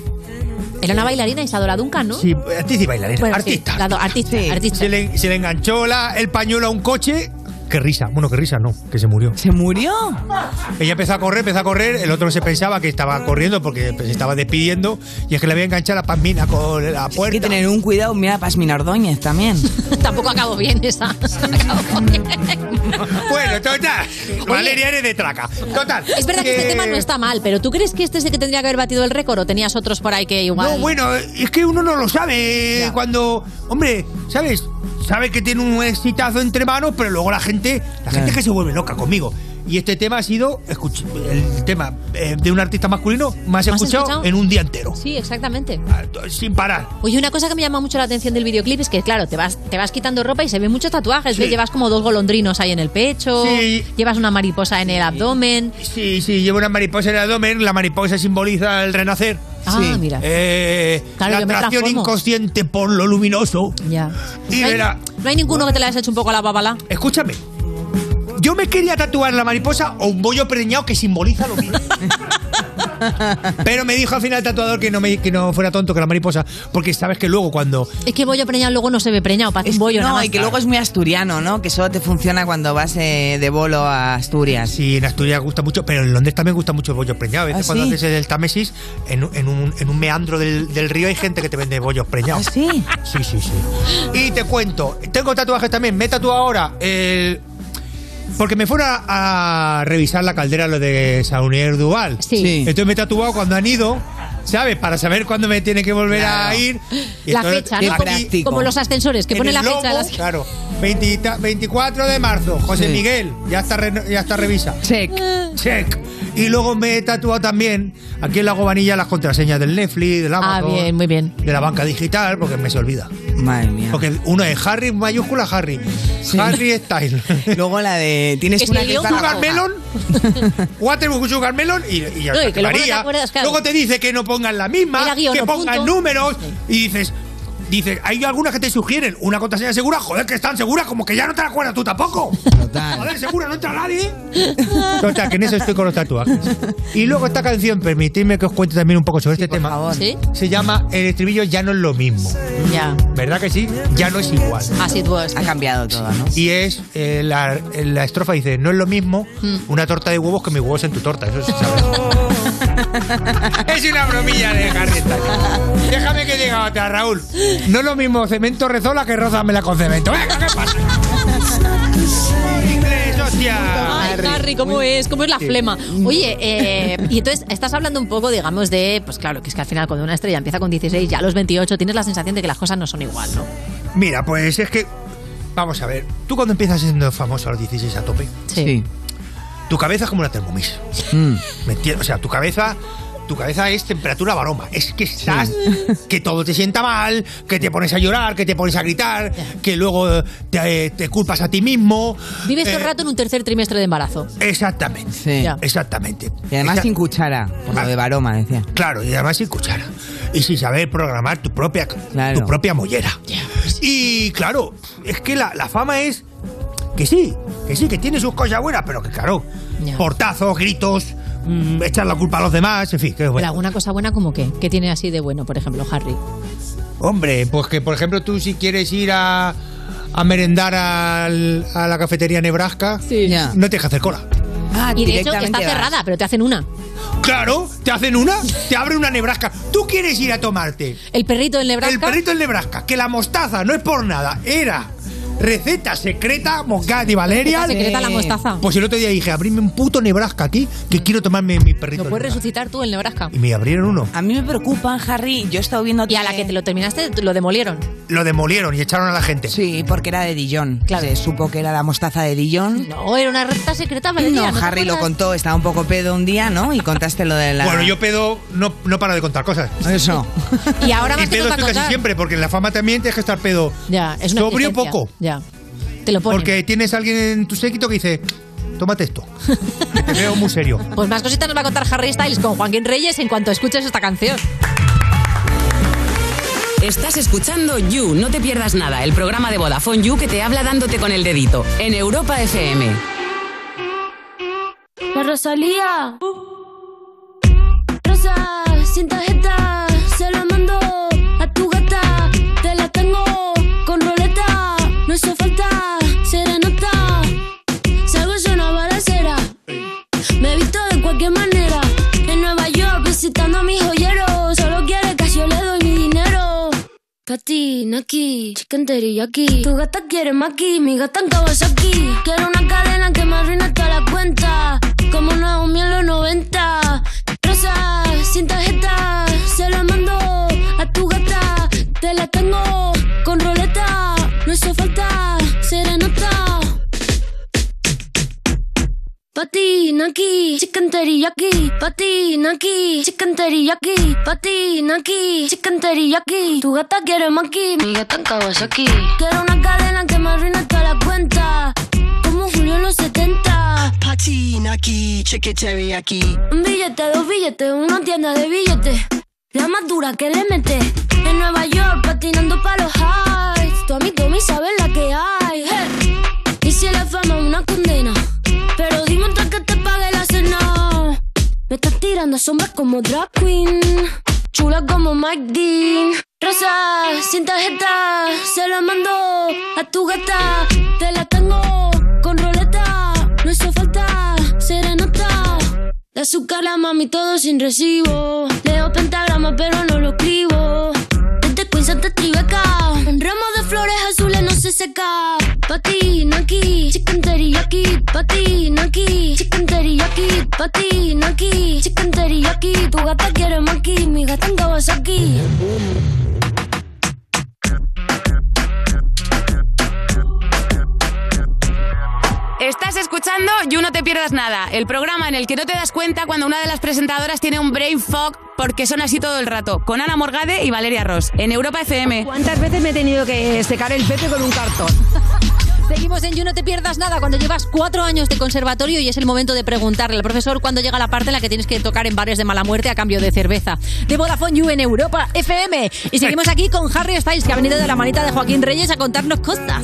S3: Era una bailarina Isadora Duncan, ¿no?
S13: Sí, actriz y bailarina.
S3: Bueno, sí,
S13: artista.
S3: la do- artista, artista.
S13: Se le, se le enganchó la- el pañuelo a un coche. Qué risa. Bueno, qué risa, no, que se murió.
S4: ¿Se murió?
S13: Ella empezó a correr, empezó a correr. El otro se pensaba que estaba corriendo porque pues, se estaba despidiendo. Y es que le había enganchado la pasmina con la puerta.
S4: Hay que tener un cuidado, mira, Pasmina Ordóñez también.
S3: *laughs* Tampoco acabó
S13: *laughs*
S3: bien esa. Acabó bien.
S13: Bueno, total. Valeria, eres de traca. Total.
S3: Es verdad que este tema no está mal, pero ¿tú crees que este es el que tendría que haber batido el récord o tenías otros por ahí que igual?
S13: No, bueno, eh, es que uno no lo sabe cuando. Hombre, ¿sabes? Sabe que tiene un exitazo entre manos, pero luego la gente. La gente que se vuelve loca conmigo. Y este tema ha sido escuch- el tema eh, de un artista masculino más
S3: ¿Más
S13: escuchado,
S3: escuchado?
S13: en un día entero.
S3: Sí, exactamente.
S13: Sin parar.
S3: Oye, Pues, una cosa que me llama mucho la atención del videoclip es que, claro, te vas, te vas quitando ropa y se ven muchos tatuajes. ¿ves? Llevas como dos golondrinos ahí en el pecho, llevas una mariposa en el abdomen.
S13: Sí, sí, lleva una mariposa en el abdomen. La mariposa simboliza el renacer.
S3: Ah, Sí. mira.
S13: Eh,
S3: Claro,
S13: la
S3: yo me
S13: atracción
S3: transformo.
S13: inconsciente por lo luminoso.
S3: Ya.
S13: Y
S3: no, hay,
S13: verá.
S3: no hay ninguno que te le hayas hecho un poco a la babala.
S13: Escúchame. Yo me quería tatuar la mariposa o un bollo preñado que simboliza lo mismo. Pero me dijo al final el tatuador que no, me, que no fuera tonto que la mariposa, porque sabes que luego cuando...
S3: Es que bollo preñado luego no se ve preñado, parece un bollo. nada
S4: No,
S3: más.
S4: y que luego es muy asturiano, ¿no? Que solo te funciona cuando vas eh, de bolo a Asturias.
S13: Sí, en Asturias gusta mucho, pero en Londres también gusta mucho el bollo preñado. A veces
S4: ¿Ah,
S13: cuando
S4: sí?
S13: haces el Támesis, en, un- en un, en un meandro del, del río hay gente que te vende bollos preñados.
S4: Ah, sí?
S13: Sí, sí, sí. Y te cuento, tengo tatuajes también. Me he tatuado ahora el... Porque me fueron a, a revisar la caldera lo de Saunier Duval.
S3: Sí.
S13: Entonces me he tatuado cuando han ido, ¿sabes? Para saber cuándo me tiene que volver a ir. Y
S3: la
S13: entonces-
S3: fecha, ¿no?
S13: aquí,
S3: Como, como los ascensores, que
S13: en
S3: pone
S13: el
S3: la fecha. de
S13: lomo,
S3: las-
S13: Claro. 20 y ta- 24 de marzo, José
S4: Sí.
S13: Miguel, ya está, reno- ya está revisa.
S4: Check.
S13: Check. Y luego me he tatuado también aquí en la gobanilla las contraseñas del Netflix, del
S3: Ah,
S13: Amazon.
S3: bien, muy bien.
S13: De la banca digital, porque me se olvida.
S4: Madre mía.
S13: Porque uno es Harry mayúscula Harry. Harry Style.
S4: *laughs* Luego la de. Tienes
S13: Es
S4: una
S13: el
S4: que
S13: guión
S4: está-
S13: Sugar Melon.
S4: *laughs*
S13: Waterbush Sugar Melon y, y ya
S3: No, y
S13: está,
S3: que luego no te
S13: María.
S3: acuerdas, claro.
S13: Luego te dice que no pongan la misma,
S3: Era guión
S13: que
S3: o
S13: pongan
S3: punto.
S13: números y dices. dices, hay algunas que te sugieren una contraseña segura, joder, que están seguras, como que ya no te la acuerdas tú tampoco. Joder, segura, no entra nadie. Total, que en eso estoy con los tatuajes. Y luego esta canción, permitidme que os cuente también un poco sobre este tema.
S3: ¿Sí?
S13: Se llama El estribillo ya no es lo mismo.
S3: Ya.
S13: ¿Verdad que sí? Ya no es igual.
S3: Así tú
S4: Ha cambiado todo, ¿no?
S13: Y es eh, la, la estrofa dice, no es lo mismo
S4: Mm.
S13: una torta de huevos que mis huevos en tu torta. Eso se sabe. *laughs* es una bromilla de Garrieta. Déjame que diga otra, Raúl. No es lo mismo cemento rezola que rozámela con cemento. Venga, ¿qué
S3: *laughs*
S13: pasa? Inglés, hostia.
S3: Ay, Harry, ¿cómo es? ¿Cómo es la
S13: Sí.
S3: flema? Oye, eh, y entonces estás hablando un poco, digamos, de. Pues claro, que es que al final, cuando una estrella empieza con 16, ya a los 28, tienes la sensación de que las cosas no son igual, ¿no?
S13: Mira, pues es que, vamos a ver, tú cuando empiezas siendo famoso a los 16 a tope,
S3: sí.
S13: tu cabeza es como una termomis. ¿Me entiendes? O sea, tu cabeza... Tu cabeza es temperatura baroma. Es que estás, que todo te sienta mal, que te pones a llorar, que te pones a gritar, que luego eh, te, eh, te culpas a ti mismo.
S3: Vives
S13: Eh,
S3: todo el este rato en un tercer trimestre de embarazo.
S13: Exactamente.
S3: Ya.
S13: Exactamente.
S4: Y además
S13: Esa- Ah.
S4: sin cuchara, por lo de Baroma, decía.
S13: Claro, y además sin cuchara. Y sin saber programar tu propia, tu propia mollera. Y claro, es que la, la fama es que sí, que sí, que tiene sus cosas buenas, pero que claro, portazos, gritos, mm, echar la culpa a los demás, en fin, que
S3: Pero
S13: bueno.
S3: alguna cosa buena como qué? ¿Qué tiene así de bueno, por ejemplo, Harry?
S13: Hombre, pues que por ejemplo tú si quieres ir a, a merendar al- a la cafetería Nebraska, no te deja hacer cola.
S4: Ah,
S3: y de hecho está
S13: directamente vas.
S3: cerrada, pero te hacen una.
S13: Claro, te hacen una, te abre una Nebraska. Tú quieres ir a tomarte.
S3: El perrito del Nebraska.
S13: El perrito del Nebraska, que la mostaza no es por nada, era receta secreta, Moscati Valeria.
S3: Receta secreta, la mostaza.
S13: Pues el otro día dije, abrime un puto Nebraska aquí, que quiero tomarme mi perrito.
S3: Lo
S13: del
S3: puedes
S13: Nebraska".
S3: resucitar tú el Nebraska.
S13: Y me abrieron uno.
S4: A mí me preocupan, Harry. Yo he estado viendo.
S3: Y a la que te lo terminaste, lo demolieron.
S13: Lo demolieron y echaron a la gente.
S4: Sí, porque era de Dijon. Claro. Se supo que era la mostaza de Dijon.
S3: No, era una receta secreta, Valeria.
S4: No, Harry lo contó, estaba un poco pedo un día, ¿no? Y contaste lo de la.
S3: Ah.
S13: Bueno, yo pedo, no, no paro de contar cosas.
S4: Eso.
S3: *laughs* Y ahora
S13: y
S3: más que
S13: pedo estoy
S3: no te
S13: casi
S3: contar.
S13: siempre, porque en la fama también tienes que estar pedo.
S3: Ya, es una
S13: Sobrio
S3: exigencia.
S13: poco.
S3: Ya. Te lo ponen.
S13: Porque tienes alguien en tu séquito que dice, tómate
S3: *laughs*
S13: esto. que te veo muy serio.
S3: Pues más cositas nos va a contar Harry Styles con Joaquín Reyes en cuanto escuches esta canción.
S33: Estás escuchando You, no te pierdas nada, el programa de Vodafone You que te habla dándote con el dedito en Europa FM.
S6: La Rosalía. Rosa, sin tarjeta, se la mando a tu gata. Te la tengo con roleta, no hizo falta serenata. Salgo yo una balacera, me he visto de cualquier manera. En Nueva York visitando a mis joyeros, solo quiere que yo le doy mi dinero. Pati, Naki, chicken teriyaki. Tu gata quiere maki, mi gata en Kawasaki. Quiero una cadena que me arruina toda la cuenta. Como una homie en los 90. Rosa, sin tarjeta, se la mando a tu gata. Te la tengo con roleta. No hizo falta serenata. Pati, Naki, chicken teriyaki. Pati, Naki, chicken teriyaki. Pati, Naki, chicken teriyaki. Tu gata quiere maki, mi gata en Kawasaki. Quiero una cadena que me arruine toda la cuenta. Como Julio en los 70. Pati, Naki, chicken teriyaki. Un billete, dos billetes, una tienda de billetes. La más dura que le mete. En Nueva York, patinando para los highs. Tu amigo Tommy sabe la que hay. Hey. Y si la fama es una condena. Pero dime antes que te pague la cena. Me estás tirando sombras como drag queen. Chula como Mike Dean. Rosa, sin tarjeta. Se la mando a tu gata. Te la tengo con roleta. No hizo falta serenata. De azúcar la mami todo sin recibo. Leo pentagrama pero no lo escribo. Desde Queens hasta Tribeca. Un ramo de flores azules no se seca. Patina aquí, chicken teriyaki. Patina aquí, chicken teriyaki. Patina aquí, chicken teriyaki. Tu gata quiere maki, mi gata en Kawasaki.
S33: Estás escuchando You, no te pierdas nada, el programa en el que no te das cuenta cuando una de las presentadoras tiene un brain fog porque son así todo el rato, con Ana Morgade y Valeria Ross, en Europa FM.
S28: ¿Cuántas veces me he tenido que secar el pepe con un cartón?
S3: Seguimos en You No Te Pierdas Nada cuando llevas cuatro años de conservatorio y es el momento de preguntarle al profesor cuándo llega la parte en la que tienes que tocar en bares de mala muerte a cambio de cerveza. De Vodafone You en Europa FM. Y seguimos aquí con Harry Styles que ha venido de la manita de Joaquín Reyes a contarnos cosas.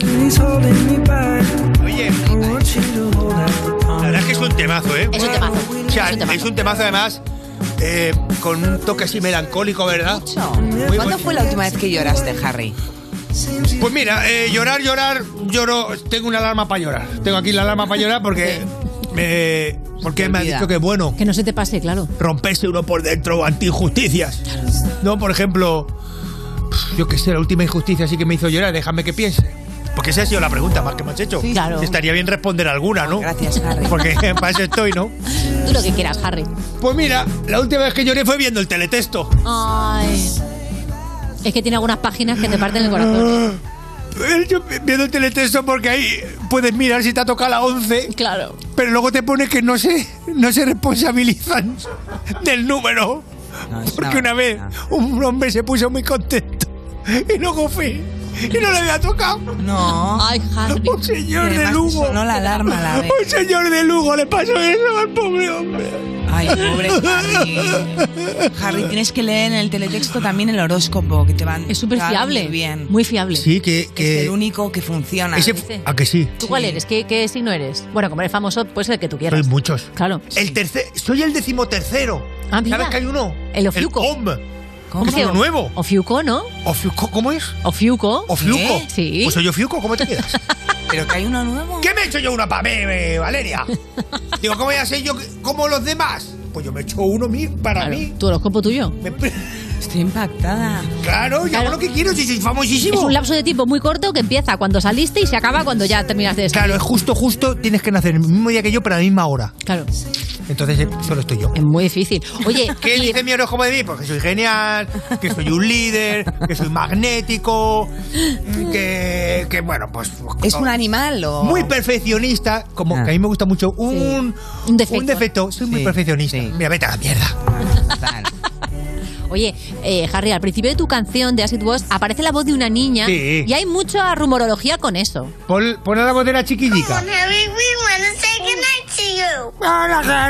S13: Oye, la verdad es que es un temazo, ¿eh?
S3: Es un temazo.
S13: O sea, es un temazo, además, eh, con un toque así melancólico, ¿verdad? Muy
S4: ¿Cuándo fue la última vez que lloraste, Harry?
S13: Pues mira, eh, llorar, llorar, lloro. Tengo una alarma para llorar. Tengo aquí la alarma para llorar porque. eh, porque me ha dicho que es bueno
S3: Que no se te pase, claro.
S13: romperse uno por dentro ante injusticias. No, por ejemplo, yo qué sé, la última injusticia sí que me hizo llorar, déjame que piense. Porque esa ha sido la pregunta más que me has hecho.
S3: Sí, claro.
S13: Estaría bien responder alguna, ¿no? Gracias, Harry. Porque *laughs* para eso estoy, ¿no?
S3: Tú lo que quieras, Harry.
S13: Pues mira, la última vez que lloré fue viendo el teletexto.
S3: Ay. Es que tiene algunas páginas que te parten el corazón.
S13: Eh, Yo viendo el teletexto porque ahí puedes mirar si te ha tocado la 11.
S3: Claro.
S13: Pero luego te pone que no se, no se responsabilizan del número. Porque una vez un hombre se puso muy contento y luego fui y no le había tocado.
S4: No.
S3: Ay, Harry.
S13: Un señor de
S4: Además,
S13: Lugo.
S4: sonó la alarma a
S6: *laughs*
S4: la vez.
S13: Un señor de Lugo le pasó eso al pobre hombre.
S4: Ay, pobre Harry. Harry, tienes que leer en el teletexto también el horóscopo, que te van. Es súper
S3: fiable,
S4: bien.
S3: Muy fiable.
S13: Sí, que. que-
S4: Es el único que funciona.
S13: ese- ¿A que sí?
S3: ¿Tú cuál eres? ¿Qué, ¿Qué signo eres? Bueno, como eres famoso, puede ser el que tú quieras.
S13: Soy muchos.
S3: Claro.
S13: El tercer, soy el decimotercero.
S3: Ah, mira.
S13: ¿Sabes que hay uno?
S3: El Ofiuco.
S13: El Om.
S3: ¿Cómo
S13: Es
S3: que
S13: uno
S3: o-
S13: nuevo.
S3: Ofiuco, ¿no?
S13: Ofiuco, ¿cómo es?
S3: Ofiuco.
S13: ¿Ofiuco?
S3: ¿Eh? Sí.
S13: Pues soy Ofiuco, ¿cómo te quedas?
S4: Pero que hay uno nuevo.
S13: ¿Qué me he hecho yo uno para mí, eh,
S4: *laughs*
S13: Valeria? Digo, ¿cómo voy a ser yo que- como los demás? Pues yo me he hecho uno mí- para mí.
S3: *laughs* ¿Tu horóscopo tuyo?
S4: Estoy impactada.
S13: Claro, yo hago lo que quiero si soy famosísimo.
S3: Es un lapso de tiempo muy corto que empieza cuando saliste y se acaba cuando ya terminas de
S13: Claro, es justo, justo, tienes que nacer el mismo día que yo, pero a la misma hora.
S3: Claro.
S13: Entonces, eh, solo estoy yo.
S3: Es muy difícil. Oye,
S13: *laughs* ¿qué dice mi horóscopo de mí? Pues que soy genial, que soy un líder, que soy magnético, mm, que, que, bueno, pues...
S4: ¿Es un animal o.? Ah.
S13: Muy perfeccionista, como que a mí me gusta mucho un, un defecto. Soy muy perfeccionista. Mira, vete a la mierda.
S3: Oye, eh, Harry, al principio de tu canción de Acid Wash aparece la voz de una niña
S13: Sí.
S3: y hay mucha rumorología con eso.
S13: Pon, pon a la voz de la chiquitica.
S30: Harry, we want to say goodnight to you.
S13: Hola,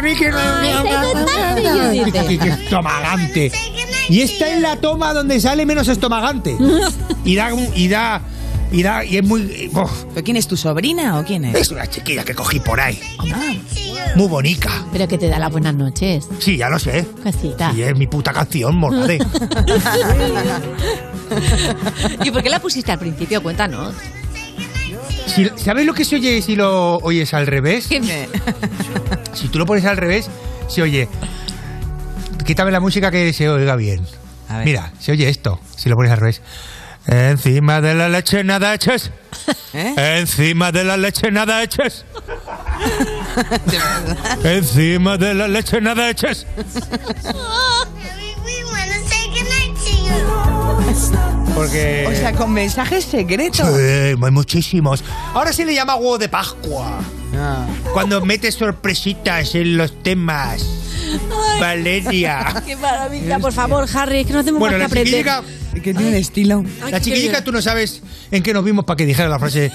S13: Harry, que Qué estomagante. Y esta es la toma donde sale menos
S4: *laughs*
S13: estomagante. Y da un- y da y da y es muy
S4: ¿Pero quién es tu sobrina o quién es?
S13: Es una chiquilla que cogí por ahí. Muy bonita.
S3: Pero que te da las buenas noches.
S13: Sí, ya lo sé.
S3: Cosita.
S13: Y es mi puta canción, morade.
S3: *laughs* ¿Y por qué la pusiste al principio? Cuéntanos.
S13: Si- ¿Sabes lo que se oye si lo oyes al revés? *laughs* Si tú lo pones al revés, se oye. Quítame la música que se oiga bien. Mira, se oye esto, si lo pones al revés. Encima de la leche nada echas.
S4: ¿Eh?
S13: Encima de la leche nada
S4: *laughs*
S13: echas. Encima de la leche nada echas.
S30: Harry, we want to say goodnight to you.
S13: Porque.
S4: O sea, con mensajes secretos.
S13: Sí, hay muchísimos. Ahora se le llama huevo de Pascua.
S3: Ah.
S13: Cuando metes sorpresitas en los temas. Valeria.
S3: *laughs* ¡Qué maravilla! Por favor, Harry, es que no tenemos
S13: Bueno,
S3: más
S13: la
S3: que aprender.
S13: chiquillica.
S4: Que tiene un estilo.
S13: La chiquillica, tú no sabes en qué nos vimos para que dijera la frase.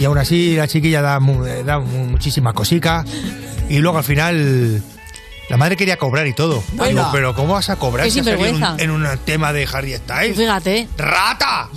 S13: Y aún así, la chiquilla da, mu- eh, da mu- muchísima cosica. Y luego al final. La madre quería cobrar y todo.
S3: Venga.
S13: Digo, pero ¿cómo vas a cobrar
S3: Qué
S13: si has salido en un,
S3: sinvergüenza. Pues
S13: en un tema de Harry Styles?
S3: Fíjate.
S13: ¡Rata!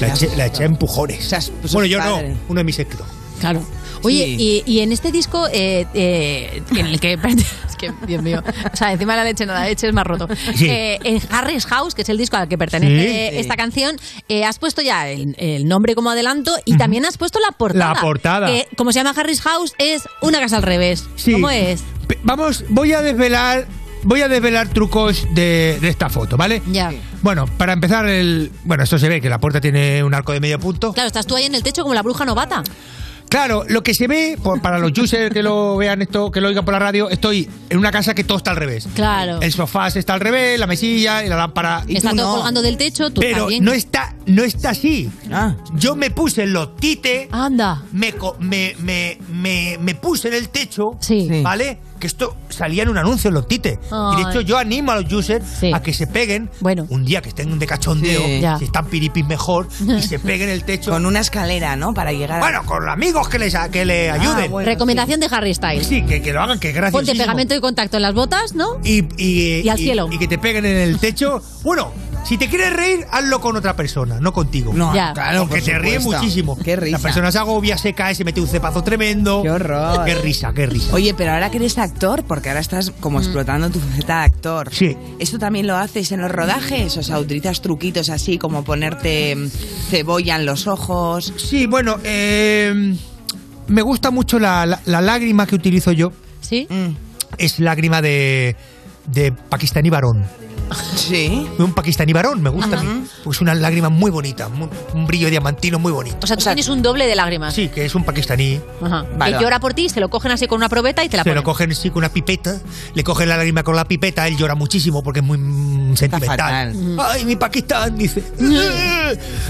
S13: La eché, la eché a empujones. bueno, yo
S3: pues padre.
S13: no. Uno de mis éxitos.
S3: Claro. Oye, y, y en este disco eh, eh, en el que... *laughs* Es que, Dios mío. O sea, encima de la leche nada leche es más roto.
S28: Sí.
S3: Eh, en Harry's House, que es el disco al que pertenece
S28: Sí.
S3: eh, esta
S28: Sí.
S3: canción, eh, has puesto ya el, el nombre como adelanto y también has puesto la portada.
S13: La portada.
S3: Que, como se llama Harry's House, es una casa al revés. ¿Cómo es?
S13: Pe- Vamos, voy a desvelar. Voy a desvelar trucos de, de esta foto, ¿vale?
S3: Ya.
S13: Bueno, para empezar, el. Bueno, esto se ve que la puerta tiene un arco de medio punto.
S3: Claro, estás tú ahí en el techo como la bruja novata.
S13: Claro, lo que se ve, por- para los users que lo vean esto, que lo oigan por la radio, estoy en una casa que todo está al revés.
S3: Claro.
S13: El sofá se está al revés, la mesilla y la lámpara. Y
S3: Está
S13: tú
S3: todo
S13: no.
S3: colgando del techo, tú
S13: Pero
S3: también.
S13: no está, no está así.
S4: Ah.
S13: Yo me puse en los tite.
S3: Anda.
S13: Me, co- me, me, me, me puse en el techo. ¿Vale? que esto salía en un anuncio en los tites. Y de hecho
S3: Ay.
S13: yo animo a los users a que se peguen un día que estén de cachondeo,
S4: Sí. Ya.
S13: si están piripis mejor, y
S3: *laughs*
S13: se peguen el techo.
S4: Con una escalera, ¿no? Para llegar a...
S13: Bueno, con amigos que les, a- que le ayuden.
S3: Recomendación de Harry Styles.
S13: Sí, que, que lo hagan, que gracias.
S3: Ponte pegamento de contacto en las botas, ¿no?
S13: y, y,
S3: Y al
S13: y-
S3: cielo.
S13: Y que te peguen en el techo. Bueno, si te quieres reír, hazlo con otra persona, no contigo.
S4: No, Ya. claro,
S13: Porque
S4: por
S13: te ríes
S4: supuesto.
S13: muchísimo.
S4: Qué risa.
S13: La persona se agobia, se cae, se mete un cepazo tremendo. Qué horror. Qué risa, qué risa.
S4: Oye, pero ahora que eres actor, porque ahora estás
S3: Mm.
S4: como explotando tu faceta de actor.
S13: Sí.
S4: ¿Esto también lo haces en los rodajes? O sea, utilizas truquitos así como ponerte mm, cebolla en los ojos.
S13: Sí, bueno, eh, me gusta mucho la, la- la lágrima que utilizo yo.
S3: Sí.
S4: Mm.
S13: Es lágrima de, de pakistaní varón.
S4: Sí.
S13: Un pakistaní varón, me gusta a mí. Porque es una lágrima muy bonita, muy- un brillo diamantino muy bonito.
S3: O sea, tú tienes un doble de lágrimas.
S13: Sí, que es un pakistaní.
S3: Ajá.
S13: Vale.
S3: Que llora por ti, se lo cogen así con una probeta y te la
S13: Se
S3: ponen.
S13: lo cogen sí con una pipeta, le cogen la lágrima con la pipeta, él llora muchísimo porque es muy mm, sentimental. Mm. Ay, mi Pakistán, dice. Mm.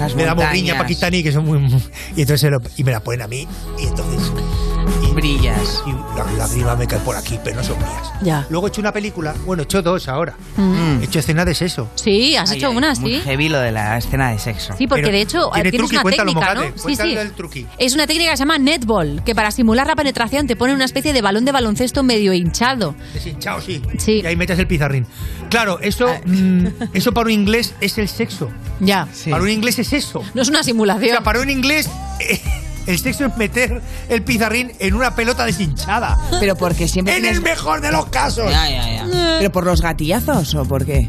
S4: Las
S13: me damos
S4: montañas.
S13: viña pakistaní que son muy y entonces se lo- y me la ponen a mí y entonces y-
S4: brillas.
S13: Y las lágrimas me caen por aquí, pero no son mías.
S3: Ya.
S13: Luego he hecho una película, bueno, he hecho dos ahora.
S3: Mm.
S13: He hecho escenas de sexo.
S3: Sí, has hecho una, sí.
S4: heavy lo de la escena de sexo.
S3: Sí, porque de hecho eh, tienes una técnica, ¿no? Sí, sí. Es una técnica que se llama netball, que para simular la penetración te pone una especie de balón de baloncesto medio hinchado.
S13: Deshinchado, sí. Y ahí metes el pizarrín. Claro, eso,
S3: Ah.
S13: mm, eso para un inglés es el sexo.
S3: Ya.
S13: Para un inglés es eso.
S3: No es una simulación.
S13: O sea, para un inglés, eh, el sexo es meter el pizarrín en una pelota deshinchada.
S4: Pero porque siempre
S13: En
S4: tienes-
S13: el mejor de los casos.
S4: Ya, ya, ya.
S3: Eh.
S4: ¿Pero por los gatillazos o por qué?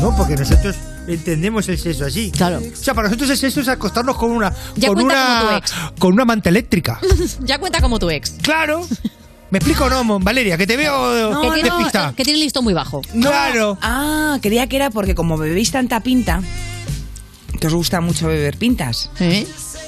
S13: No, porque nosotros entendemos el sexo así. Claro. O sea, para nosotros el sexo es acostarnos con una.
S3: Ya
S13: con
S3: cuenta como tu
S13: una.
S3: ex.
S13: Con una manta eléctrica.
S3: *laughs* ya cuenta como tu ex.
S13: Claro. ¿Me explico o no, Mon- Valeria? Que te veo
S3: que, tiene,
S13: despistada.
S3: que tiene el listo muy bajo.
S13: Claro.
S4: Ah, creía que era porque como bebéis tanta pinta, que os gusta mucho beber pintas.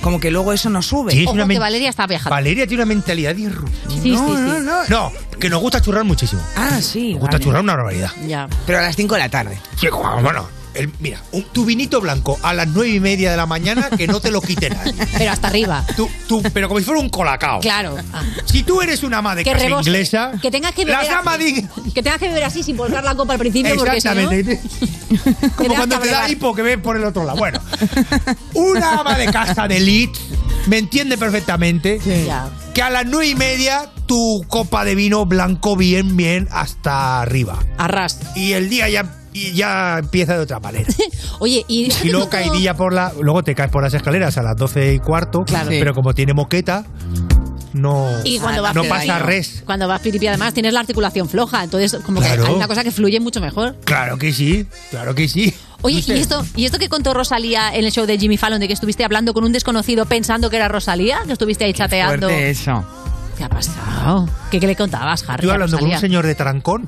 S4: Como que luego eso no sube.
S13: Sí, es una Ojo, que men-
S3: Valeria está viajando.
S13: Valeria tiene una mentalidad disruptiva.
S4: Sí, No, sí, sí. no, no.
S13: No, que nos gusta churrar muchísimo.
S4: Ah, sí.
S13: Nos gusta churrar una barbaridad.
S3: Ya.
S4: Pero a las 5 de la tarde.
S13: Sí, como- bueno, el- mira, un, tu vinito blanco a las nueve y media de la mañana que no te lo quite nadie.
S3: *laughs* Pero hasta arriba.
S13: Tú, tú, pero como si fuera un colacao.
S3: Claro. Ah.
S13: Si tú eres una ama de
S3: que
S13: casa
S3: rebose. *laughs*
S13: inglesa,
S3: Que tengas que beber
S13: las amas
S3: así.
S13: de-
S3: Que tengas que beber así sin volcar la copa al principio porque si no-
S13: Exactamente. Como
S3: das
S13: cuando te da
S3: cabrear.
S13: hipo que ves por el otro lado. Bueno, una ama de casa de elite me entiende perfectamente
S3: Ya.
S13: que a las nueve y media tu copa de vino blanco bien, bien hasta arriba.
S3: Arras.
S13: Y el día ya, y ya empieza de otra manera.
S3: Oye, y...
S13: Y luego caidilla por la. Luego te caes por las escaleras a las 12 y cuarto.
S3: Claro. Sí.
S13: Pero como tiene moqueta, no,
S3: Y
S4: Ah,
S3: cuando vas
S13: no
S3: piripi-
S13: pasa res.
S3: Cuando vas piripi, además tienes la articulación floja, entonces como
S13: Claro.
S3: que hay una cosa que fluye mucho mejor.
S13: Claro que sí, claro que sí.
S3: Oye,
S13: ¿Viste?
S3: ¿y esto, ¿y esto que contó Rosalía en el show de Jimmy Fallon de que estuviste hablando con un desconocido pensando que era Rosalía? ¿Que estuviste ahí chateando?
S4: Fuerte eso.
S3: ¿Qué ha pasado? ¿Qué, qué le contabas, Harry?
S13: Estoy
S3: a
S13: hablando con
S3: Rosalía?
S13: un señor de
S3: *laughs*
S13: trancón.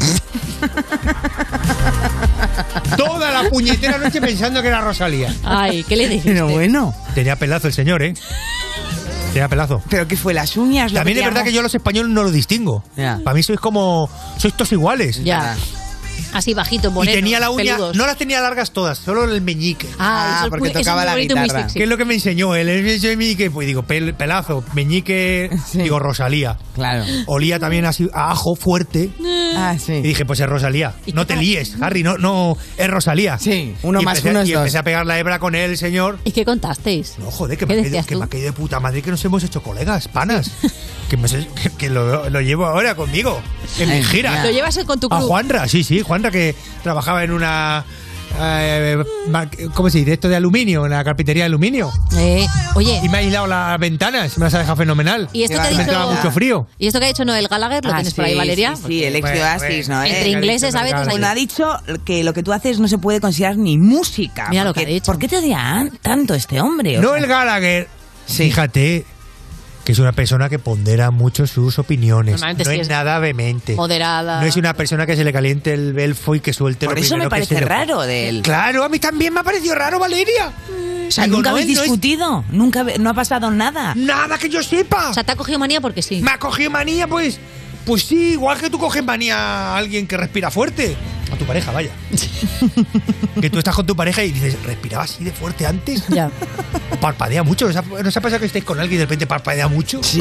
S13: Toda la puñetera noche pensando que era Rosalía.
S3: Ay, ¿qué le dijiste?
S4: Pero bueno.
S13: Tenía pelazo el señor, ¿eh? Tenía pelazo.
S4: ¿Pero qué fue? ¿Las uñas? lo
S13: También es
S4: te
S13: verdad
S4: hago?
S13: que yo a los españoles no los distingo.
S4: Ya.
S13: Para mí sois como. Sois todos iguales.
S3: Ya. Así bajito,
S13: Y
S3: bonito.
S13: tenía la uña.
S3: peludos.
S13: No las tenía largas todas, solo el meñique.
S3: Ah, eso es muy- eso es muy bonito y muy sexy.
S13: ¿Qué es lo que me enseñó él? Él me enseñó meñique, pues digo, pel- pelazo,
S4: *laughs*
S13: meñique, digo, Rosalía.
S4: Claro.
S13: Olía también así a ajo fuerte.
S4: Ah, sí.
S13: Y dije, pues es Rosalía. No te líes, Harry, no, no, es Rosalía. Sí,
S4: uno más uno es
S13: Y empecé
S4: dos.
S13: a pegar la hebra con él, señor.
S3: ¿Y qué contasteis?
S13: No, joder, que me, ha caído,
S3: decías
S13: que
S3: tú?
S13: me ha caído de puta madre que nos hemos hecho colegas,
S4: *laughs*
S13: panas. Que, me sé- que- que lo, lo llevo ahora conmigo, en mi
S3: Ay,
S13: gira.
S3: ya. Lo llevas con tu
S13: A
S3: crew.
S13: Juanra, sí, sí, Juanra que trabajaba en una... eh, mar- ¿Cómo se dice? Esto de aluminio, en la carpintería de aluminio.
S3: Eh, oye,
S13: Y me ha aislado las ventanas, me las ha dejado fenomenal.
S3: ¿Y esto que ha
S13: Me
S3: dicho-
S13: entraba mucho frío.
S3: ¿y esto que ha dicho Noel Gallagher? ¿Lo
S4: Ah,
S3: tienes por ahí,
S4: sí,
S3: Valeria?
S4: Sí, sí, el
S13: pues,
S4: ex de
S3: Bueno,
S4: Oasis,
S3: bueno.
S4: ¿no? Eh,
S3: Entre ingleses, ¿sabes? Pues ahí-
S4: Bueno, ha dicho que lo que tú haces no se puede considerar ni música.
S3: Mira lo
S4: porque- ¿Por qué te odia tanto este hombre? O sea,
S13: Noel Gallagher, fíjate que es una persona que pondera mucho sus opiniones. No
S3: Normalmente sí
S13: es
S3: es
S13: nada vehemente.
S3: Moderada.
S13: No es una persona que se le caliente el belfo y que suelte
S4: Por
S13: lo
S4: eso me
S13: primero que
S4: parece
S13: se le-
S4: raro de él.
S13: Claro, a mí también me ha parecido raro, Valeria.
S4: O sea,
S13: Digo,
S4: nunca
S13: no,
S4: habéis
S13: él no es-
S4: discutido, nunca habe- no ha pasado nada.
S13: Nada que yo sepa.
S3: O sea, te ha cogido manía porque sí.
S13: Me ha cogido manía, pues. Pues sí, igual que tú coges manía a alguien que respira fuerte. A tu pareja,
S3: *laughs*
S13: vaya. que tú estás con tu pareja y dices, ¿respiraba así de fuerte antes?
S3: Ya.
S13: *laughs* Parpadea mucho. ¿No os ha, no os *laughs* ha pasado que estáis con alguien y de repente parpadea mucho?
S4: Sí.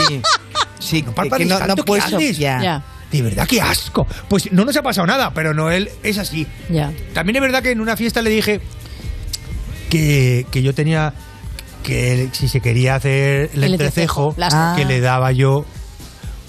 S4: Sí,
S13: parpadees tanto que antes.
S4: ya.
S13: Digo, de verdad, qué asco. Pues no nos ha pasado nada, pero Noel es así.
S3: Ya.
S13: También es verdad que en una fiesta le dije que, que yo tenía que él, si se quería hacer el,
S4: El entrecejo,
S13: entrecejo,
S4: las- Ah.
S13: que le daba yo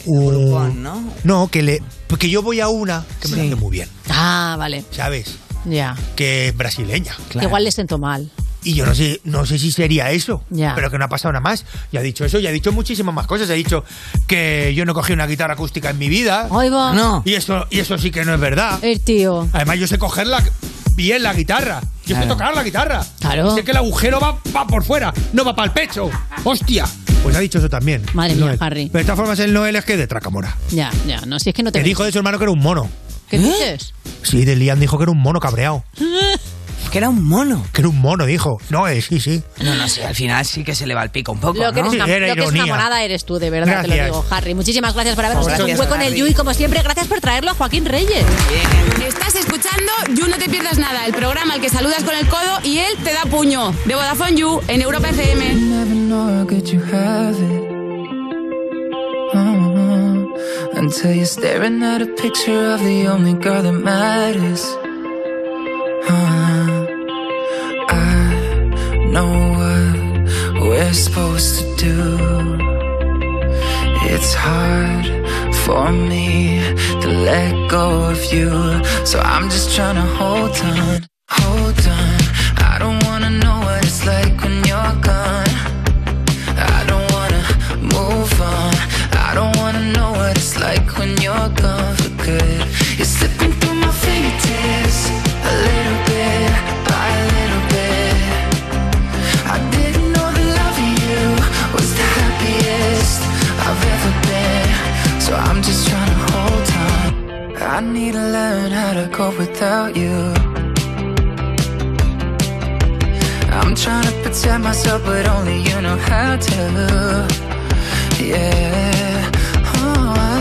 S13: un
S4: ¿no?
S13: No, que le porque yo voy a una que me la hace muy bien,
S3: Ah, vale.
S13: ¿sabes?
S3: Ya.
S13: Que es brasileña.
S3: Igual le sentó mal.
S13: Y yo no sé, no sé si sería eso,
S3: Ya.
S13: pero que no ha pasado nada más. Y ha dicho eso, y ha dicho muchísimas más cosas. Ha dicho que yo no cogí una guitarra acústica en mi vida.
S3: Ahí va. Eh. No.
S13: Y eso, y eso sí que no es verdad.
S3: El tío.
S13: Además, yo sé cogerla bien la guitarra. Yo sé
S3: Claro.
S13: tocar la guitarra.
S3: Claro.
S13: Y sé que el agujero va, va por fuera, no va para el pecho. ¡Hostia! Pues ha dicho eso también.
S3: Madre mía,
S13: Noel.
S3: Harry.
S13: Pero de todas formas, el Noel es que de Tracamora.
S3: Ya, ya. No, si es que no te.
S13: Que dijo de su hermano que era un mono.
S3: ¿Qué
S13: ¿Eh?
S3: dices?
S13: Sí, de Liam dijo que era un mono cabreado. Que era un mono. Que era un mono, dijo. No, eh, sí, sí.
S4: No, no sé, al final sí que se le va el pico un poco.
S3: Lo que,
S4: ¿no?
S3: eres, una, lo que es una morada eres tú, de verdad, te lo
S4: Gracias.
S3: digo, Harry. Muchísimas gracias por habernos hecho
S4: Gracias,
S3: un hueco en el
S4: Harry.
S3: Yui, como siempre. Gracias por traerlo a Joaquín Reyes.
S33: Estás escuchando You No Te Pierdas Nada, el programa al que saludas con el codo y él te da puño. De Vodafone You en Europa FM.
S28: Never know, could you have it? Mm, Until you're staring at a picture of the only girl that matters. Uh, I know what we're supposed to do. It's hard for me to let go of you. So I'm just trying to hold on, hold on. I don't wanna know what it's like when you're gone. I don't wanna move on. I don't wanna know what it's like when you're gone for good. You're slipping through my fingertips a little bit by a little bit. I didn't know the love in you was the happiest I've ever been. So I'm just trying to hold on. I need to learn how to cope without you. I'm trying to protect myself, but only you know how to. Yeah. Oh, I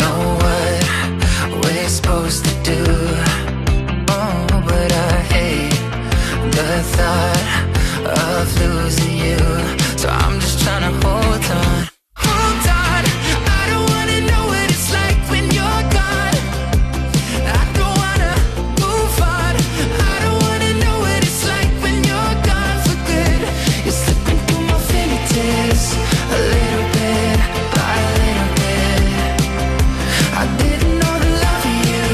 S28: know what we're supposed to do. Oh, but I hate the thought of losing you. So I'm just trying to hold on. Hold on. I don't wanna know what it's like when you're gone. I don't wanna move on. I don't wanna know what it's like when you're gone for good. You're slipping through my fingertips a little bit by a little bit. I didn't know the love in you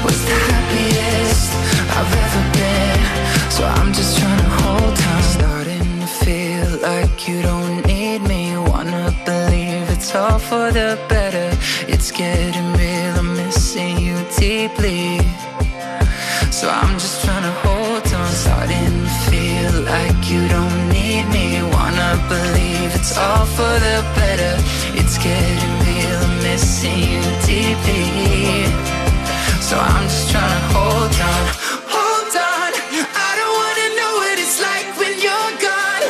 S28: was the happiest I've ever been. So I'm just trying to hold on. Starting to feel like you don't need me. Wanna believe it's all for the better. It's getting real. I'm missing you deeply. So I'm just trying to hold on. Starting to feel like you don't need me. Wanna believe it's all for the better. It's getting real. I'm missing you deeply. So I'm just trying to hold on. Hold on. I don't wanna know what it's like when you're gone.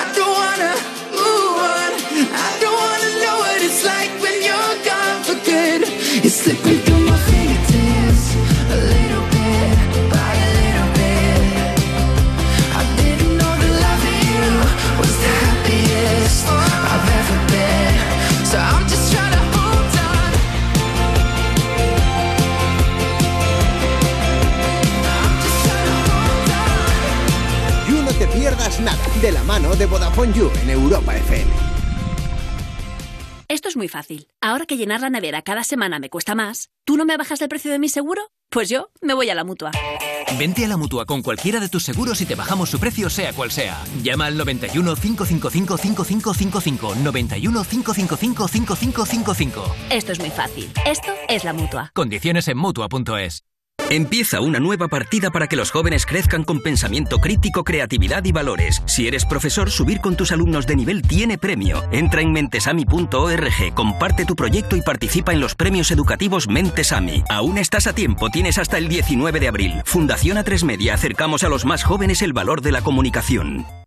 S28: I don't wanna move on. I don't wanna know what it's like when you're gone for good. You're slipping through my fingertips a little bit by a little bit. I didn't know that loving you was the happiest I've ever been. So I'm just trying to hold on.
S5: You No Te Pierdas Nada, de la mano de Vodafone You en Europa FM.
S25: Esto es muy fácil. Ahora que llenar la nevera cada semana me cuesta más, ¿tú no me bajas el precio de mi seguro? Pues yo me voy a la mutua.
S14: Vente a la mutua con cualquiera de tus seguros y te bajamos su precio, sea cual sea. Llama al 91 555 5555. 91 555 5555.
S25: Esto es muy fácil. Esto es la mutua.
S14: Condiciones en mutua.es. Empieza una nueva partida para que los jóvenes crezcan con pensamiento crítico, creatividad y valores. Si eres profesor, subir con tus alumnos de nivel tiene premio. Entra en mentesami.org, comparte tu proyecto y participa en los premios educativos Mentesami. Aún estás a tiempo, tienes hasta el 19 de abril. Fundación A3 Media, acercamos a los más jóvenes el valor de la comunicación.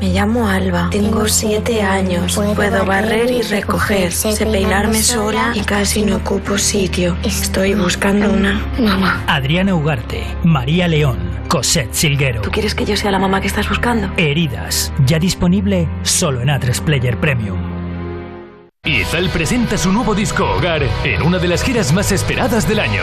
S29: Me llamo Alba, tengo siete años, puedo barrer y recoger, sé peinarme sola y casi no ocupo sitio. Estoy buscando una mamá.
S31: Adriana Ugarte, María León, Cosette Silguero.
S29: ¿Tú quieres que yo sea la mamá que estás buscando?
S31: Heridas, ya disponible solo en A3 Player Premium.
S34: Izal presenta su nuevo disco Hogar en una de las giras más esperadas del año.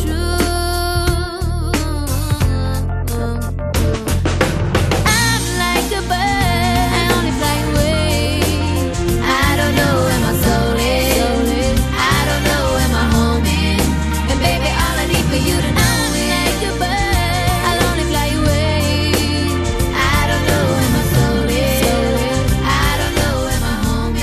S12: true. I'm like a bird, I only fly away. I don't know where my soul is. I don't know where my home is. And baby, all I need for you to know is I'm like a bird, I only fly away. I don't know where my soul is. I don't know where my home is.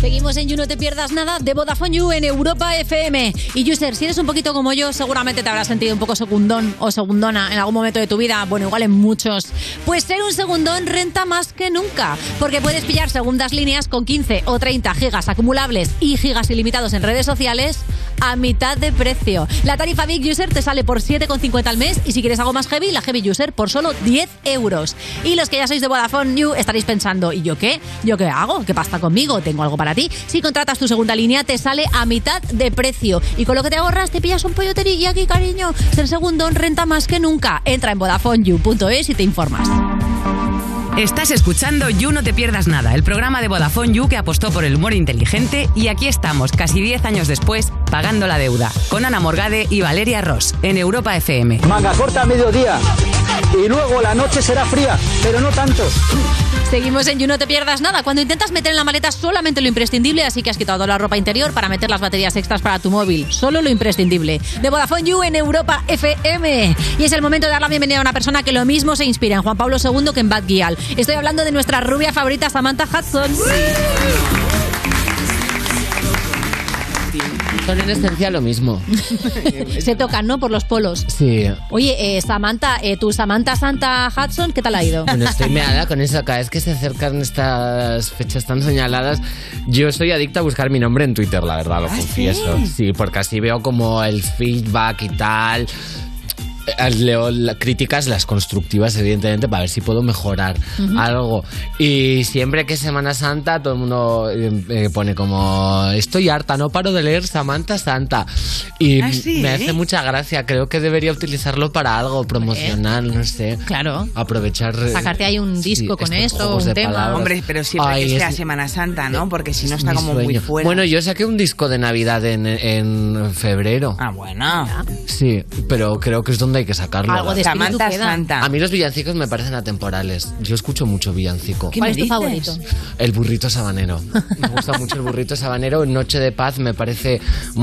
S3: Seguimos en You No Te Pierdas Nada de Vodafone You en Europa FM. Y User, si eres un poquito como yo, seguramente te habrás sentido un poco segundón o segundona en algún momento de tu vida, bueno, igual en muchos. Pues ser un segundón renta más que nunca, porque puedes pillar segundas líneas con 15 o 30 gigas acumulables y gigas ilimitados en redes sociales a mitad de precio. La tarifa Big User te sale por 7,50 al mes y si quieres algo más heavy, la Heavy User por solo 10 euros. Y los que ya sois de Vodafone You estaréis pensando, ¿y yo qué? ¿Yo qué hago? ¿Qué pasa conmigo? ¿Tengo algo para ti? Si contratas tu segunda línea, te sale a mitad de precio. Y con lo que te ahorras, te pillas un pollo aquí, cariño. Ser segundón renta más que nunca. Entra en VodafoneYou.es y te informas.
S33: Estás escuchando You No Te Pierdas Nada, el programa de Vodafone You que apostó por el humor inteligente y aquí estamos, casi 10 años después, pagando la deuda, con Ana Morgade y Valeria Ross, en Europa FM.
S24: Manga corta a mediodía y luego la noche será fría, pero no tanto.
S3: Seguimos en You No Te Pierdas Nada. Cuando intentas meter en la maleta solamente lo imprescindible, así que has quitado la ropa interior para meter las baterías extras para tu móvil. Solo lo imprescindible. De Vodafone You en Europa FM. Y es el momento de dar la bienvenida a una persona que lo mismo se inspira en Juan Pablo II que en Bad Gyal. Estoy hablando de nuestra rubia favorita, Samantha Hudson.
S35: Son en esencia lo mismo.
S3: Se tocan, ¿no? Por los polos.
S35: Sí.
S3: Oye, eh, Samantha, eh, tu Samantha Santa Hudson, ¿qué tal ha ido?
S35: Bueno, estoy meada con eso. Cada vez que se acercan estas fechas tan señaladas, yo soy adicta a buscar mi nombre en Twitter, la verdad, lo
S36: Ah,
S35: confieso. ¿sí? porque así veo como el feedback y tal. Eh, Leo la- críticas, las constructivas, evidentemente, para ver si puedo mejorar
S36: Ujú.
S35: algo. Y siempre que es Semana Santa, todo el mundo eh, eh, pone como: Estoy harta, no paro de leer Samantha Santa. Y
S36: Ah, sí,
S35: me
S36: ¿eh?
S35: hace mucha gracia. Creo que debería utilizarlo para algo promocional, no sé.
S3: Claro.
S35: Aprovechar. eh,
S3: Sacarte ahí un disco con
S35: estos
S3: esto,
S35: juegos
S3: un
S35: de
S3: tema.
S35: palabras.
S4: Hombre, pero siempre
S35: Ay,
S4: que sea
S35: es-
S4: Semana Santa, ¿no? Porque si no está
S35: mi
S4: como muy
S35: sueño.
S4: fuera.
S35: Bueno, yo saqué un disco de Navidad en, en febrero.
S4: Ah, bueno.
S35: Sí, pero creo que es donde hay que sacarlo.
S3: Algo de espíritu Samantha queda. Santa.
S35: A mí los villancicos me parecen atemporales. Yo escucho mucho villancico.
S3: ¿Cuál es tu favorito?
S35: El burrito sabanero. Me gusta mucho el burrito sabanero. Noche de paz me parece mm,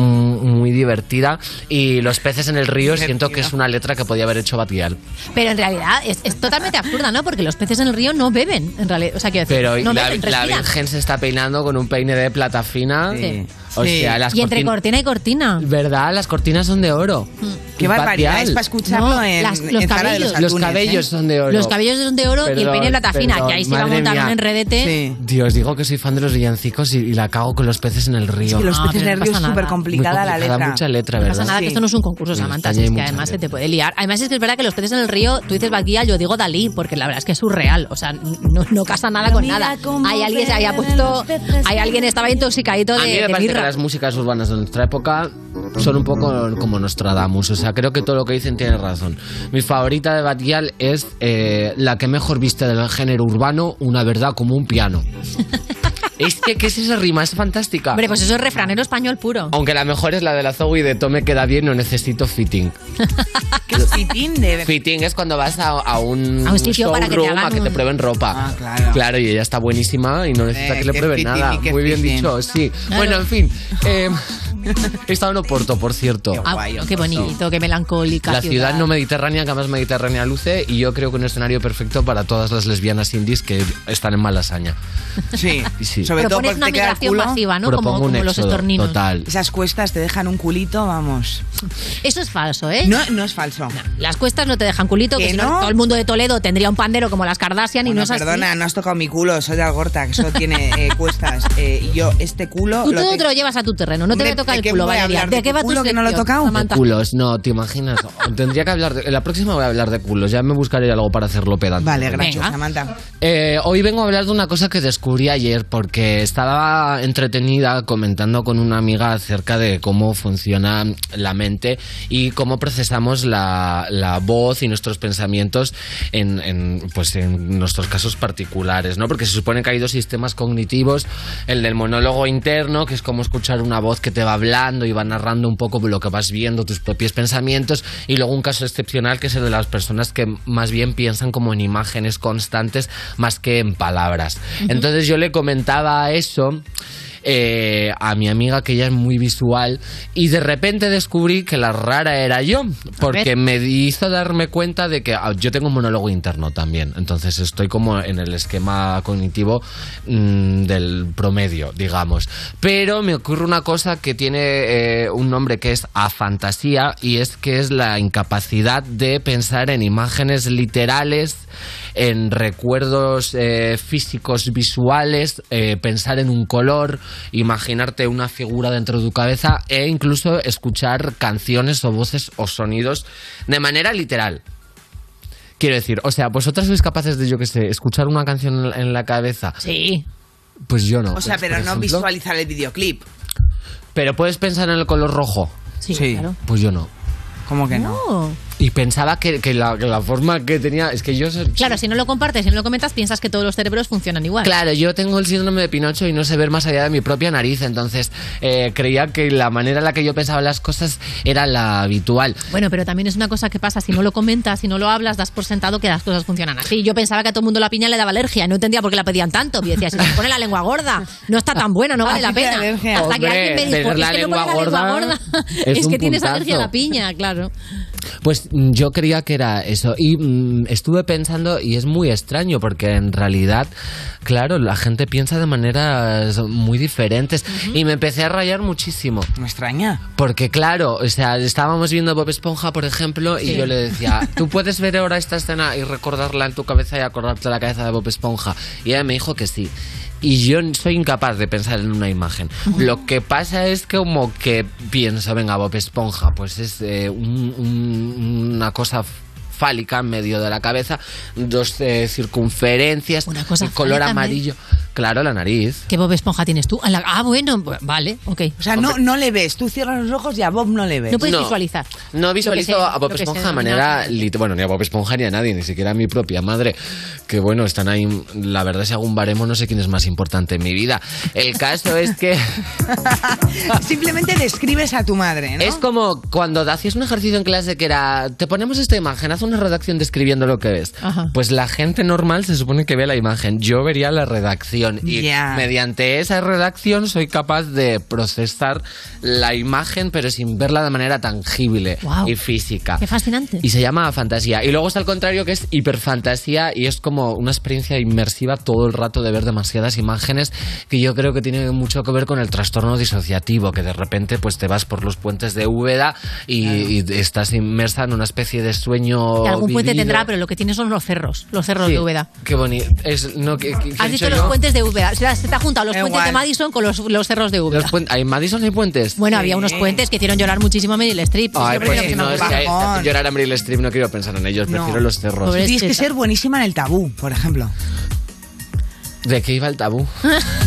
S35: muy divertida. Y Los peces en el río siento que es una letra que podía haber hecho Batial.
S3: Pero en realidad es, es totalmente absurda, ¿no? Porque los peces en el río no beben, en realidad. O sea, quiero decir,
S35: Pero
S3: no
S35: la,
S3: beben,
S35: la
S3: respiran.
S35: Virgen se está peinando con un peine de plata fina.
S3: Sí.
S35: O
S3: Sí.
S35: sea, las
S3: y entre
S35: cortin-
S3: cortina y cortina.
S35: ¿Verdad? Las cortinas son de oro.
S3: Mm. Qué barbaridad, es pa' escucharlo
S35: escucharlo
S3: en- Las- los en Zara de los cabellos.
S35: los
S3: Atunes,
S35: cabellos
S3: ¿eh?
S35: son de oro.
S3: Los cabellos son de oro y el peine de plata fina, que ahí se iba a
S35: madre
S3: montar
S35: mía.
S3: un enredete. Sí.
S35: Dios, digo que soy fan de los villancicos y, y la cago con los peces en el río.
S3: Es que los Ah, peces pero en el no río pasa es nada.
S4: supercomplicada
S35: Muy
S4: la letra.
S35: Mucha letra,
S3: No
S35: ¿verdad?
S3: pasa nada, que esto no es un concurso, Samantha.
S35: España
S3: si es
S35: hay
S3: que
S35: mucha
S3: además se te puede liar. Además, es que es verdad que los peces en el río, tú dices vaquilla, yo digo Dalí, porque la verdad es que es surreal. O sea, no, no casa nada con nada. Hay alguien se había puesto. Hay alguien estaba intoxicadito de,
S35: A mí me
S3: de
S35: parece que
S3: birra.
S35: las músicas urbanas de nuestra época son un poco como Nostradamus. O sea, creo que todo lo que dicen tiene razón. Mi favorita de Batial es eh, la que mejor viste del género urbano, una verdad como un piano. es que, ¿qué es esa rima? Es fantástica.
S3: Hombre, pues eso es refranero español puro.
S35: Aunque la mejor es la de la Zoe de Tome queda bien, no necesito fitting.
S4: Fitín de...
S35: Fitting es cuando vas a, a un,
S4: A un sitio para que te
S35: showroom
S4: hagan
S35: a que te
S4: un-
S35: prueben ropa.
S4: Ah, claro.
S35: Claro, y ella está buenísima y no necesita
S4: Eh,
S35: que le
S4: qué
S35: prueben
S4: fitting y
S35: nada.
S4: qué
S35: Muy bien
S4: fitting.
S35: dicho, sí.
S3: Claro.
S35: Bueno, en fin.
S4: *laughs*
S35: eh, he estado en Oporto, por cierto.
S3: Ah, bueno, qué bonito, qué melancólica.
S35: La ciudad no mediterránea que más mediterránea luce y yo creo que un escenario perfecto para todas las lesbianas indies que están en Malasaña.
S4: Sí,
S35: *laughs* sí.
S4: Sobre todo
S3: Propones
S4: porque
S3: una
S4: te queda el
S3: migración
S4: culo.
S3: masiva, ¿no? Como, como los estorninos.
S35: total.
S4: Esas cuestas te dejan un culito, vamos.
S3: Eso es falso, ¿eh?
S4: No, no es falso.
S3: Las cuestas no te dejan culito, que
S4: ¿Que
S3: si no,
S4: no?
S3: todo el mundo de Toledo tendría un pandero como las Kardashian y no
S4: Bueno,
S3: es así.
S4: perdona, no has tocado mi culo, soy de Algorta, que solo tiene
S3: *laughs*
S4: eh, cuestas. Eh, y yo, este culo.
S3: Tú
S4: lo
S3: todo
S4: tengo-
S3: te lo llevas a tu terreno, no te voy a tocar
S4: ¿de
S3: el
S4: qué
S3: culo,
S4: voy a
S3: Valeria.
S4: hablar? ¿De
S3: ¿De qué
S4: tu
S3: va tu
S4: culo que no lo he
S3: sección,
S4: tocado?
S3: Samantha?
S35: Culos, no, te imaginas. *laughs* Tendría que hablar. de- la próxima voy a hablar de culos. Ya me buscaré algo para hacerlo pedante.
S4: Vale, gracias,
S35: Venga.
S4: Samantha.
S35: Eh, hoy vengo a hablar de una cosa que descubrí ayer porque estaba entretenida comentando con una amiga acerca de cómo funciona la mente y cómo procesamos la, la voz y nuestros pensamientos en, en, pues en nuestros casos particulares, ¿no? Porque se supone que hay dos sistemas cognitivos, el del monólogo interno, que es como escuchar una voz que te va hablando y va narrando un poco lo que vas viendo, tus propios pensamientos, y luego un caso excepcional que es el de las personas que más bien piensan como en imágenes constantes más que en palabras.
S2: Ujú.
S35: Entonces yo le comentaba eso eh, a mi amiga que ella es muy visual y de repente descubrí que la rara era yo porque me hizo darme cuenta de que ah, yo tengo un monólogo interno también entonces estoy como en el esquema cognitivo mm, del promedio digamos pero me ocurre una cosa que tiene eh, un nombre que es afantasía y es que es la incapacidad de pensar en imágenes literales en recuerdos eh, físicos visuales, eh, pensar en un color, imaginarte una figura dentro de tu cabeza e incluso escuchar canciones o voces o sonidos de manera literal. Quiero decir, o sea, vosotras sois capaces de, yo que sé, escuchar una canción en la- en la cabeza.
S3: Sí.
S35: Pues yo no.
S4: O sea,
S35: Pues,
S4: pero
S35: por
S4: no
S35: ejemplo,
S4: visualizar el videoclip.
S35: Pero puedes pensar en el color rojo.
S3: Sí, claro.
S35: Pues yo no.
S4: ¿Cómo que no?
S35: Y pensaba que, que la, que la forma que tenía. Es que yo. se-
S3: Claro, si no lo compartes, si no lo comentas, piensas que todos los cerebros funcionan igual.
S35: Claro, yo tengo el síndrome de Pinocho y no sé ver más allá de mi propia nariz, entonces eh, creía que la manera en la que yo pensaba las cosas era la habitual.
S3: Bueno, pero también es una cosa que pasa, si no lo comentas, si no lo hablas, das por sentado que las cosas funcionan así. Yo pensaba que a todo el mundo la piña le daba alergia, no entendía por qué la pedían tanto. Y decía, si se pone la lengua gorda, no está tan buena, no
S4: *laughs* Ah,
S3: vale la pena. Hasta que
S35: Hombre,
S3: alguien me dijo,
S35: tener
S3: es
S35: la
S3: que no pone la
S35: lengua
S3: lengua
S35: gorda
S3: gorda, *laughs*
S35: es
S3: es,
S35: un
S3: que tienes
S35: puntazo.
S3: alergia a la piña, claro.
S35: Pues mm, yo creía que era eso. Y mm, estuve pensando, y es muy extraño, porque en realidad, claro, la gente piensa de maneras muy diferentes. Y me empecé a rayar muchísimo.
S4: Me extraña.
S35: Porque claro, o sea, estábamos viendo Bob Esponja, por ejemplo, y
S4: Sí.
S35: yo le decía, tú puedes ver ahora esta escena y recordarla en tu cabeza y acordarte la cabeza de Bob Esponja. Y ella me dijo que sí. Y yo soy incapaz de pensar en una imagen. Lo que pasa es que como que pienso, venga, Bob Esponja, pues es eh, un- un- una cosa fálica en medio de la cabeza, dos eh, circunferencias, el color
S3: fálica, ¿eh?
S35: amarillo. Claro, la nariz.
S3: ¿Qué Bob Esponja tienes tú? Ah, la- Ah, bueno, bu- vale, ok.
S4: O sea, no, no le ves. Tú cierras los ojos y a Bob no le ves.
S3: No puedes No. visualizar.
S35: No
S3: Lo
S35: visualizo
S3: que se-
S35: a Bob
S3: lo que se
S35: Esponja de
S3: denomina-
S35: manera... lit- Bueno, ni a Bob Esponja ni a nadie, ni siquiera a mi propia madre. Que bueno, están ahí... La verdad, si hago un baremo, no sé quién es más importante en mi vida. El caso es que...
S4: *laughs* Simplemente describes a tu madre, ¿no?
S35: Es como cuando hacías un ejercicio en clase que era, te ponemos esta imagen, haz una redacción describiendo lo que ves.
S4: Ajá.
S35: Pues la gente normal se supone que ve la imagen, yo vería la redacción y
S4: Ya.
S35: mediante esa redacción soy capaz de procesar la imagen pero sin verla de manera tangible
S3: Guau.
S35: y física.
S3: Qué fascinante.
S35: Y se llama fantasía. Y luego está el contrario, que es hiperfantasía, y es como una experiencia inmersiva todo el rato de ver demasiadas imágenes, que yo creo que tiene mucho que ver con el trastorno disociativo, que de repente pues te vas por los puentes de Úbeda y, y estás inmersa en una especie de sueño.
S3: Que algún puente
S35: vivido.
S3: tendrá, pero lo que tiene son los cerros, los cerros
S35: Sí.
S3: de Úbeda.
S35: Qué bonito. Es, no, que- que- que he
S3: Has
S35: dicho
S3: dicho los
S35: yo.
S3: puentes de Úbeda. Se, se te ha juntado los
S35: Da
S3: puentes de
S35: igual.
S3: Madison con los, los cerros de Úbeda.
S35: Los puen- ¿Hay en Madison hay puentes?
S3: Bueno, había unos puentes que hicieron llorar muchísimo a Meryl Streep. Es
S35: Ay,
S3: lo primero
S35: pues
S3: que me
S35: no, es
S3: acuerdo.
S35: que hay- llorar a Meryl Streep no quiero pensar en ellos, prefiero los cerros.
S4: Tienes que ser buenísima en el tabú, por ejemplo.
S35: ¿De qué iba el tabú?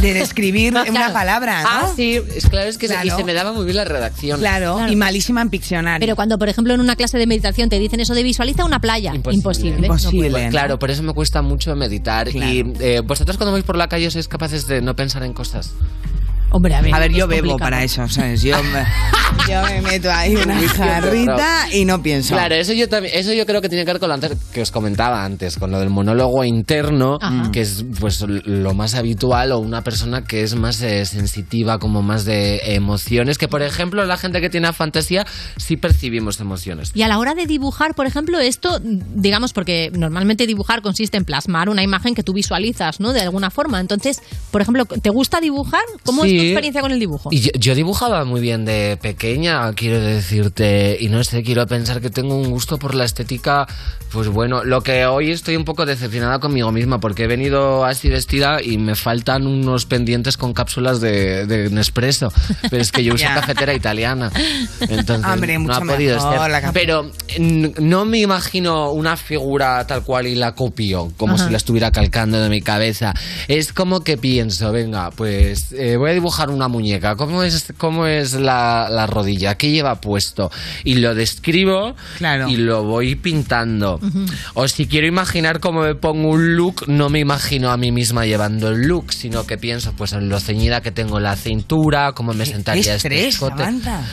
S4: De
S3: *laughs*
S4: describir una palabra, ¿no?
S35: Ah, sí, es claro, es que se- y
S4: Claro.
S35: se me daba muy bien la redacción.
S4: Claro, y malísima en Pictionary.
S3: Pero cuando, por ejemplo, en una clase de meditación te dicen eso de visualiza una playa, imposible. No puedo.
S35: Pues, Claro, por eso me cuesta mucho meditar. Y eh, vosotros cuando vais por la calle sois capaces de no pensar en cosas.
S3: Hombre, a ver.
S4: A ver, yo
S35: es
S4: bebo
S35: complicado.
S4: para eso, ¿sabes? Yo
S35: *laughs*
S4: me, yo me meto ahí una
S35: Uy, qué horror.
S4: jarrita y no pienso.
S35: Claro, eso yo también, eso yo creo que tiene que ver con lo antes que os comentaba antes, con lo del monólogo interno,
S4: Ajá.
S35: que es pues lo más habitual o una persona que es más eh, sensitiva, como más de emociones, que por ejemplo la gente que tiene fantasía sí percibimos emociones.
S3: Y a la hora de dibujar, por ejemplo, esto, digamos, porque normalmente dibujar consiste en plasmar una imagen que tú visualizas, ¿no? De alguna forma. Entonces, por ejemplo, ¿te gusta dibujar? ¿Cómo es tu
S35: Sí.
S3: experiencia con el dibujo?
S35: Y yo, yo dibujaba muy bien de pequeña, quiero decirte, y no sé, quiero pensar que tengo un gusto por la estética, pues bueno, lo que hoy estoy un poco decepcionada conmigo misma, porque he venido así vestida y me faltan unos pendientes con cápsulas de, de Nespresso, pero es
S4: *laughs*
S35: que yo uso
S4: Ya.
S35: cafetera italiana, entonces
S4: Hombre,
S35: no
S4: mucho
S35: ha podido
S4: mejor
S35: ser.
S4: la cafetera.
S35: Pero n- no me imagino una figura tal cual y la copio, como
S4: Ajá.
S35: si la estuviera calcando de mi cabeza. Es como que pienso, venga, pues eh, voy a dibujar una muñeca. ¿Cómo es, cómo es la, la rodilla? ¿Qué lleva puesto? Y lo describo y lo voy pintando. O si quiero imaginar cómo me pongo un look, no me imagino a mí misma llevando el look, sino que pienso pues en lo ceñida que tengo la cintura, cómo me
S4: ¿Qué
S35: sentaría este
S4: estrés,
S35: escote.
S4: Samantha?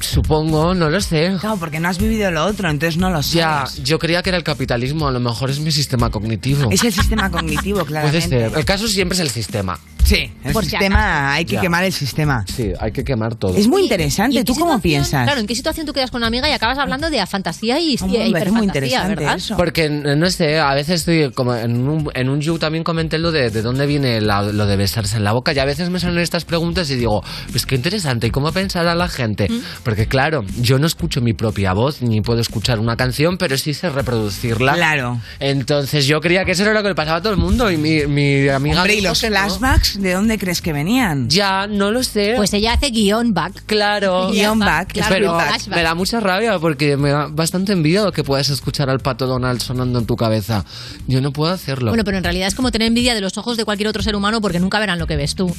S35: Supongo, no lo sé.
S4: Claro, porque no has vivido lo otro, entonces no lo sabes.
S35: Ya, yo creía que era el capitalismo, a lo mejor es mi sistema cognitivo.
S4: Es el sistema cognitivo,
S35: Puede
S4: claramente.
S35: ser. Pues este, El caso siempre es el sistema.
S4: Sí, el
S3: Por si
S4: sistema, hay que
S35: Ya.
S4: quemar el sistema.
S35: Sí, hay que quemar todo.
S4: Es muy interesante. ¿Tú cómo piensas?
S3: Claro, ¿en qué situación tú quedas con una amiga y acabas hablando de fantasía y,
S4: Hombre,
S3: y
S4: me parece
S3: hiperfantasía,
S4: muy interesante
S3: ¿verdad?
S35: Porque, eh, no sé, a veces estoy como en un, en un you también comenté lo de, de dónde viene la- lo de besarse en la boca y a veces me salen estas preguntas y digo, pues qué interesante, ¿y cómo pensará la gente?
S4: Mm.
S35: Porque claro, yo no escucho mi propia voz ni puedo escuchar una canción, pero sí sé reproducirla.
S4: Claro.
S35: Entonces yo creía que eso era lo que le pasaba a todo el mundo y mi, mi amiga...
S4: Hombre, ¿y
S35: dijo
S4: los
S35: que no.
S4: flashbacks de dónde crees que venían?
S35: Ya, no lo sé.
S3: Pues ella hace guión back. *laughs*
S35: Claro.
S4: Guión back, es
S35: pero
S4: verdad.
S35: me da mucha rabia porque me da bastante envidia lo que puedas escuchar al pato Donald sonando en tu cabeza. Yo no puedo hacerlo.
S3: Bueno, pero en realidad es como tener envidia de los ojos de cualquier otro ser humano porque nunca verán lo que ves tú.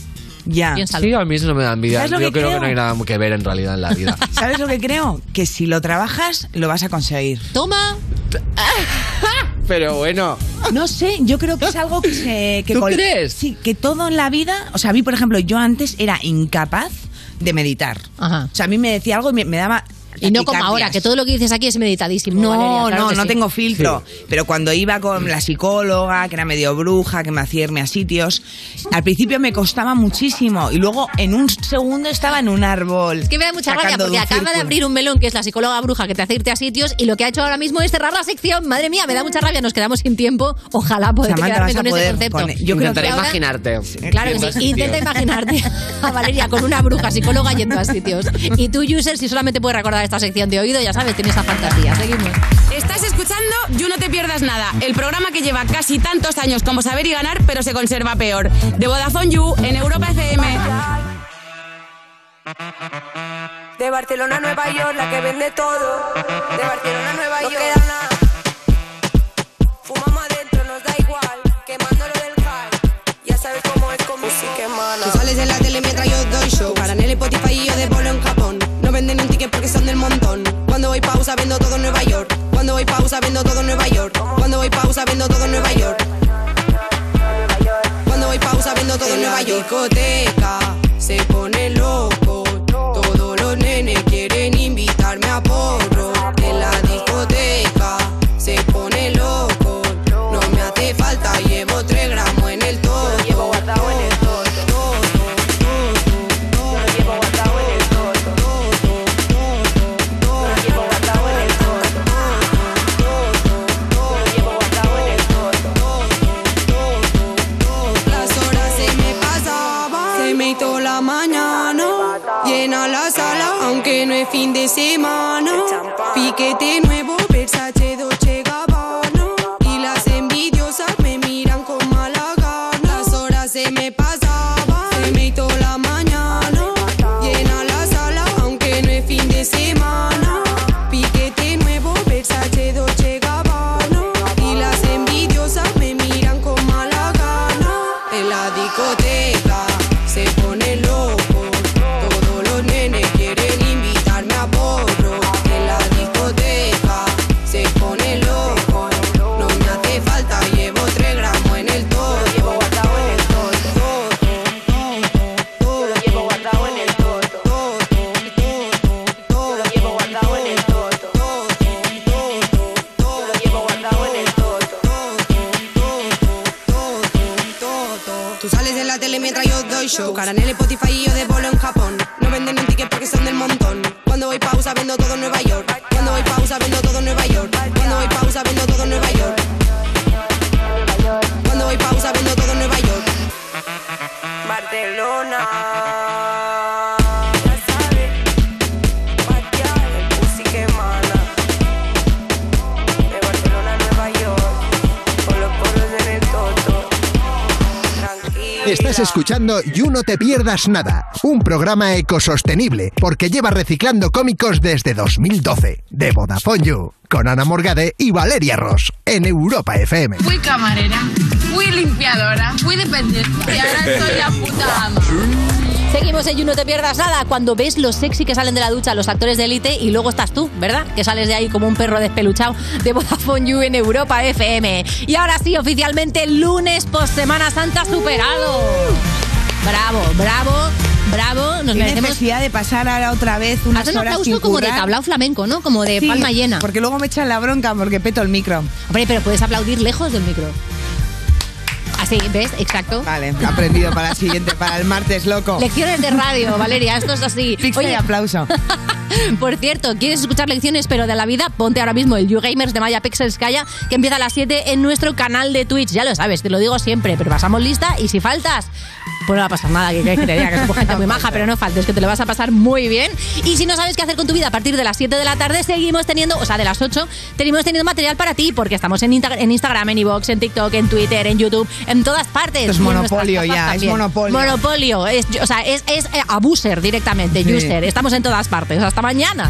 S4: Ya.
S3: Piénsalo.
S35: Sí, a mí eso no me da envidia.
S4: ¿Sabes lo
S35: Yo
S4: que
S35: creo,
S4: creo?
S35: que no hay nada que ver en realidad en la vida.
S4: ¿Sabes lo que creo? Que si lo trabajas, lo vas a conseguir.
S3: Toma.
S35: *laughs* Pero bueno.
S4: No sé, yo creo que es algo que se. Que
S35: ¿Tú
S4: col-
S35: crees?
S4: Sí, que todo en la vida. O sea, a mí, por ejemplo, yo antes era incapaz de meditar. O sea, a mí me decía algo y me, me daba.
S3: Y no como ahora, que todo lo que dices aquí es meditadísimo.
S4: No,
S3: Valeria, claro
S4: no,
S3: que
S4: no
S3: sí.
S4: tengo filtro. Pero cuando iba con la psicóloga, que era medio bruja, que me hacía irme a sitios, al principio me costaba muchísimo. Y luego en un segundo estaba en un árbol.
S3: Es que me da mucha rabia porque acaba de abrir un melón que es la psicóloga bruja que te hace irte a sitios y lo que ha hecho ahora mismo es cerrar la sección. Madre mía, me da mucha rabia, nos quedamos sin tiempo. Ojalá poder
S4: Samantha,
S3: quedarme
S4: vas a
S3: con ese
S4: poder
S3: concepto.
S35: e-
S4: poner- yo creo
S35: Intentaré
S4: que ahora-
S35: imaginarte.
S3: Claro que
S35: Yendo
S3: sí.
S35: a
S3: Intenta
S35: sitios.
S3: imaginarte a Valeria con una bruja psicóloga yendo a sitios. Y tú, user, si solamente puedes recordar esta sección de oído, ya sabes, tienes esa fantasía. Seguimos.
S33: Estás escuchando You No Te Pierdas Nada, el programa que lleva casi tantos años como Saber y Ganar, pero se conserva peor. De Vodafone You en Europa FM.
S2: De Barcelona a Nueva York, la que vende todo. De Barcelona a Nueva York. Fumamos adentro, nos da igual. Quemándolo del cal. Ya sabes cómo
S37: desde la tele mientras yo doy show. Paran el Spotify y yo de bolo en Japón. No venden un ticket porque son del montón. Cuando voy pausa vendo todo en Nueva York. Cuando voy pausa vendo todo en Nueva York. Cuando voy pausa vendo todo en Nueva York. Cuando voy pausa vendo todo en Nueva York. discoteca se pone loco. Todos los nenes quieren invitarme a porro. En la discoteca se pone loco. No me hace falta, llevo 3 gramos en el todo. Llevo guardado en el todo. Las horas se me pasaban, se me hizo la mañana. Llena la sala, aunque no es fin de semana. Piquete nuevo, Versace, Dolce Gabbana. Y las envidiosas me miran con mala gana. Las horas se me pasaban, se me hizo la mañana. Llena la sala, aunque no es fin de semana. Piquete nuevo, Versace, Dolce Gabbana. Y las envidiosas me miran con mala gana. En la discoteca se pone loco. Todos los nenes quieren invitarme a porro. En la discoteca se pone loco. No me hace falta, llevo 3 gramos en el todo. Llevo guardado en el todo. Todo, llevo guardado en el todo. Todo, todo, todo. llevo guardado en el todo. Todo, todo, todo. llevo guardado en el todo. Tú sales de la tele mientras yo doy show. Tu cara en el Spotify y yo de bolo en Japón. No venden un ticket porque son del montón. Cuando voy pausa vendo todo en Nueva York. Cuando voy pausa vendo todo en Nueva York. Cuando voy pausa vendo todo en Nueva York. Cuando voy pausa vendo todo en Nueva York. Barcelona.
S5: Estás escuchando You No Te Pierdas Nada, un programa ecosostenible porque lleva reciclando cómicos desde 2012. De Vodafone You, con Ana Morgade y Valeria Ross, en Europa FM.
S12: Fui camarera, fui limpiadora, fui dependiente y ahora soy la puta ama.
S3: Seguimos en You, no te pierdas nada. Cuando ves lo sexy que salen de la ducha los actores de élite y luego estás tú, ¿verdad? Que sales de ahí como un perro despeluchado de Vodafone You en Europa FM. Y ahora sí, oficialmente lunes post Semana Santa superado. Bravo, bravo, bravo. Nos
S4: Qué
S3: merecemos.
S4: necesidad de pasar ahora otra vez unas
S3: Haz un
S4: horas sin
S3: aplauso como de
S4: currar.
S3: tablao flamenco, ¿no? Como de
S4: Sí,
S3: palma llena.
S4: Porque luego me echan la bronca porque peto el micro.
S3: Hombre, pero puedes aplaudir lejos del micro. Así, ¿ves? Exacto.
S4: Vale, aprendido para el siguiente, para el martes, loco.
S3: Lecciones de radio, Valeria, esto es así.
S4: Oye, aplauso.
S3: Por cierto, ¿quieres escuchar lecciones pero de la vida? Ponte ahora mismo el YouGamers de Maya Pixelskaya que empieza a las 7 en nuestro canal de Twitch. Ya lo sabes, te lo digo siempre, pero pasamos lista y si faltas, pues no va a pasar nada, que crees que te diga que somos gente muy maja, pero no faltes, que te lo vas a pasar muy bien. Y si no sabes qué hacer con tu vida a partir de las 7 de la tarde, seguimos teniendo, o sea, de las 8, seguimos teniendo material para ti porque estamos en, Insta- en Instagram, en Evox, en TikTok, en Twitter, en YouTube, en todas partes.
S4: Esto es
S3: Y en nuestras
S4: monopolio
S3: tapas
S4: ya, es monopolio.
S3: Monopolio, es, o sea, es, es, eh, abuser directamente,
S4: Sí.
S3: user. Estamos en todas partes. Hasta mañana.